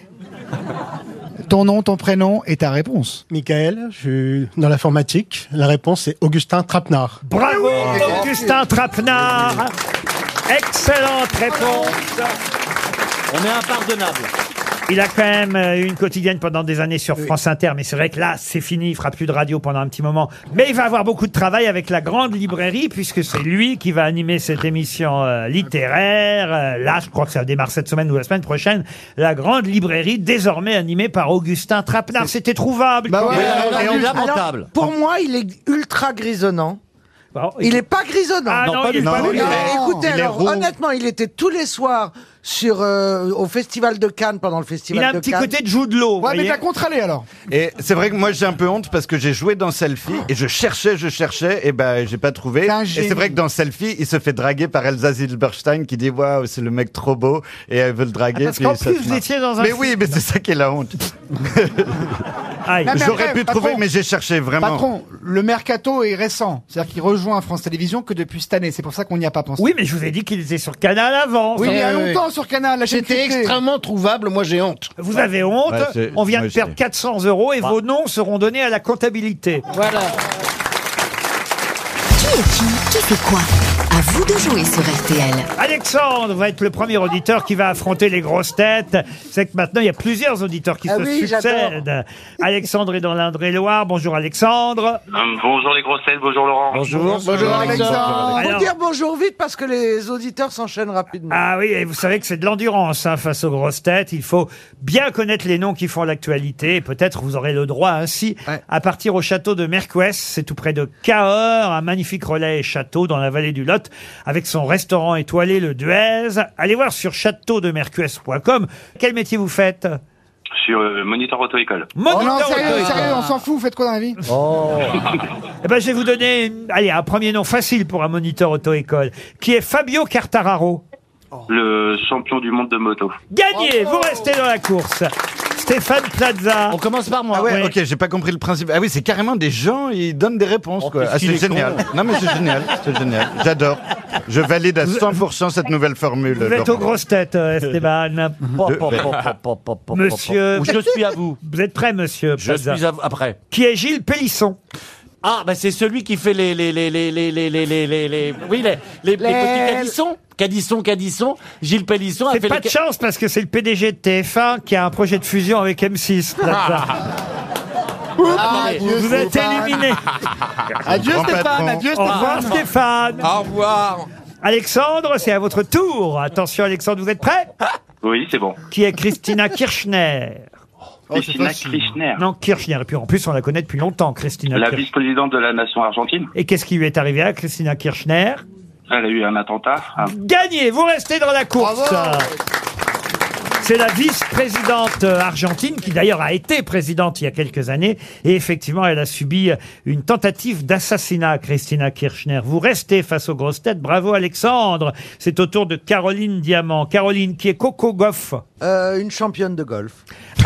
Speaker 6: Ton nom, ton prénom et ta réponse.
Speaker 13: Michael, je suis dans l'informatique. La réponse est Augustin Trapenard.
Speaker 2: Bravo, Augustin Trapenard. Excellente réponse.
Speaker 10: On est impardonnable.
Speaker 2: Il a quand même euh, eu une quotidienne pendant des années sur France Inter, mais c'est vrai que là, c'est fini, il fera plus de radio pendant un petit moment. Mais il va avoir beaucoup de travail avec la grande librairie, puisque c'est lui qui va animer cette émission euh, littéraire. Euh, là, je crois que ça démarre cette semaine ou la semaine prochaine. La grande librairie, désormais animée par Augustin Trapenard. C'était trouvable.
Speaker 6: Bah ouais,
Speaker 2: quand même.
Speaker 6: ouais, ouais,
Speaker 10: Et on est
Speaker 6: ouais.
Speaker 10: lamentable.
Speaker 3: Alors, pour moi, il est ultra grisonnant.
Speaker 2: Bon,
Speaker 3: Il est pas grisonnant.
Speaker 2: Ah non,
Speaker 10: pas
Speaker 2: il est
Speaker 10: du
Speaker 2: pas
Speaker 10: tout.
Speaker 2: lui.
Speaker 3: Eh, écoutez,
Speaker 4: Il est
Speaker 3: alors
Speaker 4: roux.
Speaker 3: honnêtement, il était tous les soirs sur euh, au festival de Cannes pendant le
Speaker 2: Il
Speaker 3: festival
Speaker 2: a un
Speaker 3: de
Speaker 2: petit
Speaker 3: Cannes.
Speaker 2: côté de Jude Law.
Speaker 6: Ouais, mais
Speaker 2: voyez.
Speaker 6: t'as contre-allé alors.
Speaker 4: Et c'est vrai que moi j'ai un peu honte parce que j'ai joué dans Selfie et je cherchais, je cherchais et ben j'ai pas trouvé.
Speaker 6: C'est un
Speaker 4: Et
Speaker 6: génie.
Speaker 4: c'est vrai que dans Selfie, il se fait draguer par Elsa Zilberstein qui dit waouh c'est le mec trop beau et elle veut le draguer.
Speaker 2: Parce
Speaker 4: puis
Speaker 2: qu'en
Speaker 4: ça
Speaker 2: plus,
Speaker 4: se
Speaker 2: vous
Speaker 4: marre.
Speaker 2: étiez dans un
Speaker 4: Mais
Speaker 2: film.
Speaker 4: oui, mais c'est ça qui est la honte.
Speaker 2: Aïe.
Speaker 6: Non, mais
Speaker 4: J'aurais
Speaker 6: après,
Speaker 4: pu trouver,
Speaker 6: patron,
Speaker 4: mais j'ai cherché vraiment.
Speaker 6: Patron, le mercato est récent. C'est-à-dire qu'il rejoint France Télévisions que depuis cette année. C'est pour ça qu'on n'y a pas pensé.
Speaker 2: Oui, mais je vous ai dit qu'il était sur Canal avant.
Speaker 6: Oui,
Speaker 2: Ça,
Speaker 6: il y a
Speaker 5: oui, oui.
Speaker 6: longtemps sur Canal, la chaîne
Speaker 5: C'était
Speaker 6: cryptée.
Speaker 5: extrêmement trouvable, moi j'ai honte.
Speaker 2: Vous avez honte, hein
Speaker 4: Ouais, c'est- Ah.
Speaker 2: on vient de
Speaker 4: ouais,
Speaker 2: perdre
Speaker 4: c'est-
Speaker 2: 400 euros et vos noms seront donnés à la comptabilité.
Speaker 9: Qui est qui Qui fait quoi À vous de jouer sur RTL.
Speaker 2: Alexandre va être le premier auditeur qui va affronter les grosses têtes. C'est que maintenant, il y a plusieurs auditeurs qui
Speaker 3: Ah
Speaker 2: se
Speaker 3: oui,
Speaker 2: succèdent. Alexandre est dans l'Indre-et-Loire. Bonjour Alexandre.
Speaker 14: Hum, bonjour les grosses têtes, bonjour Laurent.
Speaker 3: Faut
Speaker 2: Alors-
Speaker 3: dire bonjour vite parce que les auditeurs s'enchaînent rapidement.
Speaker 2: Ah oui, et vous savez que c'est de l'endurance hein, face aux grosses têtes. Il faut bien connaître les noms qui font l'actualité. Et Peut-être vous aurez le droit ainsi à partir au château de Merquès. C'est tout près de Cahors, un magnifique relais et château dans la vallée du Lot, avec son restaurant étoilé, le Duez. Allez voir sur châteaudemerquès.com. Quel métier vous faites
Speaker 14: Je suis euh, moniteur auto-école.
Speaker 2: Moniteur
Speaker 6: non, sérieux,
Speaker 2: auto-école.
Speaker 6: sérieux, on s'en fout, vous faites quoi dans la vie
Speaker 4: Ah,
Speaker 6: Oh
Speaker 2: Eh ben, je vais vous donner allez, un premier nom facile pour un moniteur auto-école, qui est Fabio Cartararo.
Speaker 14: Le champion du monde de moto.
Speaker 2: Gagné Vous restez dans la course. Stéphane Plaza.
Speaker 4: On commence par moi. Ah ouais,
Speaker 2: Oui.
Speaker 4: ok, j'ai pas compris le principe. Ah oui, c'est carrément des gens, ils donnent des réponses, quoi.
Speaker 2: Oh, qu'est-ce
Speaker 4: Ah,
Speaker 2: qu'il
Speaker 4: c'est
Speaker 2: est
Speaker 4: génial.
Speaker 2: con.
Speaker 4: Non, mais c'est génial, c'est génial. J'adore. Je valide à 100% cette nouvelle formule.
Speaker 2: Vous êtes
Speaker 4: Laurent.
Speaker 2: aux grosses têtes, euh, Esteban. Monsieur.
Speaker 10: Ou je suis à vous.
Speaker 2: Vous êtes prêt, monsieur
Speaker 10: Je
Speaker 2: Plaza
Speaker 10: suis à vous. Après.
Speaker 2: Qui est Gilles Pélisson
Speaker 10: Ah, bah c'est celui qui fait les. les, les, les, les, les, les, les, les, les- Oui, les, les, les petits cadissons. Cadisson, cadisson. Gilles Pélisson a
Speaker 2: C'est
Speaker 10: fait
Speaker 2: pas
Speaker 10: les
Speaker 2: de chance parce que c'est le PDG de TF1 qui a un projet de fusion avec M6. Plaza. Ah,
Speaker 10: Oups,
Speaker 2: vous vous êtes éliminé. Ah,
Speaker 10: Adieu, Grand Stéphane, patron. adieu,
Speaker 2: Au revoir
Speaker 10: Stéphane.
Speaker 2: Stéphane. Au revoir. Alexandre, c'est à votre tour. Attention Alexandre, vous êtes prêt
Speaker 14: Oui, c'est bon.
Speaker 2: Qui est Christina Kirchner
Speaker 14: Christina Kirchner,
Speaker 2: Non, Kirchner. Et puis en plus, on la connaît depuis longtemps, Christina
Speaker 14: la
Speaker 2: Kirchner.
Speaker 14: vice-présidente de la nation argentine.
Speaker 2: Et qu'est-ce qui lui est arrivé à Christina Kirchner
Speaker 14: Elle a eu un attentat. hein.
Speaker 2: Gagné, vous restez dans la course. C'est la vice-présidente argentine qui d'ailleurs a été présidente il y a quelques années et effectivement elle a subi une tentative d'assassinat à Christina Kirchner. Vous restez face aux grosses têtes. Bravo Alexandre. C'est au tour de Caroline Diamant. Caroline qui est Coco Goff.
Speaker 3: Euh, une championne de golf.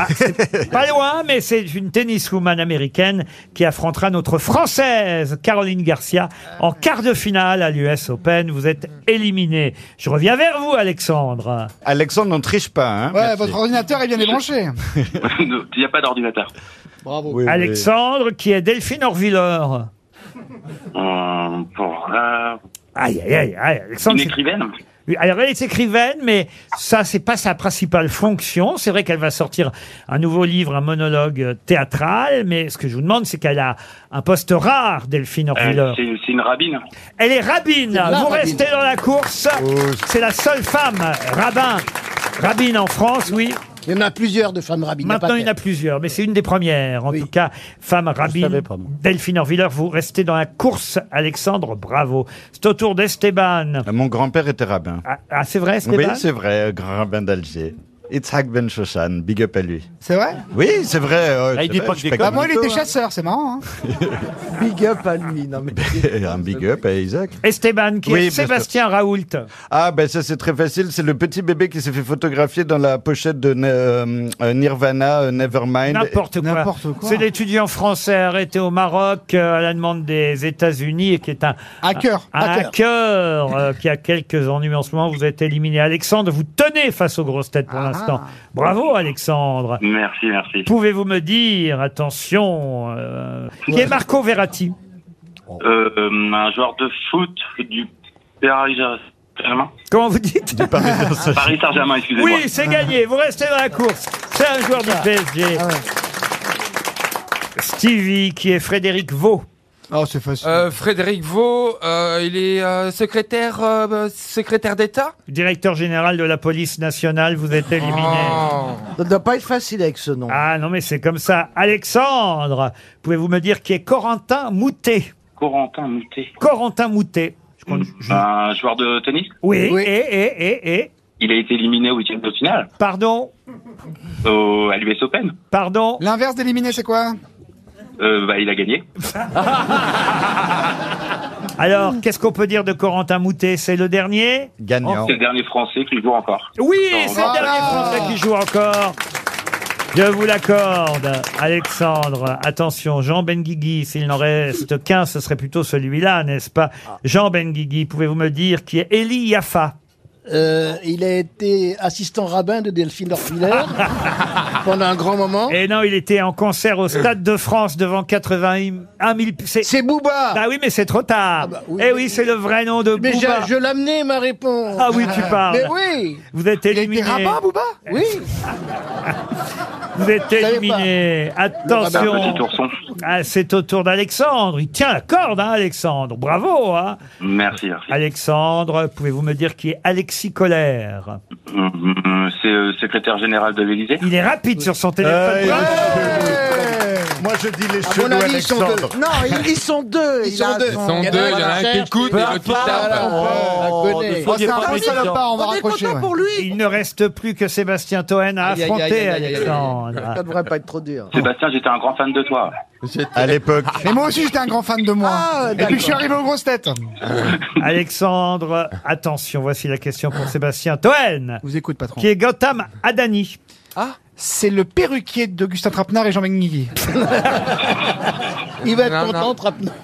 Speaker 2: Pas loin, mais Ah, c'est une tenniswoman américaine qui affrontera notre française Caroline Garcia en quart de finale à l'US Open. Vous êtes éliminé. Je reviens vers vous, Alexandre.
Speaker 4: Alexandre n'en triche pas, hein.
Speaker 6: Ouais, votre ordinateur est bien débranché.
Speaker 14: Il n'y a pas d'ordinateur.
Speaker 6: Bravo.
Speaker 2: Alexandre qui est Delphine Orvilleur.
Speaker 10: Ah.
Speaker 14: Hum, pour, euh,
Speaker 2: Aïe, aïe, aïe, aïe, Alexandre.
Speaker 14: Une
Speaker 2: c'est-
Speaker 14: écrivaine
Speaker 2: Oui, Alors, elle est écrivaine, mais ça, c'est pas sa principale fonction. C'est vrai qu'elle va sortir un nouveau livre, un monologue euh, théâtral, mais ce que je vous demande, c'est qu'elle a un poste rare, Delphine
Speaker 14: Euh,
Speaker 2: Orvilleur.
Speaker 14: C'est c'est une rabbine.
Speaker 2: Elle est rabbine.
Speaker 14: la
Speaker 2: Vous
Speaker 14: rabbine.
Speaker 2: restez dans la course. C'est la seule femme rabbin. Rabbine en France, oui.
Speaker 5: Il y en a plusieurs de femmes rabbines.
Speaker 2: Maintenant,
Speaker 5: pas
Speaker 2: il y en a plusieurs, mais c'est une des premières. En tout cas, femme rabbine, Delphine Orviller, vous restez dans la course, Alexandre, bravo. C'est au tour d'Esteban.
Speaker 4: Mon grand-père était rabbin.
Speaker 2: Ah, ah, c'est vrai,
Speaker 4: Oui,
Speaker 2: Esteban
Speaker 4: c'est vrai, euh, grand rabbin d'Alger. Itzhak Ben Shoshan, big up à lui.
Speaker 6: C'est vrai
Speaker 4: Oui, c'est vrai. euh, c'est vrai, je suis
Speaker 6: Bah, moi, il était
Speaker 4: catholico,
Speaker 6: chasseur, c'est marrant. hein.
Speaker 4: hein. big up à lui, non mais. Un big up à Isaac.
Speaker 2: Esteban, qui
Speaker 4: Oui,
Speaker 2: est
Speaker 4: bien sûr.
Speaker 2: Sébastien Raoult.
Speaker 4: Ah ben ça c'est très facile, c'est le petit bébé qui s'est fait photographier dans la pochette de Ne- euh, euh, Nirvana, euh, Nevermind.
Speaker 2: N'importe quoi. C'est l'étudiant français arrêté au Maroc euh, à la demande des États-Unis et qui est un
Speaker 6: Hacker,
Speaker 2: un
Speaker 6: hacker.
Speaker 2: hacker, euh, qui a quelques ennuis en ce moment. Vous êtes éliminé, Alexandre. Vous tenez face aux grosses têtes pour
Speaker 6: Ah.
Speaker 2: l'instant. Bravo, Alexandre.
Speaker 14: Merci, merci.
Speaker 2: Pouvez-vous me dire, attention, euh, qui est Marco Verratti
Speaker 14: Euh, euh, un joueur de foot du Paris Saint-Germain.
Speaker 2: Comment vous dites
Speaker 14: Paris Saint-Germain, excusez-moi.
Speaker 2: Oui, c'est gagné. Vous restez dans la course. C'est un joueur
Speaker 6: Ah.
Speaker 2: du PSG. Stevie, qui est Frédéric Vaux.
Speaker 6: Oh, c'est facile.
Speaker 7: Euh, Frédéric Vaux, euh, il est euh, secrétaire, euh, euh, secrétaire d'État
Speaker 2: Directeur général de la police nationale, vous êtes éliminé.
Speaker 7: Oh.
Speaker 3: Ça ne doit pas être facile avec ce nom.
Speaker 2: Ah non, mais c'est comme ça. Alexandre, pouvez-vous me dire qui est Corentin Moutet
Speaker 14: Corentin Moutet.
Speaker 2: Corentin Moutet.
Speaker 14: Un joueur de tennis
Speaker 2: Oui, et, et, et, et.
Speaker 14: Il a été éliminé au huitième de finale
Speaker 2: Pardon
Speaker 14: au, à l'US Open.
Speaker 2: Pardon
Speaker 6: L'inverse d'éliminer, c'est quoi
Speaker 14: Euh, bah, il a gagné.
Speaker 2: Alors, qu'est-ce qu'on peut dire de Corentin Moutet C'est le dernier
Speaker 4: Gagnant.
Speaker 14: C'est le dernier Français qui joue encore.
Speaker 2: Oui,
Speaker 14: Dans-
Speaker 2: c'est le dernier Français qui joue encore. Je vous l'accorde, Alexandre. Attention, Jean Benguigui, s'il n'en reste qu'un, ce serait plutôt celui-là, n'est-ce pas Jean Benguigui, pouvez-vous me dire qui est Eli Yaffa
Speaker 5: Euh, il a été assistant rabbin de Delphine Orfiller.
Speaker 2: Pendant un grand moment Et Eh non, il était en concert au Stade de France devant 81 000... C'est
Speaker 5: Booba
Speaker 2: Bah oui, mais c'est trop tard Eh oui, c'est le vrai nom de
Speaker 5: Mais j'ai-
Speaker 2: Booba
Speaker 5: je l'amenais, ma réponse.
Speaker 2: Ah oui, tu parles.
Speaker 5: Mais oui.
Speaker 2: Vous êtes éliminé.
Speaker 5: rabat, Booba Oui.
Speaker 2: Vous êtes éliminé. Attention.
Speaker 14: Un petit ourson.
Speaker 2: Ah, c'est au tour d'Alexandre. Il tient la corde, hein, Alexandre. Bravo, hein.
Speaker 14: Merci, merci.
Speaker 2: Alexandre, pouvez-vous me dire qui est Alexis Colère
Speaker 14: Hum, hum, hum, C'est euh, secrétaire général de l'Élysée.
Speaker 2: Il est rapide sur son téléphone.
Speaker 14: Euh, il est
Speaker 4: Moi, je dis les
Speaker 14: mon avis, ils sont deux.
Speaker 3: Non, ils, ils sont deux.
Speaker 5: Ils
Speaker 3: il
Speaker 5: sont
Speaker 3: a
Speaker 5: deux.
Speaker 3: son-
Speaker 5: Ils sont deux, il y en a un qui écoute et l'autre qui tape. Oh,
Speaker 3: Oh,
Speaker 5: ne
Speaker 3: de
Speaker 5: soyez
Speaker 3: façon-
Speaker 5: pas
Speaker 3: Ah,
Speaker 5: méfiant.
Speaker 3: salopard, on va
Speaker 5: On est
Speaker 3: raccrocher,
Speaker 5: content
Speaker 3: ouais.
Speaker 5: pour
Speaker 2: Il ne reste plus que Sébastien Toen à
Speaker 3: Aïe, aïe, aïe,
Speaker 2: affronter
Speaker 3: aïe, aïe, aïe, aïe.
Speaker 2: Alexandre.
Speaker 3: Ça devrait pas être trop dur.
Speaker 14: Sébastien, j'étais un grand fan de toi.
Speaker 4: À l'époque.
Speaker 2: Ah,
Speaker 6: Mais moi aussi, j'étais un grand fan de moi. Et puis, je suis arrivé aux grosses têtes.
Speaker 2: Euh, Alexandre, attention, voici la question pour Sébastien Toen. Vous écoute, patron. Qui est Gotham Adani.
Speaker 6: Ah C'est le perruquier d'Augustin Trapenard et Jean Benguigui.
Speaker 5: Il va être
Speaker 6: Non,
Speaker 5: content,
Speaker 6: non.
Speaker 5: Trapenard.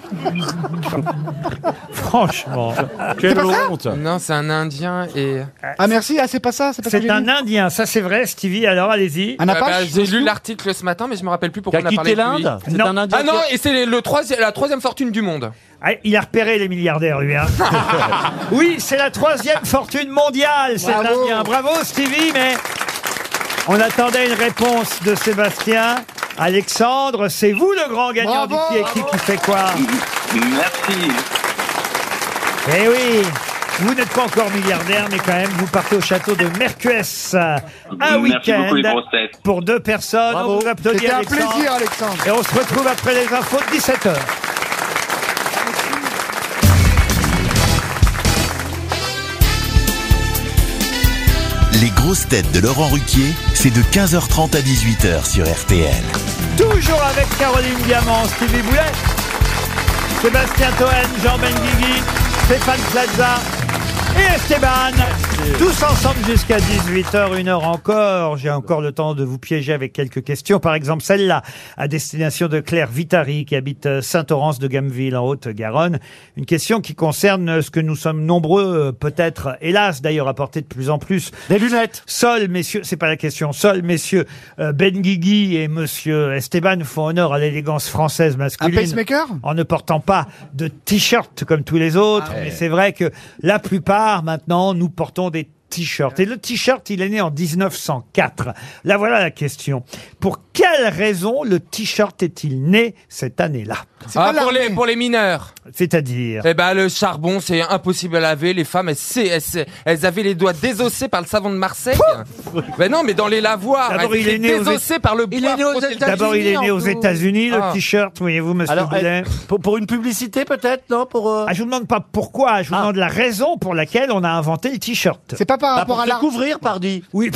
Speaker 2: Franchement.
Speaker 6: Quelle C'est pas ça honte.
Speaker 7: Non, c'est un Indien et.
Speaker 6: Ah, merci, ah, c'est pas ça, c'est pas ça que
Speaker 2: C'est
Speaker 6: j'ai
Speaker 2: un
Speaker 6: dit.
Speaker 2: Indien, ça c'est vrai, Stevie, alors allez-y.
Speaker 7: Ah bah, J'ai lu l'article ce matin, mais je me rappelle plus pourquoi
Speaker 2: Qui
Speaker 7: on
Speaker 2: a
Speaker 7: a parlé
Speaker 2: quitté
Speaker 7: de lui.
Speaker 2: l'Inde C'est un Indien
Speaker 7: Ah non,
Speaker 2: qui-
Speaker 7: et c'est le troisième, la troisième fortune du monde.
Speaker 2: Ah, il a repéré les milliardaires, lui. hein. oui, c'est la troisième fortune mondiale, c'est
Speaker 7: Bravo.
Speaker 2: indien. Bravo, Stevie, mais on attendait une réponse de Sébastien. Alexandre, c'est vous le grand gagnant
Speaker 14: Bravo,
Speaker 2: du qui est qui qui fait quoi
Speaker 14: Merci.
Speaker 2: Eh oui vous n'êtes pas encore milliardaire, mais quand même, vous partez au château de Mercues euh, un
Speaker 14: Merci beaucoup, les
Speaker 2: week-end
Speaker 14: grosses têtes.
Speaker 2: pour deux personnes. On vous applaudit,
Speaker 6: C'était un
Speaker 2: Alexandre.
Speaker 6: plaisir, Alexandre.
Speaker 2: Et on se retrouve après les infos de 17h.
Speaker 1: Les grosses têtes de Laurent Ruquier, c'est de 15h30 à 18h sur RTL.
Speaker 2: Toujours avec Caroline Diamant, Stevie Boulet, Sébastien Toen, Jean Benguigui, Stéphane Plaza et Esteban. Tous ensemble jusqu'à 18h, une heure encore. J'ai encore le temps de vous piéger avec quelques questions. Par exemple, celle-là, à destination de Claire Vitari, qui habite Saint-Orens de Gameville, en Haute-Garonne. Une question qui concerne euh, ce que nous sommes nombreux, euh, peut-être, hélas d'ailleurs, à porter de plus en plus. Des lunettes. Seuls, messieurs, c'est pas la question, seuls, messieurs, euh, Ben Guigui et monsieur Esteban font honneur à l'élégance française masculine.
Speaker 6: pacemaker
Speaker 2: En ne portant pas de t-shirt comme tous les
Speaker 7: Ah
Speaker 2: autres. mais c'est vrai que la plupart, maintenant, nous portons des t-shirts. Et le t-shirt, il est né en 1904. Là, voilà la question. Pour quelle raison le t-shirt est-il né cette année-là
Speaker 7: Ah, pour, les, pour les mineurs.
Speaker 2: C'est-à-dire
Speaker 7: Eh ben, le charbon, c'est impossible à laver. Les femmes, elles, sait- elles, sait- elles avaient les doigts désossés par le savon de Marseille. ben non, mais dans les lavoirs.
Speaker 2: D'abord,
Speaker 7: elles
Speaker 2: il est
Speaker 7: étaient
Speaker 2: né aux
Speaker 7: désossées
Speaker 2: Éta-
Speaker 7: par le bois. frotté le-
Speaker 2: D'abord, il est né aux États-Unis, le
Speaker 7: Ah.
Speaker 2: t-shirt, voyez-vous, monsieur
Speaker 7: Alors,
Speaker 2: Boulet.
Speaker 7: elle-
Speaker 8: eh, Pour, une publicité, peut-être, non pour, euh,
Speaker 2: Ah, je vous demande pas pourquoi,
Speaker 7: Ah.
Speaker 2: je vous demande la raison pour laquelle on a inventé le t-shirt.
Speaker 6: C'est pas par
Speaker 8: Bah, pour se couvrir, pardi.
Speaker 2: Oui.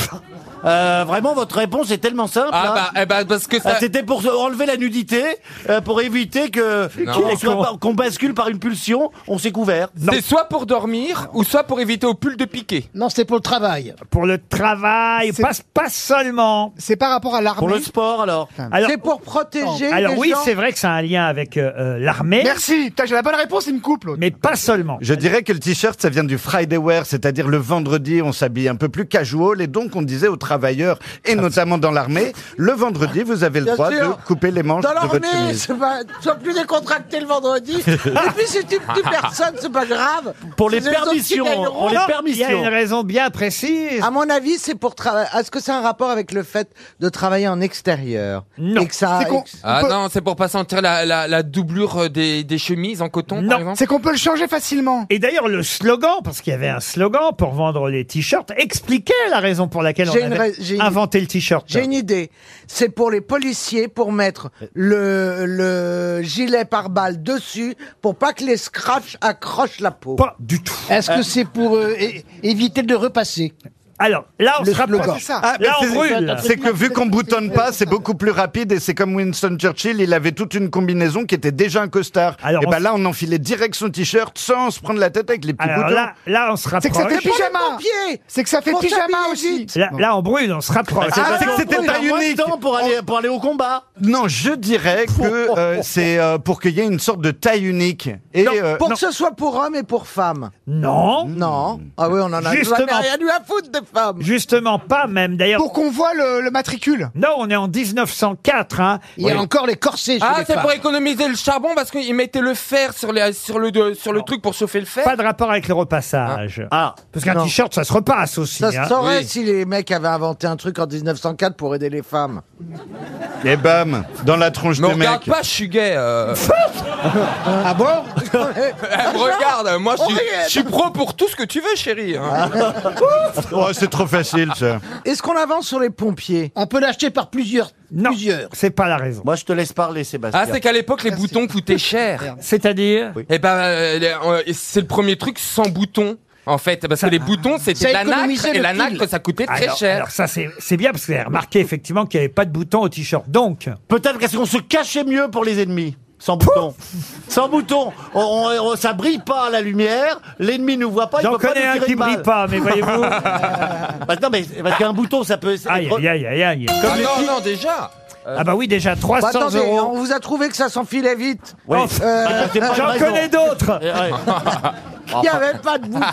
Speaker 8: Euh, vraiment, votre réponse est tellement simple.
Speaker 7: Ah,
Speaker 8: hein.
Speaker 7: bah, eh ben, parce que ça-
Speaker 8: Ah, C'était pour enlever la nudité, euh, pour éviter que
Speaker 7: Non.
Speaker 8: qu'on
Speaker 7: Qu'il est
Speaker 8: soit
Speaker 7: con.
Speaker 8: pas- qu'on bascule par une pulsion. On s'est couvert.
Speaker 7: C'est soit pour dormir, ou soit pour éviter au pull de piqué.
Speaker 5: Non, c'était pour le travail.
Speaker 2: Pour le travail, pas, pas seulement.
Speaker 6: C'est par rapport à l'armée.
Speaker 8: sport, alors.
Speaker 2: Alors-
Speaker 3: C'est pour protéger.
Speaker 2: Alors
Speaker 3: les
Speaker 2: oui,
Speaker 3: gens.
Speaker 2: c'est vrai que ça a un lien avec euh, euh, l'armée.
Speaker 6: Merci, Putain, j'ai la bonne réponse, il me coupe l'autre.
Speaker 2: Mais pas seulement.
Speaker 4: Je dirais que le t-shirt, ça vient du Friday wear, c'est-à-dire le vendredi, on s'habille un peu plus casual et donc on disait aux travailleurs,
Speaker 2: Ah.
Speaker 4: et notamment dans l'armée, le vendredi, vous avez le
Speaker 3: Bien
Speaker 4: droit
Speaker 3: sûr.
Speaker 4: de couper les manches
Speaker 3: Dans
Speaker 4: de votre
Speaker 3: l'armée,
Speaker 4: chemise.
Speaker 3: c'est pas... sois plus décontracté le vendredi. Et puis si tu tues personne, c'est pas grave.
Speaker 8: Pour les
Speaker 3: C'est autres qui
Speaker 8: permissions,
Speaker 3: gagneront.
Speaker 8: pour les Non, permissions.
Speaker 2: Il y a une raison bien précise.
Speaker 3: À mon avis, c'est pour travailler. Est-ce que c'est un rapport avec le fait de travailler en extérieur Non. Et que ça. et que-
Speaker 7: Ah non, c'est pour pas sentir la, la, la doublure euh, des, des chemises en coton, par
Speaker 4: Ah,
Speaker 7: exemple.
Speaker 6: C'est qu'on peut le changer facilement.
Speaker 2: Et d'ailleurs, le slogan, parce qu'il y avait un slogan pour vendre les t-shirts, expliquait la raison pour laquelle on
Speaker 3: J'ai une
Speaker 2: avait
Speaker 3: ra- j'ai une-
Speaker 2: inventé le t-shirt.
Speaker 3: J'ai une idée. C'est pour les policiers pour mettre
Speaker 2: Euh.
Speaker 3: le, le gilet pare-balles dessus pour pas que les scratchs accrochent la peau.
Speaker 2: Pas du tout.
Speaker 5: Est-ce que c'est pour euh, é- éviter de le repasser
Speaker 2: Alors, là, on
Speaker 5: Le
Speaker 2: se rappelle-
Speaker 5: slogan. C'est ça.
Speaker 4: Ah, mais
Speaker 2: là, on
Speaker 4: c'est-
Speaker 2: brûle.
Speaker 4: C'est que vu qu'on boutonne pas, c'est beaucoup plus rapide et c'est comme Winston Churchill, il avait toute une combinaison qui était déjà un costard. et ben
Speaker 2: on-
Speaker 4: là, on enfilait direct son t-shirt sans se prendre la tête avec les petits
Speaker 2: Alors
Speaker 4: boutons.
Speaker 2: là, là, on se
Speaker 6: C'est que ça fait
Speaker 2: rapproche.
Speaker 6: pyjama. C'est que ça fait
Speaker 3: Pour
Speaker 6: pyjama
Speaker 3: s'habiller
Speaker 6: aussi.
Speaker 2: Là, là, on brûle, on se rapproche.
Speaker 4: Ah, c'est que c'était pas unique.
Speaker 8: pour aller pour aller au combat.
Speaker 4: Non, je dirais que euh, c'est euh, pour qu'il y ait une sorte de taille unique. Et, euh,
Speaker 3: pour
Speaker 4: non.
Speaker 3: que ce soit pour hommes et pour femmes.
Speaker 2: Non.
Speaker 3: Non. Ah oui, on en a
Speaker 2: Justement.
Speaker 3: on en a rien eu à foutre de
Speaker 2: femme. Justement, pas même d'ailleurs.
Speaker 6: Pour qu'on voit le, le matricule.
Speaker 2: Non, on est en 1904. Hein.
Speaker 7: Il y a encore
Speaker 6: les corsets
Speaker 7: Ah, c'est pour économiser le charbon parce qu'ils mettaient le fer sur, les, sur le, de- sur le truc pour chauffer le fer.
Speaker 2: Pas de rapport avec le repassage. Ah. Parce qu'un
Speaker 3: Non.
Speaker 2: t-shirt, ça se repasse aussi.
Speaker 3: Ça se
Speaker 2: hein.
Speaker 3: saurait si les mecs avaient inventé un truc en 1904 pour aider les femmes.
Speaker 4: Et bam, dans la tronche
Speaker 7: Me
Speaker 4: des mecs.
Speaker 7: regarde pas, je suis gay. euh.
Speaker 4: ah bon
Speaker 7: Elle me Eh, regarde, moi je suis- je suis pro pour tout ce que tu veux, chérie. hein.
Speaker 4: Oh, c'est trop facile, ça.
Speaker 3: Est-ce qu'on avance sur les pompiers
Speaker 5: On peut l'acheter par plusieurs.
Speaker 2: Non, c'est pas la raison.
Speaker 8: Moi, je te laisse parler, Sébastien.
Speaker 7: Ah, c'est qu'à l'époque, les boutons coûtaient cher.
Speaker 2: C'est-à-dire
Speaker 7: Eh ben, euh, les- euh, c'est le premier truc sans boutons, en fait. Parce que les boutons, c'était
Speaker 2: Ça
Speaker 7: de la nacre,
Speaker 2: économisait
Speaker 7: et
Speaker 2: le
Speaker 7: la
Speaker 2: fil.
Speaker 7: nacre, ça coûtait très
Speaker 2: alors,
Speaker 7: cher.
Speaker 2: alors ça, c'est c'est bien parce que vous avez remarqué effectivement qu'il n'y avait pas de bouton au t-shirt. Donc.
Speaker 8: Peut-être qu'est-ce qu'on se cachait mieux pour les ennemis sans bouton. Sans bouton, on, on- on- ça brille pas à la lumière, l'ennemi nous voit pas, il
Speaker 2: J'en
Speaker 8: peut pas
Speaker 2: connais
Speaker 8: nous
Speaker 2: un
Speaker 8: tirer
Speaker 2: qui
Speaker 8: de balle.
Speaker 2: brille pas, mais voyez-vous.
Speaker 8: Parce- non, mais parce qu'un bouton, ça peut.
Speaker 2: Aïe, aïe, aïe, aïe, aïe. Comme
Speaker 7: Ah
Speaker 2: les filles-
Speaker 7: non, non, déjà. Euh,
Speaker 2: Ah bah oui, déjà 300
Speaker 3: Bah, attendez,
Speaker 2: euros.
Speaker 3: On vous a trouvé que ça s'enfilait vite.
Speaker 2: Oui.
Speaker 3: Euh,
Speaker 2: Ah, c'est pas J'en raison. connais d'autres.
Speaker 15: Ah,
Speaker 3: Il n'y avait pas de bouton.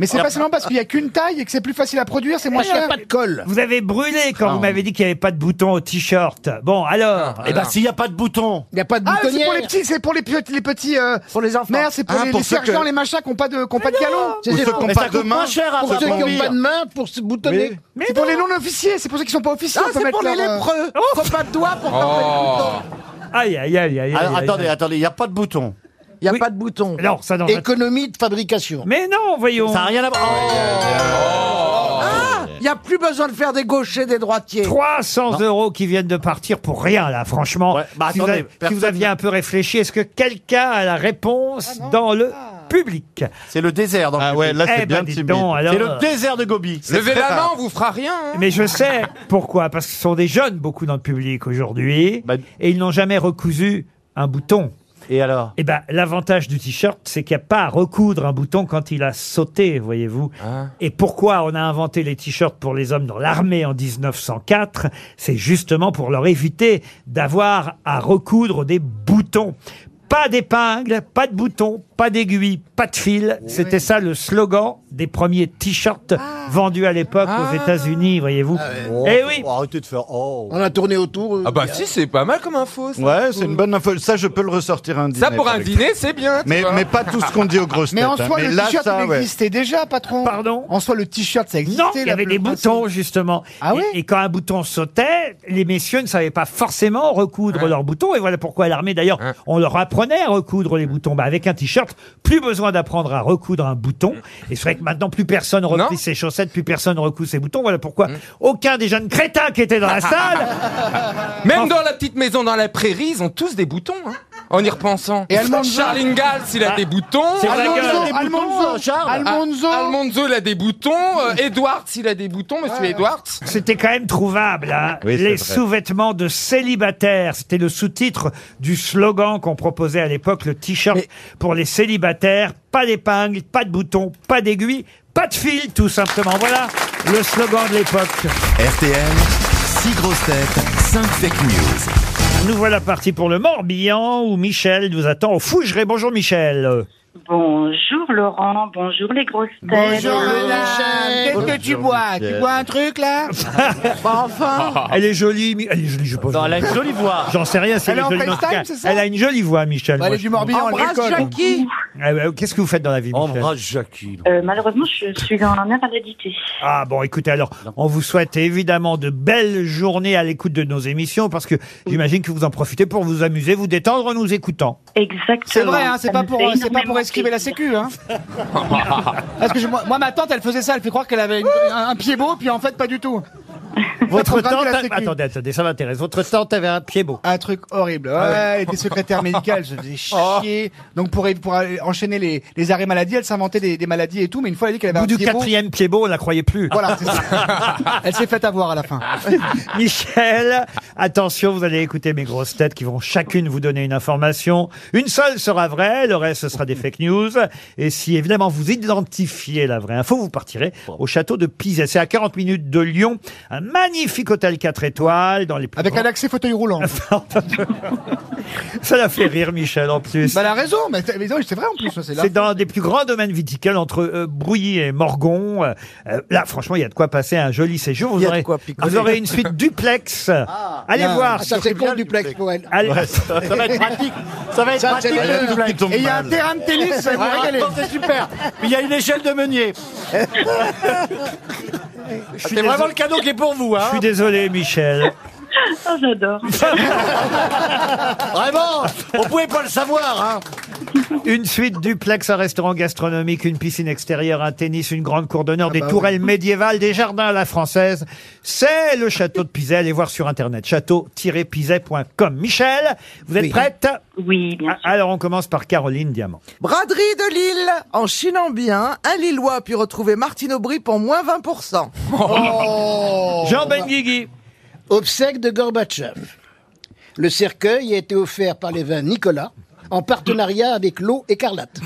Speaker 6: Mais c'est pas seulement parce qu'il y a qu'une taille et que c'est plus facile à produire, c'est moins
Speaker 2: Il y a
Speaker 6: cher.
Speaker 2: pas
Speaker 6: de colle.
Speaker 2: Vous avez brûlé quand vous m'avez dit qu'il n'y avait pas de bouton au t-shirt. Bon, alors.
Speaker 8: Ah. Eh ben, s'il n'y a pas de bouton.
Speaker 6: Il n'y a pas
Speaker 2: de
Speaker 6: ah, c'est
Speaker 2: boutonnière.
Speaker 6: pour les petits, c'est pour les petits, les petits. pour les enfants. Merde, c'est pour
Speaker 2: Ah,
Speaker 6: les,
Speaker 2: pour
Speaker 6: les
Speaker 2: ceux
Speaker 6: sergents,
Speaker 2: que-
Speaker 6: les machins qui n'ont pas de, qui ont pas de galon.
Speaker 4: Ou ceux qui ont Mais pas ça de coûte main. moins cher à
Speaker 6: Pour
Speaker 4: faire
Speaker 6: ceux qui n'ont
Speaker 4: grandir.
Speaker 6: pas de main, pour se boutonner.
Speaker 4: Mais-
Speaker 6: c'est pour les non-officiers, c'est pour ceux qui sont pas officiers.
Speaker 3: Ah,
Speaker 6: on peut
Speaker 3: c'est
Speaker 6: mettre
Speaker 3: pour les
Speaker 6: leur, euh,
Speaker 3: lépreux. Ils n'ont pas de doigts pour
Speaker 7: Oh.
Speaker 3: porter
Speaker 2: Oh. Aïe, aïe, aïe, aïe.
Speaker 8: Alors,
Speaker 2: aïe, aïe.
Speaker 8: attendez, attendez, il n'y a pas de bouton.
Speaker 3: Il n'y a pas de bouton.
Speaker 2: Non, ça non.
Speaker 5: Économie de fabrication.
Speaker 2: Mais non, voyons.
Speaker 8: Ça n'a rien à voir.
Speaker 7: Oh.
Speaker 3: le bouton. Il n'y a plus besoin de faire des gauchers, des droitiers.
Speaker 2: 300
Speaker 3: Non.
Speaker 2: euros qui viennent de partir pour rien, là, franchement.
Speaker 8: bah,
Speaker 2: si, vous
Speaker 8: attendez,
Speaker 2: avez- si vous aviez un peu réfléchi, est-ce que quelqu'un a la
Speaker 6: Ah,
Speaker 2: réponse dans le public Eh ben,
Speaker 8: C'est le désert dans le
Speaker 4: Ah ouais, là, c'est bien timide.
Speaker 8: C'est
Speaker 2: euh,
Speaker 8: le désert de Gobi.
Speaker 7: Levez la main, on vous fera rien. hein.
Speaker 2: Mais je sais pourquoi, parce que ce sont des jeunes beaucoup dans le public aujourd'hui, et ils n'ont jamais recousu un
Speaker 8: Bah,
Speaker 2: bouton.
Speaker 8: Et alors
Speaker 2: Eh ben, l'avantage du t-shirt, c'est qu'il n'y a pas à recoudre un bouton quand il a sauté, voyez-vous.
Speaker 8: Ah.
Speaker 2: Et pourquoi on a inventé les t-shirts pour les hommes dans l'armée en 1904 C'est justement pour leur éviter d'avoir à recoudre des boutons. Pas d'épingle, pas de boutons, pas d'aiguille, pas de fil. C'était ça le slogan des premiers t-shirts vendus à l'époque aux
Speaker 6: Ah.
Speaker 2: États-Unis, voyez-vous.
Speaker 8: Ah
Speaker 2: Eh oui.
Speaker 8: arrêtez de faire. Oh.
Speaker 5: On a tourné autour.
Speaker 6: euh,
Speaker 7: Ah bah si, c'est pas mal comme info. ça.
Speaker 4: Ouais, c'est une bonne info. Ça, je peux le ressortir un dîner.
Speaker 7: Ça, pour
Speaker 4: par
Speaker 7: un
Speaker 4: exemple.
Speaker 7: dîner, c'est bien. tu
Speaker 4: Mais,
Speaker 7: vois.
Speaker 4: mais pas tout ce qu'on dit aux grosses
Speaker 6: Mais en
Speaker 4: têtes, hein.
Speaker 6: soi,
Speaker 4: Mais
Speaker 6: le
Speaker 4: là,
Speaker 6: t-shirt
Speaker 4: ça,
Speaker 6: il
Speaker 4: ouais.
Speaker 6: existait déjà, Ah, patron.
Speaker 2: Pardon
Speaker 6: En soi, le t-shirt ça existait.
Speaker 2: Non, il y
Speaker 6: la- Ah
Speaker 2: avait
Speaker 6: le
Speaker 2: des
Speaker 6: principe.
Speaker 2: boutons, justement. et, et quand un bouton sautait, les messieurs ne savaient pas forcément recoudre leurs boutons. Et voilà pourquoi à l'armée, d'ailleurs, on leur apprenait à recoudre les boutons. Bah, avec un t-shirt, plus besoin d'apprendre à recoudre un bouton. Et c'est vrai que maintenant, plus personne replie ses chaussettes, plus personne recoue ses boutons. Voilà pourquoi
Speaker 7: Mm.
Speaker 2: aucun des jeunes crétins qui étaient dans la salle
Speaker 7: Même dans la petite maison dans la prairie, ils ont tous des boutons. hein, en y repensant.
Speaker 6: Et Almanza
Speaker 7: Charles Ingalls, il a
Speaker 2: Ah.
Speaker 7: des boutons.
Speaker 2: C'est la gueule.
Speaker 6: Almonzo, Almonzo, Almonzo.
Speaker 7: Ah, Almonzo, il a des boutons. Euh, Edwards, il a des boutons, monsieur Edwards.
Speaker 2: C'était quand même trouvable. hein.
Speaker 7: Oui, c'est
Speaker 2: les
Speaker 7: vrai.
Speaker 2: sous-vêtements de célibataires, c'était le sous-titre du slogan qu'on proposait à l'époque, le t-shirt pour les célibataires. Pas d'épingle, pas de bouton, pas d'aiguille, pas de fil, tout simplement. Voilà le slogan de l'époque.
Speaker 1: RTL, 6 grosses têtes, 5 fake news.
Speaker 2: Nous voilà partis pour le Morbihan où Michel nous attend au Fougeray. Bonjour Michel.
Speaker 16: Bonjour Laurent, bonjour les grosses têtes.
Speaker 6: Bonjour, madame. Qu'est-ce que tu bois Tu
Speaker 2: Michel.
Speaker 6: bois un truc, là Bah,
Speaker 8: Ah,
Speaker 6: enfin
Speaker 2: Elle est jolie, Mi- elle est jolie, je sais pas.
Speaker 8: Non, elle a une jolie voix.
Speaker 2: J'en sais rien, c'est
Speaker 6: Elle est en FaceTime, c'est ça
Speaker 2: Elle a une jolie voix, Michel.
Speaker 6: Bah, Elle
Speaker 2: moi,
Speaker 6: est
Speaker 2: je
Speaker 6: du
Speaker 2: trouve.
Speaker 6: Morbihan, elle
Speaker 16: Embrasse
Speaker 6: déconne.
Speaker 16: Jackie.
Speaker 2: Ah, bah, Qu'est-ce que vous faites dans la vie, Michel
Speaker 8: Embrasse Jackie.
Speaker 16: Euh, malheureusement, je suis dans un invalidité.
Speaker 2: Ah bon, écoutez, alors, on vous souhaite évidemment de belles journées à l'écoute de nos émissions, parce que j'imagine que vous en profitez pour vous amuser, vous détendre en nous écoutant.
Speaker 16: Exactement.
Speaker 6: C'est vrai, hein, c'est
Speaker 16: Ça
Speaker 6: pas
Speaker 16: me
Speaker 6: pour,
Speaker 16: fait
Speaker 6: euh, c'est pas pour
Speaker 16: énormément
Speaker 6: esquiver la
Speaker 16: plaisir.
Speaker 6: sécu, hein. Parce que je- moi, moi, ma tante, elle faisait ça, elle fait croire qu'elle avait une- un, un pied beau, puis en fait, pas du tout.
Speaker 2: Votre
Speaker 6: programme Ah,
Speaker 2: tante...
Speaker 6: de la
Speaker 2: a-
Speaker 6: sécu.
Speaker 2: Attendez, attendez, ça m'intéresse. Votre tante avait un pied beau.
Speaker 6: Un truc horrible.
Speaker 8: Ah
Speaker 6: Ouais, elle était secrétaire médicale, je faisais
Speaker 8: Oh.
Speaker 6: chier. Donc, pour, pour aller enchaîner les, les arrêts maladie, elle s'inventait des, des maladies et tout, mais une fois, elle a dit qu'elle
Speaker 2: Au
Speaker 6: avait
Speaker 2: bout
Speaker 6: un
Speaker 2: du
Speaker 6: pied beau.
Speaker 2: quatrième pied beau, on la croyait plus.
Speaker 6: eh ben, Voilà, c'est ça. Elle s'est faite avoir à la fin.
Speaker 2: Michel, attention, vous allez écouter mes grosses têtes qui vont chacune vous donner une information. Une seule sera vraie, le reste ce sera des fake news. Et si évidemment vous identifiez la vraie info, vous partirez au château de Pizet. C'est à 40 minutes de Lyon. Un magnifique hôtel 4 étoiles dans les plus
Speaker 6: Avec
Speaker 2: grands-
Speaker 6: un accès fauteuil roulant.
Speaker 2: Ça la fait rire Michel en plus.
Speaker 6: bah, elle a raison, mais t'as- mais non, c'est vrai en plus. C'est là.
Speaker 2: C'est dans des plus grands domaines viticoles entre euh, Brouilly et Morgon. Euh, euh, là, franchement, il y a de quoi passer un joli séjour.
Speaker 6: Il
Speaker 2: Vous
Speaker 6: y a de
Speaker 2: aurez,
Speaker 6: quoi picoler.
Speaker 2: vous aurez une suite duplex. Allez
Speaker 6: Ah,
Speaker 2: voir.
Speaker 6: Ça,
Speaker 2: sur-
Speaker 6: c'est contre duplex pour elle.
Speaker 2: Allez-
Speaker 8: Ça va être pratique. Ça va être
Speaker 6: Ça, c'est
Speaker 8: pratique.
Speaker 6: le
Speaker 8: le
Speaker 6: truc qui tombe Et il y a un mal. terrain de tennis, ça va vous
Speaker 8: Ouais,
Speaker 6: régaler.
Speaker 8: attends, C'est super. Puis il y a une échelle de meunier. Ah, C'est vraiment
Speaker 2: désolé.
Speaker 8: le cadeau qui est pour vous.
Speaker 2: Je
Speaker 8: Hein.
Speaker 2: suis désolé, Michel.
Speaker 16: Oh, j'adore.
Speaker 8: Vraiment, on pouvait pas le savoir. Hein.
Speaker 2: Une suite duplex, un restaurant gastronomique, une piscine extérieure, un tennis, une grande cour d'honneur, des
Speaker 6: bah
Speaker 2: tourelles médiévales, des jardins à la française. C'est le château de Pizet. Allez voir sur internet château-pizet.com. Michel, vous êtes
Speaker 3: Oui.
Speaker 2: prête
Speaker 16: Oui, bien
Speaker 2: Alors on commence par Caroline Diamant.
Speaker 3: Braderie de Lille, en chinambien, un Lillois a pu retrouver Martine Aubry pour moins 20%.
Speaker 2: Jean Benguigui.
Speaker 5: Obsèque de Gorbatchev. Le cercueil a été offert par les vins Nicolas en partenariat avec l'eau écarlate.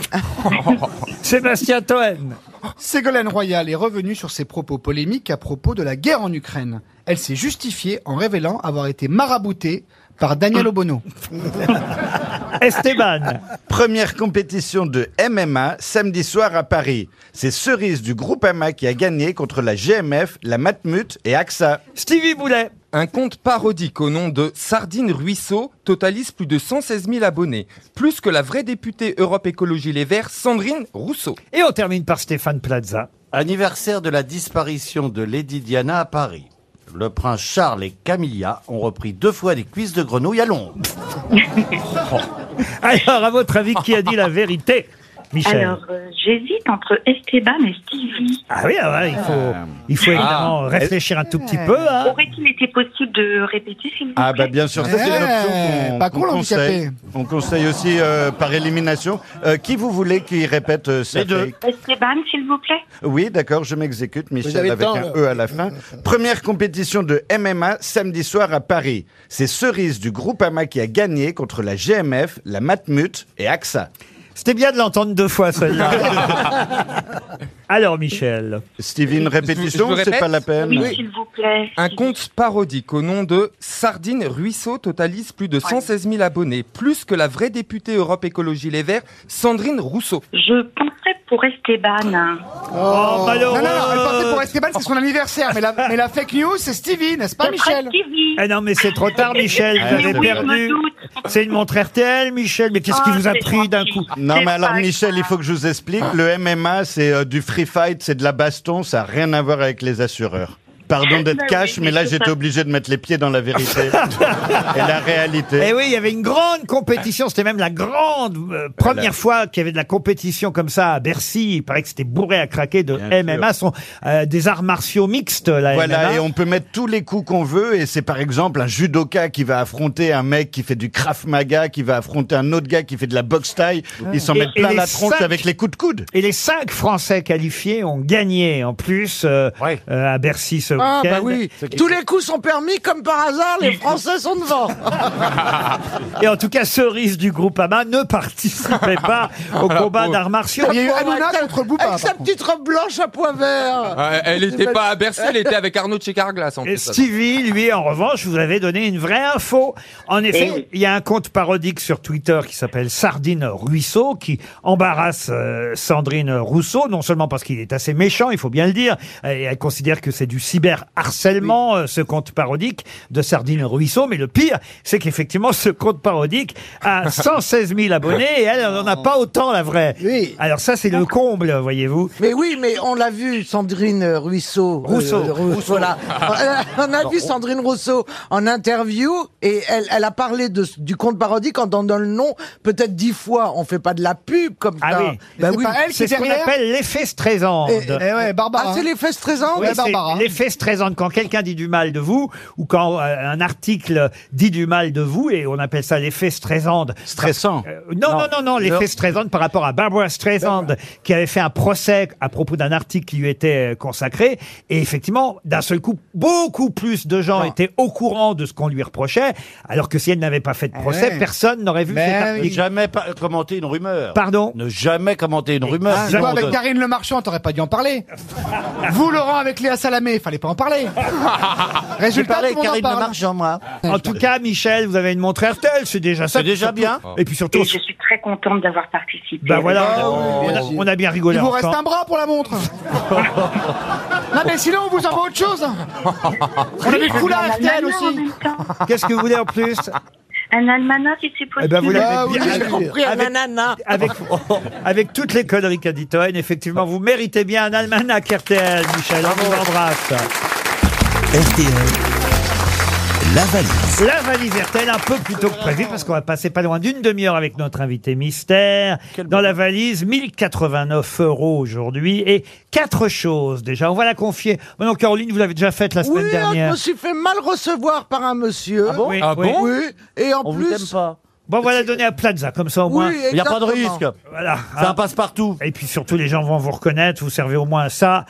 Speaker 2: Sébastien Toen.
Speaker 6: Ségolène Royal est revenue sur ses propos polémiques à propos de la guerre en Ukraine. Elle s'est justifiée en révélant avoir été maraboutée par Daniel Obono.
Speaker 2: Esteban.
Speaker 4: Première compétition de MMA samedi soir à Paris. C'est Cerise du groupe AMA qui a gagné contre la GMF, la Matmut et AXA.
Speaker 2: Stevie Boulet.
Speaker 7: Un compte parodique au nom de Sardine Ruisseau totalise plus de 116 000 abonnés, plus que la vraie députée Europe Écologie Les Verts, Sandrine Rousseau.
Speaker 2: Et on termine par Stéphane Plaza.
Speaker 10: Anniversaire de la disparition de Lady Diana à Paris. Le prince Charles et Camilla ont repris deux fois des cuisses de grenouille à Londres.
Speaker 2: Alors à votre avis, qui a dit la vérité Michel.
Speaker 16: Alors, euh, j'hésite entre Esteban et Stevie.
Speaker 2: Ah oui, ah ouais, il faut, il
Speaker 16: Ah.
Speaker 2: faut évidemment réfléchir un tout petit peu. hein.
Speaker 16: Aurait-il été possible de répéter, s'il vous plaît
Speaker 4: Ah bah bien sûr, ça c'est une option qu'on
Speaker 6: pas con,
Speaker 4: qu'on
Speaker 6: l'handicapé.
Speaker 4: conseille. On conseille aussi euh, par élimination. Euh, qui vous voulez qui répète euh, ça
Speaker 16: Les deux.
Speaker 4: fait-
Speaker 16: Esteban, s'il vous plaît.
Speaker 4: Oui, d'accord, je m'exécute,
Speaker 16: avez
Speaker 4: Michel,
Speaker 16: le
Speaker 4: avec
Speaker 16: temps,
Speaker 4: un
Speaker 16: là.
Speaker 4: E à la fin. Première compétition de MMA samedi soir à Paris. C'est Cerise du groupe AMA qui a gagné contre la GMF, la Matmut et AXA.
Speaker 2: C'était bien de l'entendre deux fois celle-là. Alors Michel.
Speaker 4: Stevie, une répétition,
Speaker 7: Je vous
Speaker 4: c'est
Speaker 7: répète
Speaker 4: pas la peine.
Speaker 16: Oui, s'il vous plaît.
Speaker 7: Un compte parodique au nom de Sardine Ruisseau totalise plus de 116 000 abonnés, plus que la vraie députée Europe Écologie Les Verts, Sandrine Rousseau.
Speaker 16: Je penserais pour Esteban.
Speaker 2: Oh,
Speaker 6: bah Non,
Speaker 2: malheureux.
Speaker 6: non, elle partait pour Esteban, c'est son anniversaire. Mais la, mais la fake news, c'est Stevie, n'est-ce pas,
Speaker 16: Ce sera
Speaker 6: Michel
Speaker 16: Stevie.
Speaker 2: Eh non mais c'est trop tard Michel,
Speaker 4: Ah,
Speaker 2: vous avez
Speaker 4: oui, je
Speaker 2: perdu.
Speaker 16: me doute.
Speaker 2: C'est une montre RTL Michel, mais qu'est-ce qui
Speaker 16: Ah,
Speaker 2: vous a
Speaker 16: c'est
Speaker 2: pris d'un coup
Speaker 4: Non,
Speaker 16: C'est
Speaker 4: mais alors,
Speaker 16: pas
Speaker 4: Michel, il faut que je vous explique. Le MMA, c'est euh, du free fight, c'est de la baston, ça n'a rien à voir avec les assureurs. Pardon
Speaker 16: Bah
Speaker 4: d'être
Speaker 16: oui,
Speaker 4: cash,
Speaker 16: mais
Speaker 4: mais là,
Speaker 16: c'est
Speaker 4: j'étais
Speaker 16: ça.
Speaker 4: obligé de mettre les pieds dans la vérité et la réalité.
Speaker 2: Eh oui, il y avait une grande compétition. C'était même la grande euh, première fois qu'il y avait de la compétition comme ça à Bercy. Il paraît que c'était bourré à craquer de
Speaker 4: Bien
Speaker 2: MMA. Ce sont euh, des arts martiaux mixtes, la
Speaker 4: Voilà,
Speaker 2: MMA.
Speaker 4: et on peut mettre tous les coups qu'on veut, et c'est par exemple un judoka qui va affronter un mec qui fait du krav maga, qui va affronter un autre gars qui fait de la boxe taille, ils s'en
Speaker 2: Et-
Speaker 4: mettent
Speaker 2: et
Speaker 4: plein
Speaker 2: les
Speaker 4: la tronche
Speaker 2: cinq-
Speaker 4: avec les coups de coude.
Speaker 2: Et les cinq Français qualifiés ont gagné en plus euh, euh, à Bercy ce
Speaker 3: Ah,
Speaker 2: week-end.
Speaker 3: bah oui. Tous les coups sont permis, comme par hasard, les Français sont devant.
Speaker 2: Et en tout cas, Cerise du groupe AMA ne participait pas au
Speaker 4: oh.
Speaker 2: combat d'arts martiaux.
Speaker 6: Il y a eu Hanouna contre Bouba.
Speaker 3: Avec sa
Speaker 6: par contre.
Speaker 3: petite robe blanche à pois vert.
Speaker 7: Euh, elle n'était pas à Bercy, elle était avec Arnaud de chez Carglass en
Speaker 2: Et
Speaker 7: plus.
Speaker 2: Stevie, lui, en revanche, vous avez donné une vraie info. En effet,
Speaker 16: Eh oui.
Speaker 2: il y a un compte parodique sur Twitter qui s'appelle Sardine Ruisseau, qui embarrasse euh, Sandrine Rousseau, non seulement parce qu'il est assez méchant, il faut bien le dire, et elle considère que c'est du cyberharcèlement, euh, ce compte parodique de Sardine Ruisseau, mais le pire, c'est qu'effectivement, ce compte parodique a 116 000 abonnés, et elle elle n'en a pas autant, la vraie.
Speaker 5: Oui.
Speaker 2: Alors ça, c'est le comble, voyez-vous.
Speaker 3: Mais oui, mais on l'a vu, Sandrine euh, Ruisseau. Euh,
Speaker 2: Rousseau. Ah.
Speaker 3: Rousseau. Voilà. On a- on a vu Sandrine Rousseau en interview et elle, elle a parlé de, du conte parodique en donnant le nom peut-être dix fois. On fait pas de la pub comme
Speaker 2: Ah
Speaker 3: ça.
Speaker 2: oui.
Speaker 3: Bah
Speaker 6: C'est
Speaker 3: oui.
Speaker 6: pas elle qui
Speaker 2: C'est
Speaker 6: est
Speaker 2: ce qu'on
Speaker 6: derrière
Speaker 2: appelle l'effet Streisand.
Speaker 6: Eh ouais, Barbara.
Speaker 3: Ah, c'est les fesses
Speaker 6: hein.
Speaker 3: trésors
Speaker 2: Oui,
Speaker 6: Ouais,
Speaker 2: c'est
Speaker 6: Barbara. hein.
Speaker 2: L'effet Streisand, quand quelqu'un dit du mal de vous, ou quand euh, un article dit du mal de vous, et on appelle ça l'effet Streisand.
Speaker 4: Stressant.
Speaker 2: Euh, non, non, non, non, l'effet Streisand par rapport à Barbara Streisand, qui avait fait un procès à propos d'un article qui lui était euh, consacré. Et effectivement, d'un seul coup, beaucoup plus de gens étaient au courant de ce qu'on lui reprochait, alors que si elle n'avait pas fait de procès,
Speaker 6: Eh ouais.
Speaker 2: personne n'aurait vu
Speaker 6: Mais
Speaker 2: cet
Speaker 6: oui.
Speaker 2: article.
Speaker 10: Ne jamais pa- commenter une rumeur.
Speaker 2: Pardon
Speaker 10: Ne jamais commenter une rumeur.
Speaker 3: Ah,
Speaker 6: Tu vois,
Speaker 10: sinon on
Speaker 6: avec
Speaker 10: donne-
Speaker 6: Karine Le Marchand, t'aurais pas dû en parler. Vous, Laurent, avec Léa Salamé, fallait pas en parler. Résultat,
Speaker 2: parlé
Speaker 6: tout le monde
Speaker 2: avec
Speaker 6: en
Speaker 2: Karine
Speaker 6: parle.
Speaker 2: Lemarchand, En tout cas, Michel, vous avez une montre RTL, c'est déjà ça.
Speaker 6: C'est déjà
Speaker 2: Surtout-
Speaker 6: bien.
Speaker 2: Et puis surtout,
Speaker 16: Et je suis très contente d'avoir participé.
Speaker 2: bah
Speaker 10: Ah
Speaker 2: voilà, on a, on a bien rigolé.
Speaker 6: Il vous
Speaker 2: encore.
Speaker 6: reste un bras pour la montre. non mais sinon on vous envoie autre chose. On avait le foulard RTL aussi.
Speaker 2: Qu'est-ce que vous voulez en plus
Speaker 16: Un almanach, si c'est possible.
Speaker 2: Eh ben, vous l'avez bien
Speaker 16: j'ai compris, un
Speaker 2: Avec-
Speaker 16: ananas.
Speaker 2: Avec, avec toutes les conneries qu'a dit Toen, effectivement, vous méritez bien un almanach RTL, Michel. On vous embrasse.
Speaker 1: RTL, la valise.
Speaker 2: La valise RTL, un peu plus tôt que prévu, parce qu'on va passer pas loin d'une demi-heure avec notre invité mystère. Dans la valise, 1089 euros aujourd'hui et quatre choses déjà. On va la confier. Oh non, Caroline, vous l'avez déjà faite la semaine
Speaker 3: Oui, hein, je
Speaker 2: dernière.
Speaker 3: me suis fait mal recevoir par un monsieur. Ah
Speaker 2: bon
Speaker 3: oui.
Speaker 2: Ah bon
Speaker 3: Oui, et en
Speaker 2: On vous
Speaker 3: plus...
Speaker 2: aime pas. Bon, voilà, donner à Plaza, comme ça au
Speaker 3: Oui,
Speaker 2: moins.
Speaker 3: Il y a pas de exactement. risque.
Speaker 2: Voilà.
Speaker 3: C'est un
Speaker 2: passe-partout. Et puis surtout, les gens vont vous reconnaître, vous servez au moins à ça.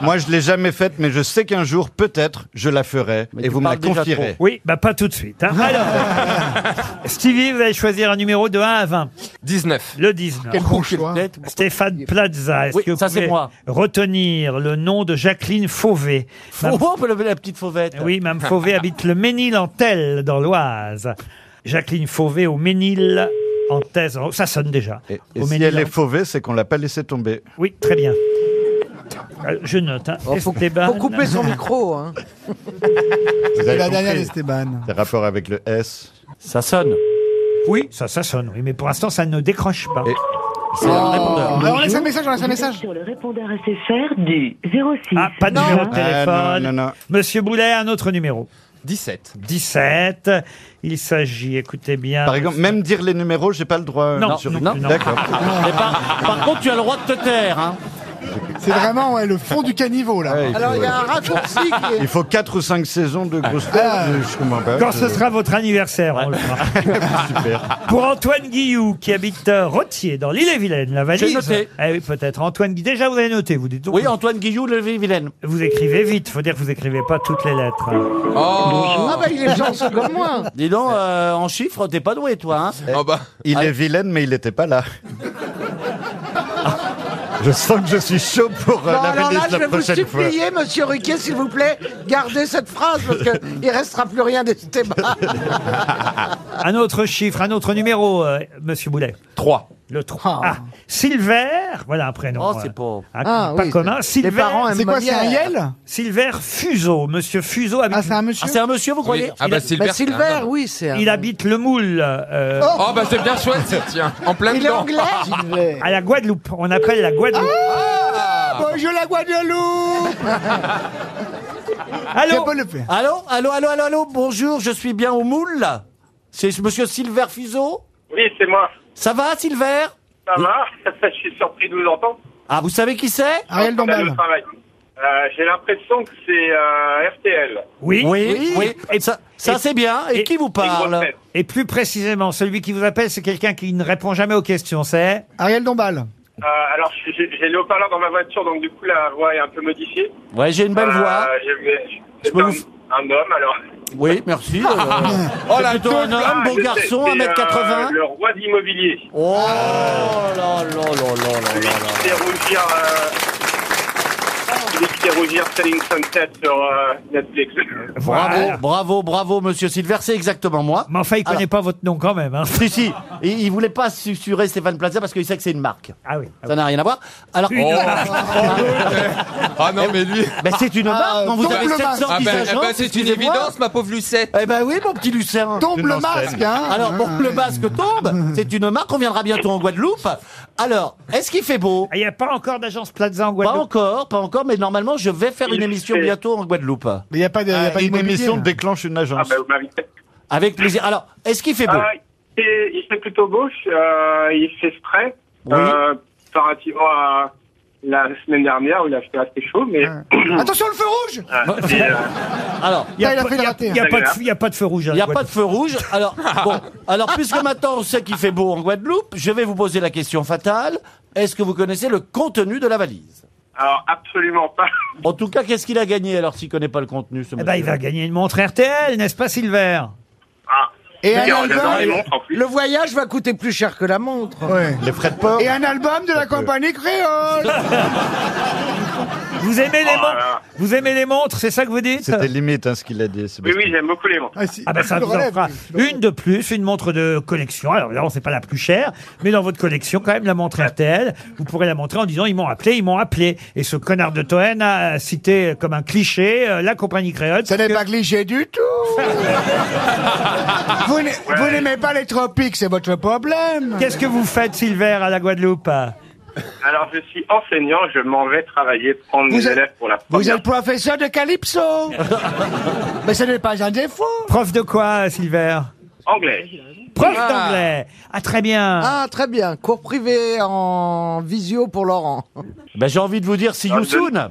Speaker 4: Moi, je l'ai jamais faite, mais je sais qu'un jour, peut-être, je la ferai et vous me la confierez.
Speaker 2: Oui, bah pas tout de suite. hein. Alors, Stevie, vous allez choisir un numéro de 1 à 20.
Speaker 7: 19.
Speaker 2: Le 19.
Speaker 7: Quel bon choix.
Speaker 2: Stéphane Plaza, est-ce
Speaker 7: Oui,
Speaker 2: que vous
Speaker 7: ça, c'est
Speaker 2: pouvez
Speaker 7: moi.
Speaker 2: retenir le nom de Jacqueline Fauvé Madame-
Speaker 10: Oh, la la petite fauvette.
Speaker 2: Oui, Mme Fauvé habite le Ménil-en-Telle, dans l'Oise. Jacqueline Fauvé au Ménil. En thèse, Oh, ça sonne déjà.
Speaker 4: Et
Speaker 2: Au
Speaker 4: si
Speaker 2: Ménil-
Speaker 4: elle est fauvée, c'est qu'on l'a pas laissée tomber.
Speaker 2: Oui, très bien. Euh, Je note. Hein. Esteban.
Speaker 3: Oh, Faut couper son micro. Hein.
Speaker 4: Vous avez
Speaker 6: la dernière
Speaker 4: compris.
Speaker 6: d'Esteban.
Speaker 4: C'est rapport avec le S. Ça sonne.
Speaker 2: Oui, ça, ça sonne, oui, mais pour l'instant, ça ne décroche pas.
Speaker 6: Oh, mais on laisse un message, on laisse un message.
Speaker 17: Sur le répondeur SFR du 06.
Speaker 2: Ah, pas de
Speaker 6: Non.
Speaker 2: numéro de
Speaker 6: Ah,
Speaker 2: téléphone.
Speaker 6: non, non, non.
Speaker 2: Monsieur Boulet, un autre numéro.
Speaker 7: 17.
Speaker 2: 17. Il s'agit, écoutez bien.
Speaker 4: Par exemple, même dire les numéros, j'ai pas le droit. euh,
Speaker 2: Non,
Speaker 4: sur-
Speaker 2: non, non.
Speaker 4: D'accord.
Speaker 10: Ah, Mais par, par contre, tu as le droit de te taire. Hein.
Speaker 6: C'est vraiment ouais, le fond du caniveau là.
Speaker 4: il Alors, faut- il y a un
Speaker 6: raccourci
Speaker 4: Il faut 4 ou 5 saisons de grosses têtes.
Speaker 6: Ah.
Speaker 4: je comprends pas.
Speaker 2: Quand ce sera votre anniversaire, on le fera.
Speaker 4: Super.
Speaker 2: Pour Antoine Guillou, qui habite euh, Rothier, dans l'île et Vilaine, la valise.
Speaker 10: J'ai noté.
Speaker 2: Eh oui, peut-être. Antoine Guillou, déjà vous avez noté, vous dites donc.
Speaker 10: Oui, Antoine Guillou, le vilaine.
Speaker 2: Vous écrivez vite, faut dire que vous écrivez pas toutes les lettres.
Speaker 10: Oh.
Speaker 3: Ah bah, il est gentil comme moi.
Speaker 10: Dis donc, euh, en chiffres, t'es pas doué, toi. Hein
Speaker 14: Eh, oh, bah.
Speaker 4: Il est vilaine, mais il n'était pas là. je sens que je suis chaud pour euh,
Speaker 3: Bon,
Speaker 4: la
Speaker 3: alors
Speaker 4: valise
Speaker 3: là, je
Speaker 4: la
Speaker 3: vais vous
Speaker 4: prochaine fois.
Speaker 3: supplier, monsieur Ruquier, s'il vous plaît, gardez cette phrase, parce qu'il ne restera plus rien d'Esteban.
Speaker 2: Un autre chiffre, un autre numéro, euh, monsieur Boulet.
Speaker 7: 3.
Speaker 2: Le 3. Ah, Silver, voilà un prénom.
Speaker 10: Oh, c'est
Speaker 2: euh,
Speaker 10: pauvre.
Speaker 2: ah,
Speaker 10: Ah,
Speaker 2: pas
Speaker 10: oui,
Speaker 2: commun.
Speaker 10: c'est-
Speaker 2: Silver.
Speaker 10: les parents aiment C'est quoi, c'est un Molière. Yel
Speaker 2: Silver Fuseau. Monsieur Fuseau habite. Ah, c'est un monsieur
Speaker 10: Ah, c'est un monsieur, vous croyez Ah, bah, Silver, Bah, c'est Silver, un homme.
Speaker 2: oui, c'est Il habite le moule. euh,
Speaker 7: Oh, bah c'est bien chouette, tiens. En plein dedans.
Speaker 2: À la Guadeloupe. On appelle la Guadeloupe.
Speaker 10: Ah
Speaker 6: Ah, Bonjour la Guadeloupe
Speaker 2: Allô
Speaker 10: Allô, allô, allô, allô, allô, bonjour, je suis bien au moule, là C'est monsieur Silver Fuseau
Speaker 14: Oui, c'est moi.
Speaker 10: Ça va, Silver
Speaker 14: Ça va Je suis surpris de vous entendre.
Speaker 10: Ah, vous savez qui c'est
Speaker 14: Ariel Dombal. Euh, J'ai l'impression que c'est euh, RTL.
Speaker 2: Oui,
Speaker 10: Oui, oui.
Speaker 2: Et
Speaker 10: ça, ça, c'est bien. Et qui vous parle
Speaker 2: Et plus précisément, celui qui vous appelle, c'est quelqu'un qui ne répond jamais aux questions, c'est
Speaker 6: Ariel Dombal.
Speaker 14: Euh, alors, j'ai- j'ai le haut-parleur dans ma voiture, donc du coup, la voix est un peu modifiée.
Speaker 10: Ouais, j'ai une belle
Speaker 14: Euh,
Speaker 10: voix.
Speaker 14: je vais-
Speaker 10: Je
Speaker 14: C'est
Speaker 10: peux
Speaker 14: un,
Speaker 10: vous-
Speaker 14: un homme, alors.
Speaker 10: Oui, merci. euh,
Speaker 14: C'est
Speaker 10: oh, la
Speaker 14: plutôt
Speaker 10: un homme,
Speaker 14: Ah,
Speaker 10: beau
Speaker 14: je sais,
Speaker 10: garçon,
Speaker 14: c'est,
Speaker 10: 1m80.
Speaker 14: euh, le roi de l'immobilier.
Speaker 10: Oh là là là là là là là.
Speaker 14: Celui qui fait rougir... euh, celui qui fait rougir Selling Sunset sur euh, Netflix.
Speaker 10: Bravo, Ah, bravo, bravo, monsieur Silver, c'est exactement moi.
Speaker 2: Mais enfin, il connaît pas votre nom quand même. Hein.
Speaker 10: Si, si, il, il voulait pas susurrer Stéphane Plaza parce qu'il sait que c'est une marque.
Speaker 2: Ah oui.
Speaker 10: Ça n'a rien à voir. Alors.
Speaker 2: Une marque.
Speaker 7: Ah non, mais lui.
Speaker 10: Mais ben, c'est
Speaker 6: Ah,
Speaker 10: une marque, quand vous avez 700
Speaker 7: Ah, ben,
Speaker 10: visages,
Speaker 7: eh ben, c'est une
Speaker 10: excusez-moi.
Speaker 7: évidence, ma pauvre Lucette.
Speaker 10: Eh ben oui, mon petit Lucien.
Speaker 6: Tombe le masque, hein.
Speaker 10: Alors, bon, le masque tombe. C'est une marque. On viendra bientôt en Guadeloupe. Alors, est-ce qu'il fait beau
Speaker 2: Ah, Il n'y a pas encore d'agence Plaza en
Speaker 10: Pas
Speaker 2: Guadeloupe.
Speaker 10: encore, pas encore. Mais normalement, je vais faire une
Speaker 14: Il
Speaker 10: émission
Speaker 14: fait-
Speaker 10: bientôt en Guadeloupe.
Speaker 6: Mais il n'y a pas de. hein. y a pas
Speaker 4: Ah, Une
Speaker 6: d'immobilier,
Speaker 4: émission
Speaker 6: là.
Speaker 4: déclenche une
Speaker 14: Ah,
Speaker 4: agence.
Speaker 14: bah, vous m'invitez.
Speaker 10: Avec plaisir. Alors, ben, est-ce qu'il fait beau
Speaker 14: Ah, il fait- il fait plutôt gauche, euh, il fait frais.
Speaker 10: Oui.
Speaker 14: Euh, comparativement à la semaine dernière où il a fait assez chaud, mais.
Speaker 6: Attention le feu rouge
Speaker 14: Ah, et, euh,
Speaker 10: Alors,
Speaker 2: Il n'y a,
Speaker 6: Ah, il a
Speaker 2: pas-
Speaker 6: fait le
Speaker 2: il y a-
Speaker 6: raté.
Speaker 2: il y a pas de feu- il y a pas de feu rouge. hein,
Speaker 10: il n'y a pas de feu rouge. Alors, bon. Alors, puisque maintenant on sait qu'il fait beau en Guadeloupe, je vais vous poser la question fatale. Est-ce que vous connaissez le contenu de la valise
Speaker 14: alors, absolument pas.
Speaker 10: En tout cas, qu'est-ce qu'il a gagné alors s'il connaît pas le contenu ce
Speaker 2: Eh ben, il va gagner une montre RTL, n'est-ce pas, Silver
Speaker 14: Ah.
Speaker 6: Et un
Speaker 14: D'ailleurs, j'adore les
Speaker 6: album,
Speaker 14: montres en plus.
Speaker 3: Le voyage va coûter plus cher que la montre.
Speaker 6: Ouais.
Speaker 4: Les frais de port.
Speaker 6: Et un album de la compagnie créole
Speaker 2: Vous aimez les
Speaker 14: Oh
Speaker 10: Ah.
Speaker 14: là
Speaker 2: montres
Speaker 14: là.
Speaker 2: Vous aimez les montres, c'est ça que vous dites
Speaker 4: C'était limite hein, ce qu'il a dit.
Speaker 14: Oui, oui, j'aime beaucoup les mots.
Speaker 2: Ah bah ça vous en fera une de plus, une montre de collection. Alors évidemment, c'est pas la plus chère, mais dans votre collection, quand même, la montre RTL, vous pourrez la montrer en disant ils m'ont appelé, ils m'ont appelé. Et ce connard de Toen a cité comme un cliché euh, la compagnie créole. Ça n'est pas
Speaker 6: cliché du tout.
Speaker 2: Ah.
Speaker 6: Vous n'a- vous n'aimez pas les tropiques, c'est votre problème.
Speaker 2: Qu'est-ce que vous faites, Silver, à la Guadeloupe
Speaker 14: Alors, je suis enseignant, je m'en vais travailler, prendre mes
Speaker 6: Vous êtes-
Speaker 14: élèves pour la première
Speaker 6: Vous êtes professeur de calypso. Mais ce n'est pas un défaut.
Speaker 2: Prof de quoi, Silver
Speaker 14: anglais.
Speaker 2: Prof d'anglais. Ah, très bien.
Speaker 3: Ah, très bien. Cours privé en visio pour Laurent.
Speaker 8: Ben, j'ai envie de vous dire, see you soon.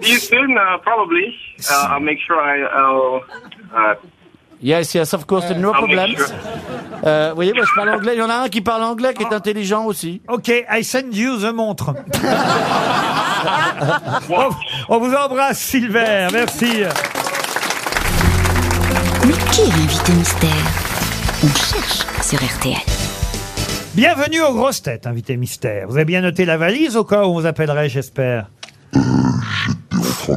Speaker 14: See you soon, uh, probably. Uh, I'll make sure I, I'll. Uh,
Speaker 8: Yes, yes, of course, no
Speaker 14: I'll
Speaker 8: problem.
Speaker 14: make ah sure.
Speaker 8: Euh, vous voyez, moi je parle anglais. Il y en a un qui parle anglais qui est intelligent aussi.
Speaker 2: Ah. Ok, I send you the montre. on, on vous embrasse, Silver. Merci.
Speaker 9: Mais qui est l'invité mystère On cherche sur RTL.
Speaker 2: Bienvenue aux grosses têtes, invité mystère. Vous avez bien noté la valise au cas où on vous appellerait, j'espère
Speaker 8: Ouh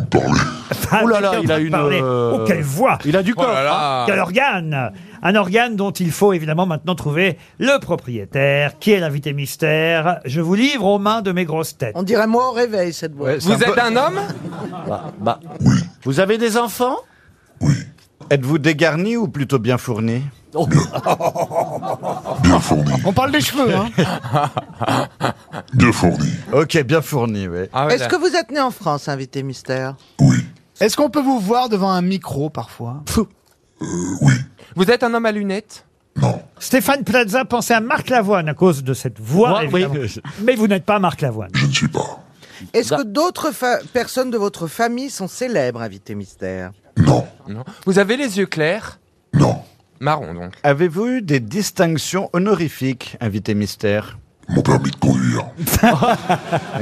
Speaker 8: là là,
Speaker 2: Ah,
Speaker 8: il a une.
Speaker 2: parler.
Speaker 8: euh,
Speaker 2: Oh, quelle voix
Speaker 8: Il a du corps. hein.
Speaker 2: Quel organe Un organe dont il faut évidemment maintenant trouver le propriétaire, qui est l'invité mystère. Je vous livre aux mains de mes grosses têtes.
Speaker 3: On dirait moi au réveil, cette voix.
Speaker 2: Ouais, c'est Vous un peu- êtes un homme
Speaker 8: Bah, bah.
Speaker 4: Vous avez des enfants Oui. Êtes-vous dégarni ou plutôt bien fourni Bien fourni.
Speaker 6: On parle des cheveux, hein.
Speaker 4: bien fourni. Ok, bien fourni, Ah oui.
Speaker 2: Ah,
Speaker 3: Est-ce que vous êtes né en France, invité mystère
Speaker 6: Est-ce qu'on peut vous voir devant un micro parfois
Speaker 7: Vous êtes un homme à lunettes
Speaker 2: Stéphane Plaza pensait à Marc Lavoine à cause de cette voix,
Speaker 7: Moi,
Speaker 2: évidemment.
Speaker 7: oui.
Speaker 2: Mais vous n'êtes pas Marc Lavoine.
Speaker 3: Est-ce que d'autres fa- personnes de votre famille sont célèbres, invité mystère
Speaker 7: Non. Vous avez les yeux clairs Non. Marron donc.
Speaker 4: Avez-vous eu des distinctions honorifiques, invité mystère Mon permis de conduire.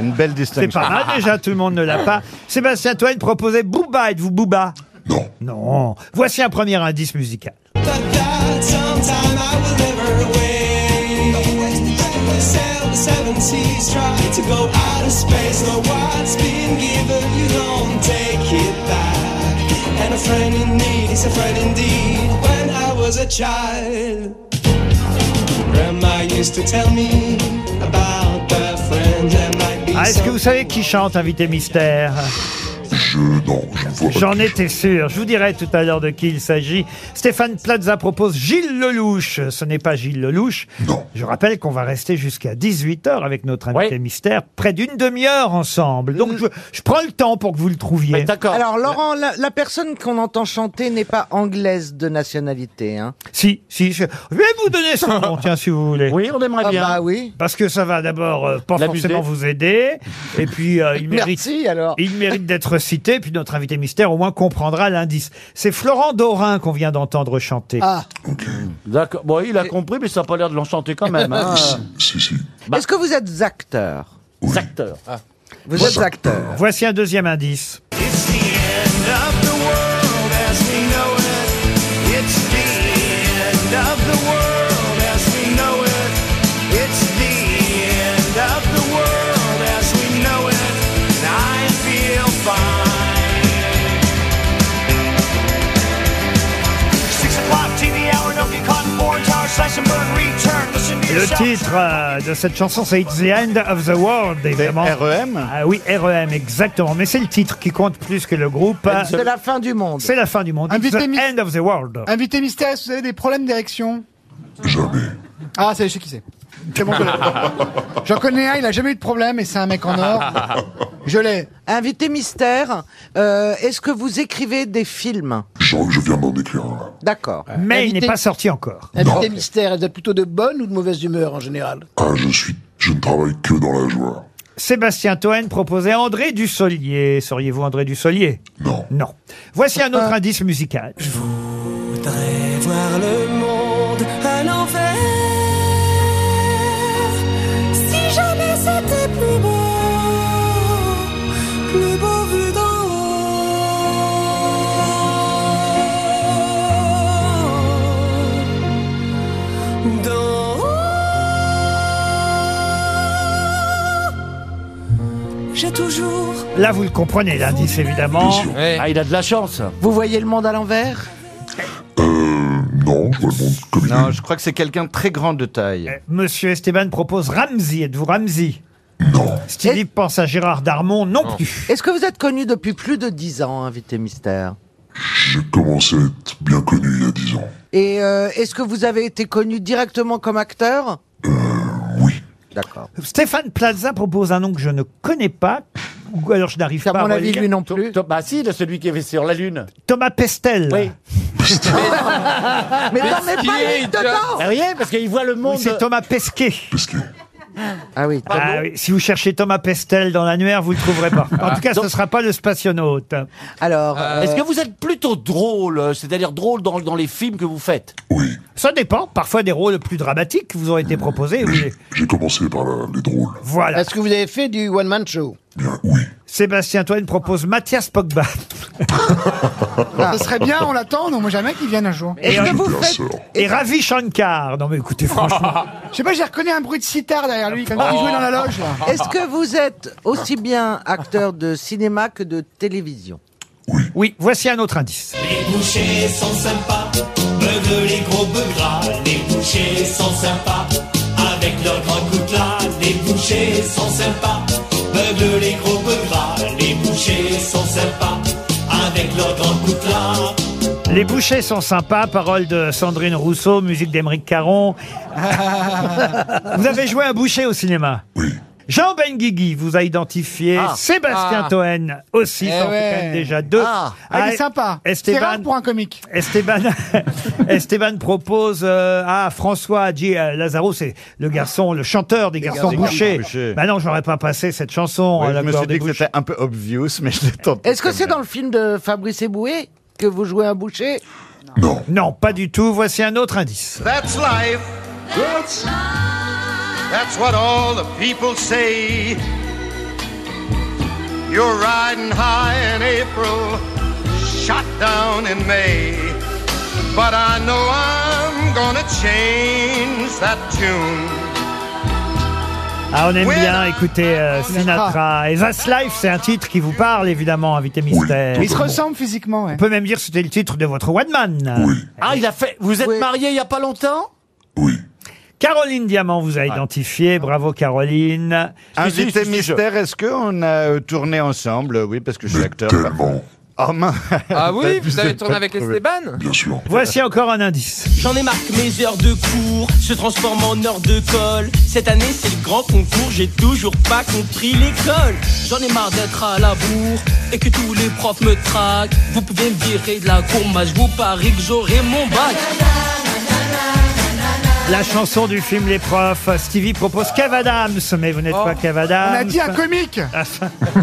Speaker 4: Une belle
Speaker 2: C'est
Speaker 4: distinction. Ah,
Speaker 2: pas mal déjà, tout le monde ne l'a pas. Sébastien Toine proposait Booba. Êtes-vous Booba Non. Non. Voici un premier indice musical.
Speaker 15: Child, Grandma used to tell me about her friends that might be
Speaker 2: Ah, Est-ce que vous savez qui chante Invité Mystère J'en étais sûr. Je vous dirai tout à l'heure de qui il s'agit. Stéphane Plaza propose Gilles Lelouch. Ce n'est pas Gilles Lelouch. Je rappelle qu'on va rester jusqu'à 18h avec notre invité mystère, près d'une demi-heure ensemble. Donc je, je prends le temps pour que vous le trouviez.
Speaker 3: Alors, Laurent, la, la personne qu'on entend chanter n'est pas anglaise de nationalité. Hein.
Speaker 2: Si, si, je je vais vous donner son nom, tiens, si vous voulez.
Speaker 8: Oui, on aimerait
Speaker 3: Ah
Speaker 2: bien.
Speaker 3: bah oui.
Speaker 2: Parce que ça va d'abord euh, pas
Speaker 8: L'abuser.
Speaker 2: forcément vous aider, et puis euh, il mérite, il mérite d'être cité, puis notre invité mystère au moins comprendra l'indice. C'est Florent Dorin qu'on vient d'entendre chanter.
Speaker 8: Ah. D'accord. Bon, il a compris, mais ça n'a pas l'air de l'enchanter quand même. hein.
Speaker 3: Est-ce que vous êtes acteur
Speaker 8: Bah. Acteur.
Speaker 3: Vous êtes acteur.
Speaker 2: Voici un deuxième indice.
Speaker 15: of the world as we know it. It's the end of the world as we know it. It's the end of the world as we know it. And I feel fine. Six o'clock TV hour, don't get caught in four tower, slice and burn, return. Listen to
Speaker 2: Le
Speaker 15: yourself.
Speaker 2: titre euh, de cette chanson, c'est It's the End of the World, évidemment. REM Ah oui, REM, exactement. Mais c'est le titre qui compte plus que le groupe. Euh,
Speaker 3: C'est la fin du monde.
Speaker 2: C'est la fin du monde. It's
Speaker 6: Invité
Speaker 2: the
Speaker 6: mis-
Speaker 2: end of the world.
Speaker 6: Ah. Invité mystère, est-ce que vous avez des problèmes d'érection Jamais. Ah, c'est je sais qui c'est. C'est mon collègue. J'en connais un, il a jamais eu de problème et c'est un mec en or.
Speaker 3: Je l'ai. Invité mystère, euh, est-ce que vous écrivez des films Je viens d'en écrire un. D'accord.
Speaker 2: Mais il n'est pas sorti encore.
Speaker 5: Invité mystère, vous êtes plutôt de bonne ou de mauvaise humeur en général
Speaker 3: Euh.
Speaker 18: Ah, je suis, je ne travaille que dans la joie.
Speaker 2: Sébastien Toen proposait André Dussolier. Seriez-vous André Dussolier Non. Non. Voici un autre indice musical.
Speaker 15: voudrais voir le monde à l'envers. Si jamais c'était plus beau, plus beau vu d'en haut. D'en haut. J'ai toujours.
Speaker 2: Là, vous le comprenez, l'indice, évidemment.
Speaker 10: Ah, il a de la chance.
Speaker 3: Vous voyez le monde à l'envers
Speaker 4: Non, je Non, je crois que c'est quelqu'un de très grand de taille.
Speaker 2: Monsieur Esteban propose Ramsey. Êtes-vous Ramsey Non. Stevie pense à Gérard Darmon non, plus.
Speaker 3: Est-ce que vous êtes connu depuis plus de 10 ans, invité mystère
Speaker 18: J'ai commencé à être bien connu il y a 10 ans.
Speaker 3: Et euh, est-ce que vous avez été connu directement comme acteur Oui. D'accord.
Speaker 2: Stéphane Plaza propose un nom que je ne connais pas. Ou alors je n'arrive pas à relire.
Speaker 10: plus. Bah si, de celui qui est sur la Lune.
Speaker 2: Thomas Pestel.
Speaker 10: Oui.
Speaker 15: Mais t'en mets pas lui dedans
Speaker 10: Ah oui, parce qu'il voit le monde.
Speaker 2: Oui, c'est Thomas Pesquet.
Speaker 3: Ah oui.
Speaker 2: Ah oui, si vous cherchez Thomas Pestel dans l'annuaire, vous ne le trouverez pas. En
Speaker 10: Ah.
Speaker 2: tout cas, ce ne sera pas le spationaute.
Speaker 3: Alors,
Speaker 19: Euh.
Speaker 10: Est-ce que vous êtes plutôt drôle, euh, c'est-à-dire drôle dans, dans les films que vous faites
Speaker 2: Ça dépend. Parfois, des rôles plus dramatiques vous ont été proposés. oui.
Speaker 18: J'ai commencé par la- les drôles.
Speaker 2: Voilà.
Speaker 5: Est-ce que vous avez fait du one-man show
Speaker 2: Sébastien Toine propose Mathias Pogba.
Speaker 6: Ah. Ce serait bien, on l'attend, non, moi jamais qu'il vienne un jour.
Speaker 2: Et, et Ravi Shankar. Non, mais écoutez, franchement.
Speaker 6: Je sais pas, j'ai reconnu un bruit de sitar derrière lui, comme s'il jouait dans la loge. là.
Speaker 3: Est-ce que vous êtes aussi bien acteur de cinéma que de télévision
Speaker 2: Oui, voici un autre indice.
Speaker 15: Les bouchers sont sympas, meuglent les gros bœufs gras. Les bouchers sont sympas, avec leur grand coutelas. Les bouchers sont sympas, meuglent les gros bœufs gras. Les bouchers sont sympas, avec leur grand coutelas.
Speaker 2: Les bouchers sont sympas, parole de Sandrine Rousseau, musique d'Émeric Caron. vous avez joué un boucher au cinéma Oui. Jean Benguigui vous a identifié,
Speaker 6: Ah.
Speaker 2: Sébastien
Speaker 6: Ah.
Speaker 2: Toen aussi,
Speaker 6: Eh
Speaker 2: ça en fait
Speaker 6: ouais.
Speaker 2: quand même déjà deux.
Speaker 6: Ah. Ah, il est sympa. C'est rare pour un comique.
Speaker 2: Esteban, Esteban propose euh, à François Adji euh, Lazaro, c'est le garçon, le chanteur des
Speaker 4: Des
Speaker 2: garçons
Speaker 4: Garçons
Speaker 2: bouchés.
Speaker 4: Bouchers.
Speaker 2: Bah non, j'aurais pas passé cette chanson.
Speaker 4: Oui,
Speaker 2: à
Speaker 4: je
Speaker 2: la
Speaker 4: me
Speaker 2: gloire
Speaker 4: suis
Speaker 2: des
Speaker 4: dit que c'était un peu obvious, mais je l'ai tenté.
Speaker 3: Est-ce que c'est dans le film de Fabrice Eboué que vous jouez un boucher
Speaker 2: Bouchers. Non, pas du tout. Voici un autre indice.
Speaker 15: That's life. That's what all the people say. You're riding high in April, shot down in May. But I know I'm gonna change that tune.
Speaker 2: Ah, on aime bien écouter euh, Sinatra. Et That's Life, c'est un titre qui vous parle, évidemment, invité mystère.
Speaker 6: Mais Il se ressemble physiquement, ouais.
Speaker 2: On peut même dire que c'était le titre de votre One Man.
Speaker 10: Ah, il a fait. Vous êtes marié il y a pas longtemps
Speaker 2: Caroline Diamant vous a identifié. Bravo, Caroline.
Speaker 4: Ah. Euh, Invité mystère, est-ce qu'on a euh, tourné ensemble Oui, parce que je suis acteur. Oh mince
Speaker 7: Ah oui, vous avez
Speaker 4: êtes
Speaker 7: tourné
Speaker 4: pas
Speaker 7: avec
Speaker 4: trouvé.
Speaker 7: Esteban
Speaker 4: Bien sûr.
Speaker 2: Voici encore un indice.
Speaker 19: J'en ai marqué mes heures de cours, se transforment en heures de colle. Cette année, c'est le grand concours, j'ai toujours pas compris l'école. J'en ai marre d'être à la bourre et que tous les profs me traquent. Vous pouvez me virer de la cour, moi je vous parie que j'aurai mon bac.
Speaker 2: La chanson du film Les Profs. Stevie propose Cavadams, mais vous n'êtes pas Cavadams.
Speaker 6: Oh. On a dit un comique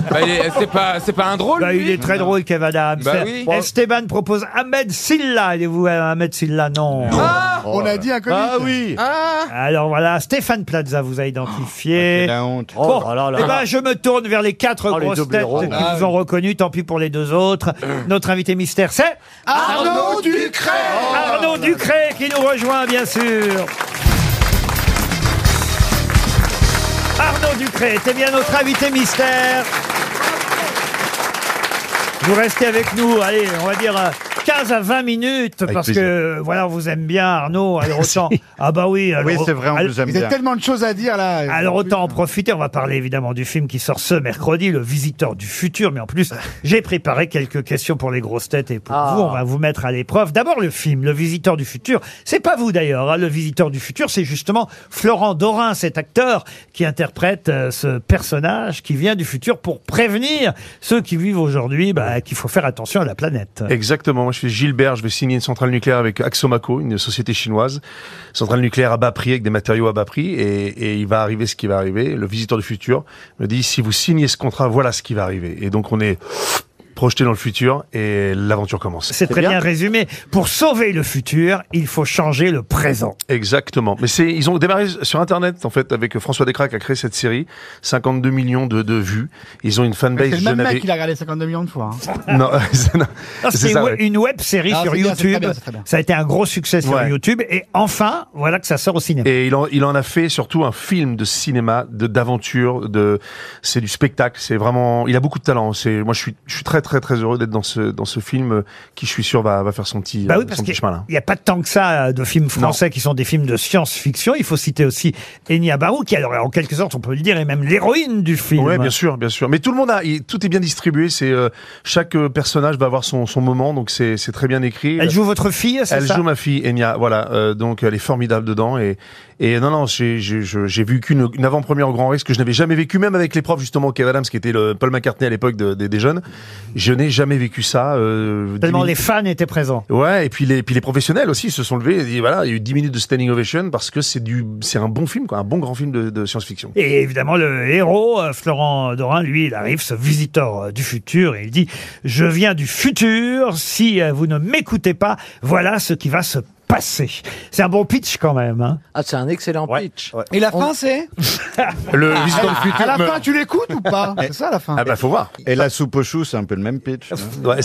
Speaker 7: Bah, il est- C'est pas, c'est pas un drôle.
Speaker 2: Bah, il est très drôle, Cavadams.
Speaker 7: Bah oui.
Speaker 2: Esteban propose Ahmed Silla. Et vous, euh, Ahmed Silla, non.
Speaker 6: Ah, On a dit un comique.
Speaker 2: Ah oui.
Speaker 6: Ah
Speaker 2: Alors voilà, Stéphane Plaza vous a identifié. Bon,
Speaker 10: Oh là là là
Speaker 2: eh
Speaker 10: là.
Speaker 2: ben, je me tourne vers les quatre
Speaker 10: Oh, les
Speaker 2: grosses
Speaker 10: doubles
Speaker 2: têtes
Speaker 10: héros.
Speaker 2: qui
Speaker 10: Ah,
Speaker 2: vous ont reconnu. Tant pis pour les deux autres. Notre invité mystère, c'est
Speaker 6: Ah. Arnaud Ducret
Speaker 2: Arnaud Ducret qui nous rejoint, bien sûr. Arnaud Ducret était bien notre invité mystère. Vous restez avec nous, allez, on va dire euh, 15 à 20 minutes, parce
Speaker 4: plaisir.
Speaker 2: que, voilà, on vous aime bien, Arnaud, alors autant... ah bah oui, alors,
Speaker 4: Oui, c'est vrai, on
Speaker 2: alors-
Speaker 4: vous aime
Speaker 6: Il y a tellement de choses à dire là.
Speaker 2: alors autant en profiter, on va parler évidemment du film qui sort ce mercredi, Le Visiteur du Futur, mais en plus j'ai préparé quelques questions pour les grosses têtes et pour vous, on va vous mettre à l'épreuve. D'abord le film, Le Visiteur du Futur, c'est pas vous d'ailleurs, hein, Le Visiteur du Futur, c'est justement Florent Dorin, cet acteur qui interprète euh, ce personnage qui vient du futur pour prévenir ceux qui vivent aujourd'hui bah, qu'il faut faire attention à la planète.
Speaker 20: Exactement, moi je suis Gilbert, je vais signer une centrale nucléaire avec Axomaco, une société chinoise, centrale nucléaire à bas prix, avec des matériaux à bas prix, et, et il va arriver ce qui va arriver. Le visiteur du futur me dit, si vous signez ce contrat, voilà ce qui va arriver. Et donc on est projeté dans le futur et l'aventure commence.
Speaker 2: C'est très bien. résumé. Pour sauver le futur, il faut changer le présent.
Speaker 20: Exactement. Mais c'est, ils ont démarré sur Internet, en fait, avec François Descraques qui a créé cette série. 52 millions de, de vues. Ils ont une fanbase.
Speaker 6: C'est le
Speaker 20: je
Speaker 6: même
Speaker 20: n'avais-
Speaker 6: mec qui l'a regardé 52 millions de fois. hein.
Speaker 20: Non, c'est- non,
Speaker 2: Non,
Speaker 20: c'est
Speaker 2: C'est
Speaker 20: ça,
Speaker 2: we-
Speaker 20: ouais.
Speaker 2: Bah une web série
Speaker 6: Ah,
Speaker 2: sur
Speaker 6: c'est bien, c'est très
Speaker 2: YouTube.
Speaker 6: bien, c'est très bien.
Speaker 2: ça a été un gros succès sur
Speaker 20: Ouais.
Speaker 2: YouTube. Et enfin, voilà que ça sort au cinéma.
Speaker 20: Et il en, il en a fait surtout un film de cinéma, de d'aventure, de c'est du spectacle. C'est vraiment, il a beaucoup de talent. C'est moi, je suis, je suis très très très heureux d'être dans ce dans ce film euh, qui, je suis sûr, va, va faire son petit,
Speaker 2: Bah oui,
Speaker 20: euh,
Speaker 2: parce
Speaker 20: son petit
Speaker 2: qu'il
Speaker 20: chemin là.
Speaker 2: n'y a pas tant que ça euh, de films français qui sont des films de science-fiction. Il faut citer aussi Enya Barou, qui alors en quelque sorte, on peut le dire, est même l'héroïne du film.
Speaker 20: Ouais, bien sûr, bien sûr. Mais tout le monde a, il- tout est bien distribué. C'est euh, chaque euh, personnage va avoir son, son moment, donc c'est c'est très bien écrit.
Speaker 2: Elle joue votre fille, c'est
Speaker 20: Elle
Speaker 2: ça
Speaker 20: joue ma fille, Enya. Voilà, euh, donc elle est formidable dedans et et non non, j'ai j'ai je- j'ai vu qu'une une avant-première au Grand Rex que je n'avais jamais vécu, même avec les profs justement Kev Adams qui était le Paul McCartney à l'époque de- des des jeunes. Je n'ai jamais vécu ça. euh,
Speaker 2: Tellement
Speaker 20: dix
Speaker 2: les
Speaker 20: minutes-
Speaker 2: fans étaient présents.
Speaker 20: Ouais, et puis les, puis les professionnels aussi se sont levés. Et dit, voilà, il y a eu 10 minutes de standing ovation parce que c'est du, c'est un bon film, quoi, un bon grand film de, de science-fiction.
Speaker 2: Et évidemment, le héros, euh, Florent Dorin, lui, il arrive, ce visiteur euh, du futur, et il dit « Je viens du futur, si euh, vous ne m'écoutez pas, voilà ce qui va se passer. » C'est un bon pitch quand même. hein.
Speaker 3: Ah, c'est un excellent pitch.
Speaker 6: Et la fin, c'est
Speaker 20: Le
Speaker 6: Ah,
Speaker 20: visiteur du futur
Speaker 6: À la
Speaker 20: me-
Speaker 6: fin, tu l'écoutes ou pas C'est ça la fin.
Speaker 20: Ah bah faut voir.
Speaker 4: Et la soupe aux choux, c'est un peu le même pitch. hein.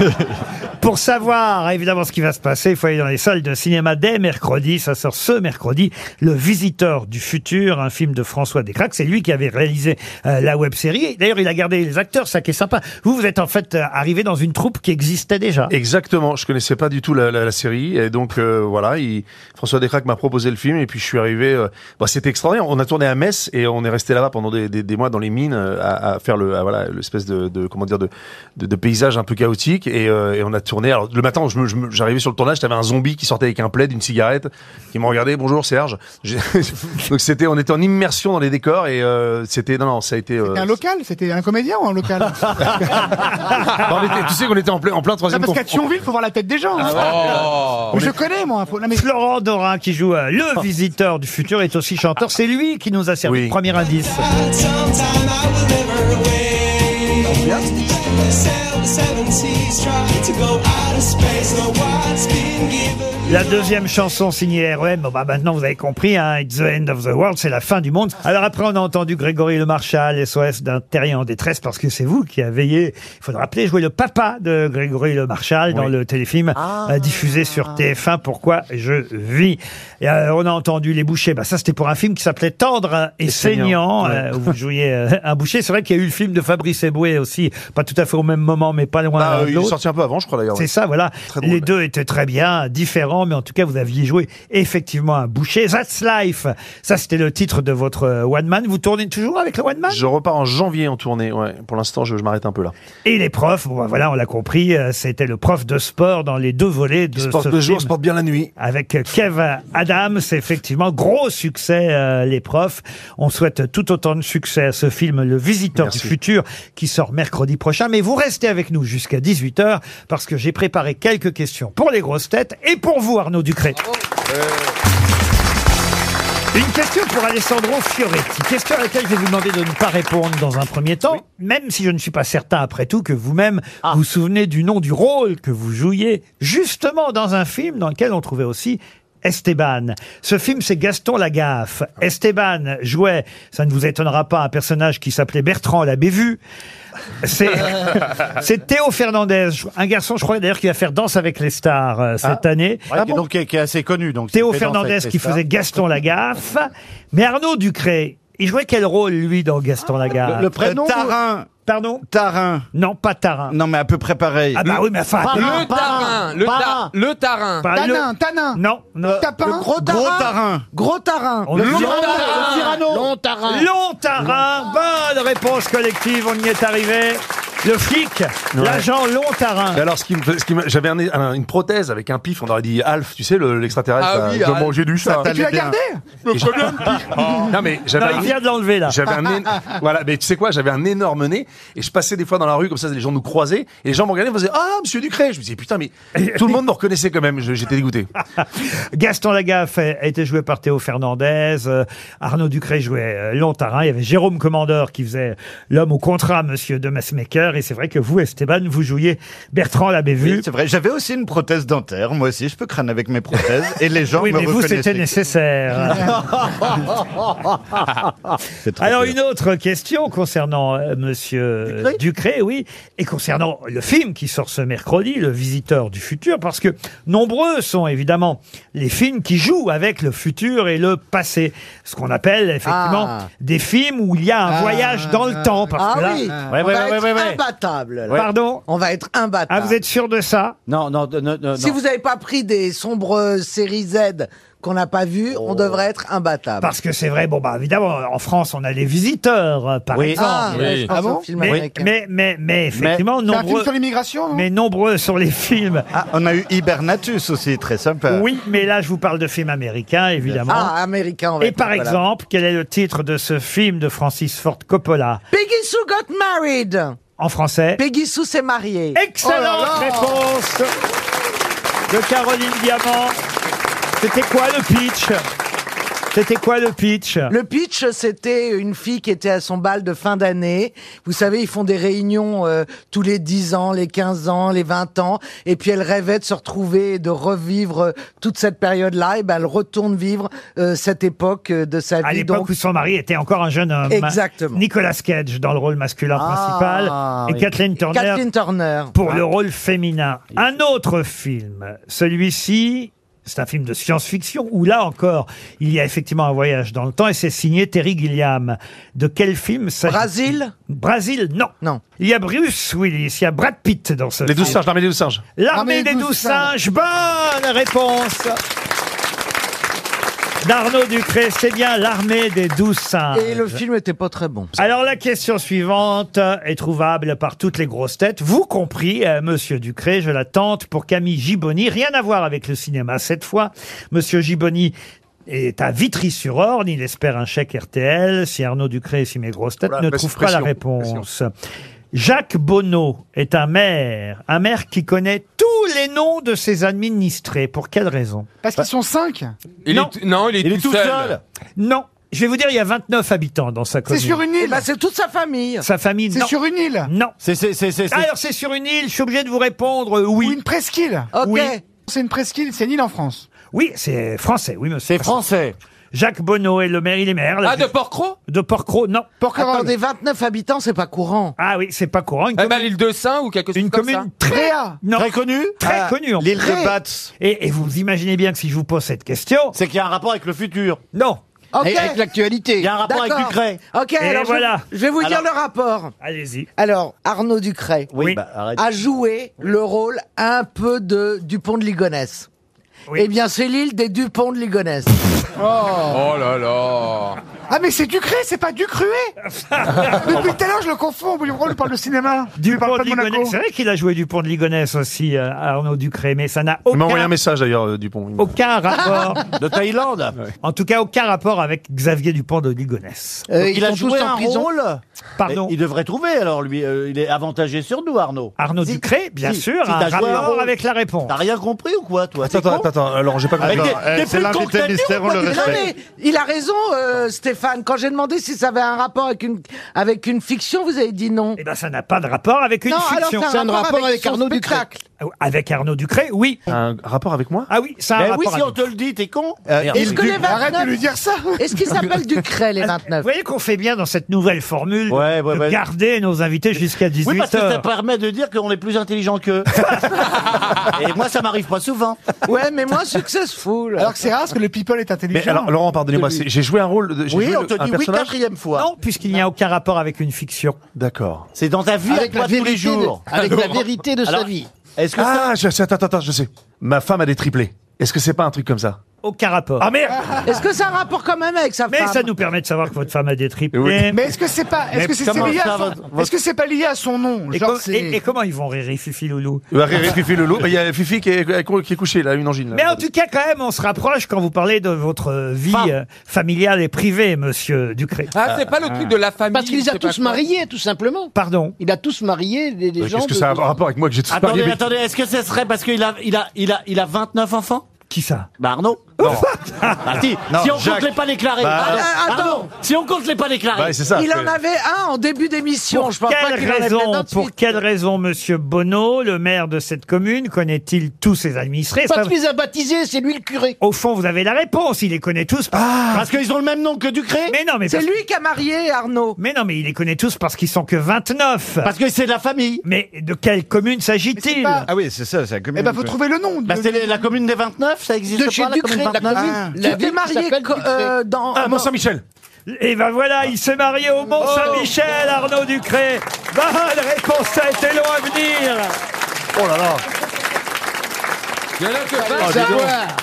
Speaker 2: Pour savoir évidemment ce qui va se passer, il faut aller dans les salles de cinéma dès mercredi. Ça sort ce mercredi. Le Visiteur du futur, un film de François Descraques. C'est lui qui avait réalisé euh, la web série. D'ailleurs, il a gardé les acteurs, ça qui est sympa. Vous, vous êtes en fait euh, arrivé dans une troupe qui existait déjà.
Speaker 20: Exactement, je connaissais pas du tout la, la- la série et donc euh, voilà, il- François Descraques m'a proposé le film et puis je suis arrivé. euh, bah, c'était extraordinaire. On a tourné à Metz et on est resté là-bas pendant des, des- des mois dans les mines euh, à, à faire le à, voilà l'espèce de, de- comment dire de, de, de paysage un peu chaotique et, euh, et on a tourné. Alors le matin, je me- je me- j'arrivais sur le tournage, t'avais un zombie qui sortait avec un plaid, une cigarette, qui m'a regardé. Bonjour Serge. J'ai- donc c'était, on était en immersion dans les décors et euh, c'était non non, ça a été. euh,
Speaker 6: C'était un local C'était un comédien ou un local
Speaker 20: bah, on était- tu sais qu'on était en plein en plein
Speaker 6: Ah,
Speaker 20: troisième
Speaker 6: Parce
Speaker 20: conf-
Speaker 6: qu'à Thionville, faut voir la tête des gens. hein.
Speaker 20: Ah ouais.
Speaker 6: Mais Je connais, moi. faut- non, mais- Oh.
Speaker 2: Florent Dorin, qui joue euh, le visiteur du futur, est aussi chanteur. C'est lui qui nous a servi le premier indice.
Speaker 15: Sometime I will never wait. Sail the seven seas, try to go out of space. No what's been given.
Speaker 2: La deuxième chanson signée R.E.M., bon, bah, maintenant vous avez compris, hein, It's the end of the world, c'est la fin du monde. Alors après, on a entendu Grégory Le Marchal, SOS d'un terrien en détresse, parce que c'est vous qui avez veillé, il faut le rappeler, jouer le papa de Grégory Le Marchal dans le téléfilm
Speaker 20: Ah.
Speaker 2: euh, diffusé sur TF1, Pourquoi je vis. Et, euh, on a entendu Les Bouchers, bah, ça c'était pour un film qui s'appelait Tendre et,
Speaker 20: saignant,
Speaker 2: saignant,
Speaker 20: ouais.
Speaker 2: euh, où vous jouiez euh, un boucher. C'est vrai qu'il y a eu le film de Fabrice Eboué aussi, pas tout à fait au même moment, mais pas loin
Speaker 20: Bah,
Speaker 2: l'un
Speaker 20: euh,
Speaker 2: de
Speaker 20: il est
Speaker 2: l'autre.
Speaker 20: sorti un peu avant, je crois d'ailleurs.
Speaker 2: C'est
Speaker 20: ouais.
Speaker 2: ça, voilà.
Speaker 20: drôle.
Speaker 2: Les deux étaient très bien, différents, mais en tout cas, vous aviez joué effectivement un boucher. That's Life. Ça, c'était le titre de votre euh, One Man. Vous tournez toujours avec le One Man
Speaker 20: Je repars en janvier en tournée. Ouais. Pour l'instant, je, je m'arrête un peu là.
Speaker 2: Et les profs, bon, bah, voilà, on l'a compris, euh, c'était le prof de sport dans les deux volets de
Speaker 20: se porte
Speaker 2: ce
Speaker 20: le jour,
Speaker 2: film.
Speaker 20: se porte bien la nuit.
Speaker 2: Avec Kev Adams, effectivement, gros succès, euh, les profs. On souhaite tout autant de succès à ce film, Le Visiteur du Futur, qui sort mercredi prochain. Mais vous restez avec nous jusqu'à 18h, parce que j'ai préparé quelques questions pour les grosses têtes et pour vous, Arnaud Ducré. Une question pour Alessandro Fioretti. Question à laquelle je vais vous demander de ne pas répondre dans un premier temps, même si je ne suis pas certain après tout que vous-même
Speaker 10: Ah.
Speaker 2: vous souvenez du nom du rôle que vous jouiez justement dans un film dans lequel on trouvait aussi Esteban. Ce film, c'est Gaston Lagaffe. Esteban jouait, ça ne vous étonnera pas, un personnage qui s'appelait Bertrand la Bévue. C'est c'est Théo Fernandez, un garçon, je crois d'ailleurs, qui va faire Danse avec les stars euh, cette
Speaker 10: Ah.
Speaker 2: année.
Speaker 10: Ouais, qui- donc, qui, est- qui est assez connu. Donc,
Speaker 2: Théo
Speaker 10: c'est Pédant,
Speaker 2: Fernandez
Speaker 10: c'est-
Speaker 2: qui
Speaker 10: c'est ça.
Speaker 2: faisait Gaston Lagaffe. Mais Arnaud Ducré, il jouait quel rôle, lui, dans Gaston Lagaffe Euh,
Speaker 4: Le, le prénom Tarin.
Speaker 2: Pardon
Speaker 4: Tarin.
Speaker 2: Non, pas Tarin.
Speaker 4: Non, mais à peu près pareil.
Speaker 2: Ah bah oui, mais enfin...
Speaker 4: Pas
Speaker 2: attends.
Speaker 4: le
Speaker 7: Tarin, le,
Speaker 4: Parrain.
Speaker 7: ta- le tarin.
Speaker 4: Bah,
Speaker 2: Pas le-
Speaker 6: Tanin, Tanin.
Speaker 2: Non, non.
Speaker 6: Tapin.
Speaker 4: le gros tarin. Gros tarin.
Speaker 3: Gros tarin.
Speaker 2: On le dit-
Speaker 6: Le Cyrano. Long tarin.
Speaker 2: Long Tarin, bonne réponse collective, on y est arrivé. Le flic, l'agent Long Tarin.
Speaker 20: Et alors, ce qui me fait- ce qui me- j'avais un- un- une prothèse avec un pif, on aurait dit Alf, tu sais, le- l'extraterrestre,
Speaker 7: Ah
Speaker 20: là,
Speaker 7: oui,
Speaker 20: je dois
Speaker 7: Alf.
Speaker 20: manger du chat.
Speaker 6: Et tu l'as gardé
Speaker 20: Et j'ai- Non, mais j'avais
Speaker 2: Non, il
Speaker 20: un-
Speaker 2: vient de l'enlever, là.
Speaker 20: J'avais un é- voilà, mais tu sais quoi, j'avais un énorme nez et je passais des fois dans la rue comme ça, les gens nous croisaient et les gens me regardaient, ils me faisaient ah Monsieur Ducré, je me disais putain mais tout le monde me reconnaissait quand même, Je- j'étais dégoûté.
Speaker 2: Gaston Lagaffe a a été joué par Théo Fernandez, euh, Arnaud Ducré jouait euh, Long Tarin, il y avait Jérôme Commandeur qui faisait l'homme au contrat, monsieur de Massmaker, dentaire. Et c'est vrai que vous, Esteban, vous jouiez Bertrand Labévu.
Speaker 4: Oui, c'est vrai. J'avais aussi une prothèse dentaire. Moi aussi, je peux crâner avec mes prothèses. Et les gens
Speaker 2: Oui,
Speaker 4: me
Speaker 2: mais vous,
Speaker 4: reconnaissaient.
Speaker 2: c'était nécessaire. Alors, une autre question concernant euh, Monsieur Ducré. oui, et concernant le film qui sort ce mercredi, Le Visiteur du Futur, parce que nombreux sont évidemment les films qui jouent avec le futur et le passé. Ce qu'on appelle effectivement
Speaker 3: Ah.
Speaker 2: des films où il y a un voyage dans le temps. Parce
Speaker 3: ah
Speaker 2: que là-
Speaker 3: oui, on va être imbattable. là.
Speaker 2: Ouais. Pardon
Speaker 3: On va être imbattable.
Speaker 2: Ah, vous êtes sûr de ça
Speaker 10: Non, non, non, non.
Speaker 3: Si vous n'avez pas pris des sombres séries Z qu'on n'a pas vues, on devrait être imbattable.
Speaker 2: Oh. Parce que c'est vrai, bon bah évidemment, en France, on a les visiteurs, euh, par
Speaker 3: Oui.
Speaker 2: exemple.
Speaker 3: Ah, ouais, je pense Ah bon au film
Speaker 2: mais,
Speaker 3: américain.
Speaker 2: mais, mais, mais effectivement,
Speaker 6: C'est un film
Speaker 2: nombreux.
Speaker 6: sur l'immigration, non
Speaker 2: Mais nombreux sont les films.
Speaker 4: Ah, on a eu Hibernatus aussi, très sympa.
Speaker 2: Oui, mais là, je vous parle de films américains, évidemment.
Speaker 3: Ah, américain, on va
Speaker 2: Et
Speaker 3: être-
Speaker 2: par
Speaker 3: voilà.
Speaker 2: exemple, quel est le titre de ce film de Francis Ford Coppola
Speaker 3: Peggy Sue got married.
Speaker 2: en français
Speaker 3: Peggy Sue s'est mariée. Oh
Speaker 2: Excellente réponse de Caroline Diamant. C'était quoi le pitch C'était quoi le pitch
Speaker 3: Le pitch, c'était une fille qui était à son bal de fin d'année. Vous savez, ils font des réunions euh, tous les 10 ans, les 15 ans, les 20 ans. Et puis elle rêvait de se retrouver, et de revivre euh, toute cette période-là. Et ben, elle retourne vivre euh, cette époque euh, de sa vie.
Speaker 2: À l'époque
Speaker 3: donc.
Speaker 2: où son mari était encore un jeune homme.
Speaker 3: Exactement.
Speaker 2: Nicolas Cage dans le rôle masculin
Speaker 3: Ah,
Speaker 2: principal et
Speaker 3: oui.
Speaker 2: Kathleen Turner,
Speaker 3: Kathleen Turner.
Speaker 2: pour
Speaker 3: Ah.
Speaker 2: le rôle féminin. Un autre film, celui-ci. C'est un film de science-fiction où là encore, il y a effectivement un voyage dans le temps et c'est signé Terry Gilliam. De quel film ça
Speaker 3: Brasil
Speaker 2: Brasil, non.
Speaker 3: Non.
Speaker 2: Il y a Bruce Willis, il y a Brad Pitt dans ce
Speaker 20: Les
Speaker 2: film.
Speaker 20: douze singes, l'armée des douze singes.
Speaker 2: L'armée des douze singes, bonne réponse D'Arnaud Ducré, c'est bien l'armée des douze singes.
Speaker 3: Et le film était pas très bon.
Speaker 2: Alors la question suivante est trouvable par toutes les grosses têtes, vous compris, euh, Monsieur Ducré, je la tente pour Camille Giboni. Rien à voir avec le cinéma cette fois. Monsieur Giboni est à Vitry-sur-Orne, il espère un chèque RTL. Si Arnaud Ducré et si mes grosses têtes
Speaker 20: Oula,
Speaker 2: ne
Speaker 20: pression,
Speaker 2: trouvent pas la
Speaker 20: pression,
Speaker 2: réponse. Jacques Bonneau est un maire, un maire qui connaît tous les noms de ses administrés. Pour quelle raison
Speaker 6: Parce qu'ils sont cinq.
Speaker 7: Il
Speaker 2: Non.
Speaker 7: est, non, il est, tout, seul.
Speaker 2: Non. Je vais vous dire, il y a 29 habitants dans sa
Speaker 6: C'est
Speaker 2: commune.
Speaker 6: sur une île.
Speaker 3: Eh ben, c'est toute sa famille.
Speaker 2: Sa famille,
Speaker 6: C'est
Speaker 2: non.
Speaker 6: sur une île.
Speaker 2: Non.
Speaker 8: C'est, c'est, c'est,
Speaker 3: Ah,
Speaker 8: c'est, c'est-
Speaker 2: Alors c'est sur une île, je suis obligé de vous répondre euh, oui.
Speaker 6: Ou une presqu'île.
Speaker 3: Ok.
Speaker 2: Oui.
Speaker 6: C'est une presqu'île, c'est une île en France.
Speaker 2: Oui, c'est français, oui monsieur.
Speaker 8: c'est français.
Speaker 2: Jacques Bonneau est le maire, il est maire. là,
Speaker 7: Ah, de
Speaker 2: juste-
Speaker 7: Porcro
Speaker 2: de Porcro, non.
Speaker 3: Attendez, 29 habitants, c'est pas courant.
Speaker 2: Ah oui, c'est pas courant. Une,
Speaker 7: Eh
Speaker 2: commune-
Speaker 7: ben, l'île de Saint ou quelque chose
Speaker 2: une
Speaker 7: comme
Speaker 2: commune très,
Speaker 6: Réa.
Speaker 2: non,
Speaker 8: Très connu
Speaker 2: très connue. en
Speaker 4: L'île
Speaker 2: plus.
Speaker 4: de Batz.
Speaker 2: Et, et vous imaginez bien que si je vous pose cette question,
Speaker 8: C'est qu'il y a un rapport avec le futur.
Speaker 2: non.
Speaker 3: Ok.
Speaker 5: Et Avec l'actualité.
Speaker 8: Il y a un rapport avec
Speaker 3: D'accord.
Speaker 8: Ducret.
Speaker 3: Ok,
Speaker 2: Et
Speaker 3: alors je-
Speaker 2: voilà.
Speaker 3: je, vais vous
Speaker 8: Alors-
Speaker 3: dire le rapport.
Speaker 2: Allez-y.
Speaker 3: Alors, Arnaud Ducret
Speaker 8: Oui,
Speaker 2: Oui.
Speaker 8: bah arrête.
Speaker 3: a joué le rôle un peu de Dupont de Ligonnès.
Speaker 2: Oui.
Speaker 3: Eh bien, c'est l'île des Dupont de Ligonnès.
Speaker 7: Oh là là.
Speaker 6: Ah mais c'est Ducré, c'est pas Ducrué Depuis tout à l'heure je le confonds, vous on parle de cinéma.
Speaker 2: Du
Speaker 6: Il parle
Speaker 2: pont
Speaker 6: pas
Speaker 2: de
Speaker 6: de Monaco.
Speaker 2: Ligonnès. C'est vrai qu'il a joué du pont de Ligonnès aussi, euh, Arnaud Ducré, mais ça n'a aucun,
Speaker 20: Il m'a envoyé un message d'ailleurs, euh, Dupont. Il m'a-
Speaker 2: aucun rapport.
Speaker 8: De Thaïlande.
Speaker 2: en tout cas, aucun rapport avec Xavier Dupont de Ligonnès.
Speaker 8: Donc
Speaker 5: Euh, ils
Speaker 8: il a
Speaker 5: sont tous
Speaker 8: joué
Speaker 5: en
Speaker 8: un
Speaker 5: prison.
Speaker 8: rôle.
Speaker 2: Pardon.
Speaker 8: Mais Il devrait trouver alors lui. euh, il est avantagé sur nous, Arnaud.
Speaker 2: Arnaud
Speaker 8: Si-
Speaker 2: Ducré, bien
Speaker 8: si-
Speaker 2: sûr,
Speaker 8: si
Speaker 2: un
Speaker 8: t'as joué un
Speaker 2: rapport
Speaker 8: rôle.
Speaker 2: avec la réponse.
Speaker 8: T'as rien compris ou quoi, toi
Speaker 20: Attends,
Speaker 8: T'es con
Speaker 20: attends, attends, alors j'ai pas compris.
Speaker 8: Avec des-
Speaker 4: Attends, eh,
Speaker 8: des
Speaker 4: c'est
Speaker 8: plus
Speaker 4: l'invité
Speaker 8: cons que la Terre,
Speaker 4: mystère,
Speaker 8: ou
Speaker 4: on
Speaker 8: quoi
Speaker 4: le
Speaker 3: Non
Speaker 4: respecte.
Speaker 3: mais il a raison, euh, Stéphane. Quand j'ai demandé si ça avait un rapport avec une, avec une fiction, vous avez dit non.
Speaker 2: Eh ben, ça n'a pas de rapport avec une
Speaker 3: non, alors
Speaker 2: fiction. Euh,
Speaker 3: c'est un, rapport, avec, son
Speaker 5: Arnaud Ducret.
Speaker 3: spectacle.
Speaker 2: Avec Arnaud Ducré, oui.
Speaker 20: Un rapport avec moi
Speaker 2: Ah oui, ça a un
Speaker 8: Eh oui,
Speaker 2: rapport
Speaker 8: si on
Speaker 2: avec-
Speaker 8: te le dit, t'es con.
Speaker 4: Euh,
Speaker 3: Est-ce que les 29...
Speaker 6: Arrête de lui dire ça
Speaker 3: Est-ce qu'il s'appelle Ducret, les
Speaker 2: Vous
Speaker 3: 29
Speaker 2: voyez qu'on fait bien dans cette nouvelle formule de-
Speaker 8: Ouais, ouais,
Speaker 2: de
Speaker 8: ouais.
Speaker 2: garder nos invités jusqu'à 18h.
Speaker 8: Oui, parce que ça permet de dire qu'on est plus intelligent qu'eux. Et moi, ça m'arrive pas souvent.
Speaker 3: Ouais, mais moi, successful.
Speaker 6: Alors que c'est rare parce que le people est intelligent.
Speaker 20: Mais alors, Laurent, pardonnez-moi, c'est- j'ai joué un rôle. De, j'ai
Speaker 8: Oui,
Speaker 20: joué
Speaker 8: on
Speaker 20: le-
Speaker 8: te
Speaker 20: un
Speaker 8: dit oui
Speaker 20: personnage.
Speaker 8: quatrième fois.
Speaker 2: Non, puisqu'il n'y a aucun rapport avec une fiction.
Speaker 20: D'accord.
Speaker 8: C'est dans ta vie
Speaker 5: Avec
Speaker 8: avec
Speaker 5: la
Speaker 8: moi tous les
Speaker 5: vérité de,
Speaker 8: jours.
Speaker 5: avec la vérité de sa
Speaker 8: Alors,
Speaker 5: vie.
Speaker 8: Est-ce que ça...
Speaker 20: Ah, je sais, attends, attends, attends, je sais. Ma femme a des triplés. Est-ce que c'est pas un truc comme ça
Speaker 2: Aucun rapport.
Speaker 20: Ah merde
Speaker 3: Est-ce que ça a un rapport quand même avec sa
Speaker 2: mais
Speaker 3: femme
Speaker 2: ça nous permet de savoir que votre femme a des triplés.
Speaker 20: Oui.
Speaker 6: Mais est-ce que c'est pas, est-ce
Speaker 8: Mais
Speaker 6: que c'est
Speaker 8: comment
Speaker 6: c'est lié,
Speaker 8: ça,
Speaker 6: à son-
Speaker 8: votre- votre-
Speaker 6: est-ce que c'est pas lié à son nom
Speaker 2: Et,
Speaker 6: Genre,
Speaker 2: com-
Speaker 6: c'est-
Speaker 2: et- et comment ils vont rire, Fifi Loulou
Speaker 20: Bah, Riri, Fifi, le loup. Il y a Fifi qui est, qui est couchée, là, une angine. là.
Speaker 2: Mais en tout cas, quand même, on se rapproche quand vous parlez de votre euh, vie euh, familiale et privée, monsieur Ducré.
Speaker 7: Ah, c'est pas le truc de
Speaker 8: Euh,
Speaker 7: la famille.
Speaker 5: Parce qu'il les a
Speaker 7: c'est pas
Speaker 5: tous
Speaker 7: quoi.
Speaker 5: mariés, tout simplement.
Speaker 2: Pardon.
Speaker 5: Il a tous marié des, des
Speaker 20: Mais
Speaker 5: gens.
Speaker 20: Qu'est-ce que
Speaker 5: de-
Speaker 20: ça a un rapport avec moi que j'ai tout
Speaker 8: Attendez,
Speaker 20: parlé mais-
Speaker 8: attendez, est-ce que ce serait parce qu'il a, il a, il a, il a 29 enfants
Speaker 2: Qui ça Oh,
Speaker 8: Bah Arnaud. Non. Ah, si,
Speaker 3: Non,
Speaker 8: si on compte
Speaker 3: Jacques.
Speaker 8: les pas déclarés.
Speaker 3: Bah,
Speaker 8: Pardon,
Speaker 3: attends.
Speaker 8: pardon. Si on compte les pas déclarés.
Speaker 3: Il en avait un en début d'émission.
Speaker 2: Pour
Speaker 3: je pense pas
Speaker 2: quelle
Speaker 3: qu'il en avait
Speaker 2: raison,
Speaker 3: d'autres
Speaker 2: pour
Speaker 3: suite.
Speaker 2: quelle raison, Monsieur Bonneau, le maire de cette commune, connaît-il tous ses administrés
Speaker 5: Pas
Speaker 2: Ça-
Speaker 5: plus à baptiser, c'est lui le curé.
Speaker 2: Au fond, vous avez la réponse. Il les connaît tous.
Speaker 8: Ah, Parce qu'ils ont le même nom que Ducré
Speaker 2: Mais non, mais
Speaker 3: C'est
Speaker 2: parce-
Speaker 3: lui qui a marié Arnaud.
Speaker 2: Mais non, mais il les connaît tous parce qu'ils sont que 29.
Speaker 8: Parce que c'est de la famille.
Speaker 2: Mais de quelle commune s'agit-il
Speaker 4: Ah oui, c'est ça, c'est la commune.
Speaker 8: le nom. Bah, c'est les- la commune des 29, ça existe
Speaker 3: De
Speaker 8: pas,
Speaker 3: chez
Speaker 8: la commune
Speaker 3: Ducré, la
Speaker 8: 29?
Speaker 3: commune.
Speaker 8: Ah.
Speaker 3: Tu t'es
Speaker 8: ville qui
Speaker 3: marié
Speaker 8: s'appelle
Speaker 3: co-
Speaker 8: Ducré.
Speaker 3: euh, dans-
Speaker 2: Ah, Mont-Saint-Michel. Et ben voilà, il s'est marié au Mont-Saint-Michel, Arnaud Ducré. Bonne réponse, ça a été long à venir.
Speaker 8: Oh là là.
Speaker 7: Ah, dis donc.
Speaker 2: Oh,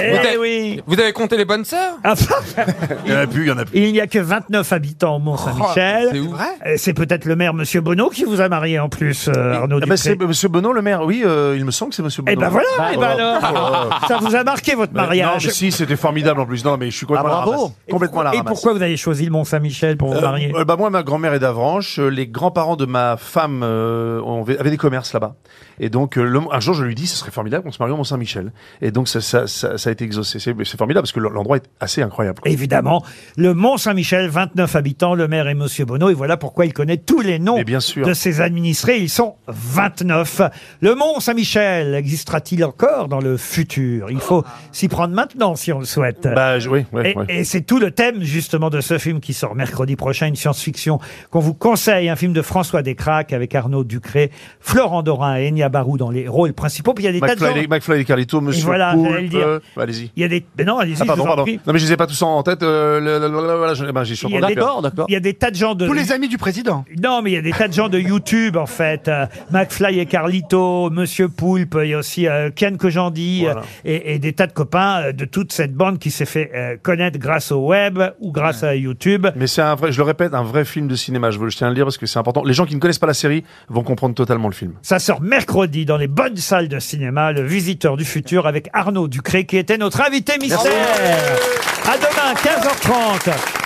Speaker 2: Eh
Speaker 7: Vous avez-
Speaker 2: oui. Ah, bah,
Speaker 7: Vous avez compté les bonnes sœurs
Speaker 2: Il n'y en a plus, il n'y en a plus. Il n'y a que 29 habitants au Mont-Saint-Michel.
Speaker 7: Oh, c'est où
Speaker 2: Euh, C'est peut-être le maire, Monsieur Bonneau, qui vous a marié en plus, euh, Arnaud
Speaker 20: Ah ben,
Speaker 2: Ducré.
Speaker 20: c'est Monsieur Benoît le maire, oui, euh, il me semble que c'est Monsieur Bah,
Speaker 2: Eh
Speaker 20: Benoît.
Speaker 2: ben voilà, eh ben alors, ça vous a marqué votre
Speaker 20: Oh. Mais Non,
Speaker 2: mariage.
Speaker 20: mais si, c'était formidable en plus. Non, mais je suis complètement
Speaker 2: Ah, bravo.
Speaker 20: à la ramasse.
Speaker 2: Et
Speaker 20: Complètement à la
Speaker 2: Et
Speaker 20: ramasse.
Speaker 2: pourquoi vous avez choisi le Mont-Saint-Michel pour vous
Speaker 20: Euh,
Speaker 2: marier
Speaker 20: euh, bah moi, ma grand-mère est d'Avranches. euh, Les grands-parents de ma femme euh, ont- avaient des commerces là-bas. Et donc, euh, le- un jour, je lui dis, ce serait formidable qu'on se marie au Mont-Saint-Michel. Et donc, ça, ça, ça, ça a été exaucé. C'est c'est formidable parce que l'endroit est assez incroyable. quoi.
Speaker 2: Évidemment, le Mont-Saint-Michel, 29 habitants, le maire est Monsieur Bonneau, et voilà pourquoi il connaît tous les noms de ses administrés. Ils sont 29. Le Mont-Saint-Michel existera-t-il encore dans le futur Il faut s'y prendre maintenant si on le souhaite.
Speaker 20: Bah, je- oui, ouais,
Speaker 2: et
Speaker 20: ouais.
Speaker 2: et c'est tout le thème justement de ce film qui sort mercredi prochain, une science-fiction qu'on vous conseille, un film de François Descraques avec Arnaud Ducré, Florent Dorin et Enya Barou dans les rôles principaux. Puis il y a des tas de gens.
Speaker 20: McFly, McFly et Carlito, Monsieur
Speaker 2: voilà,
Speaker 20: Poulpe,
Speaker 2: j'allais le dire.
Speaker 20: euh, bah, allez-y.
Speaker 2: Il y a des. Mais non, allez-y.
Speaker 20: Ah, pardon,
Speaker 2: je vous en
Speaker 20: pardon.
Speaker 2: prie.
Speaker 20: Non, mais je les ai pas tous en tête. euh, le- le- le- le- voilà, je- ben, j'ai- je suis
Speaker 2: Il y a
Speaker 20: en train
Speaker 2: des-
Speaker 20: de faire.
Speaker 2: Il y a des tas de gens de.
Speaker 6: Tous les amis du président.
Speaker 2: Non, mais il y a des tas de gens de YouTube, en fait. Euh, McFly et Carlito, Monsieur Poulpe, il y a aussi euh, Ken Kojandi, euh, et, et des tas de copains euh, de toute cette bande qui s'est fait euh, connaître grâce au web ou grâce à YouTube.
Speaker 20: Mais c'est un vrai, je le répète, un vrai film de cinéma. Je, veux, je tiens à le dire parce que c'est important. Les gens qui ne connaissent pas la série vont comprendre totalement le film.
Speaker 2: Ça sort mercredi dans les bonnes salles de cinéma, Le Visiteur du Futur avec Arnaud Ducré qui était notre invité mystère. À demain, 15h30.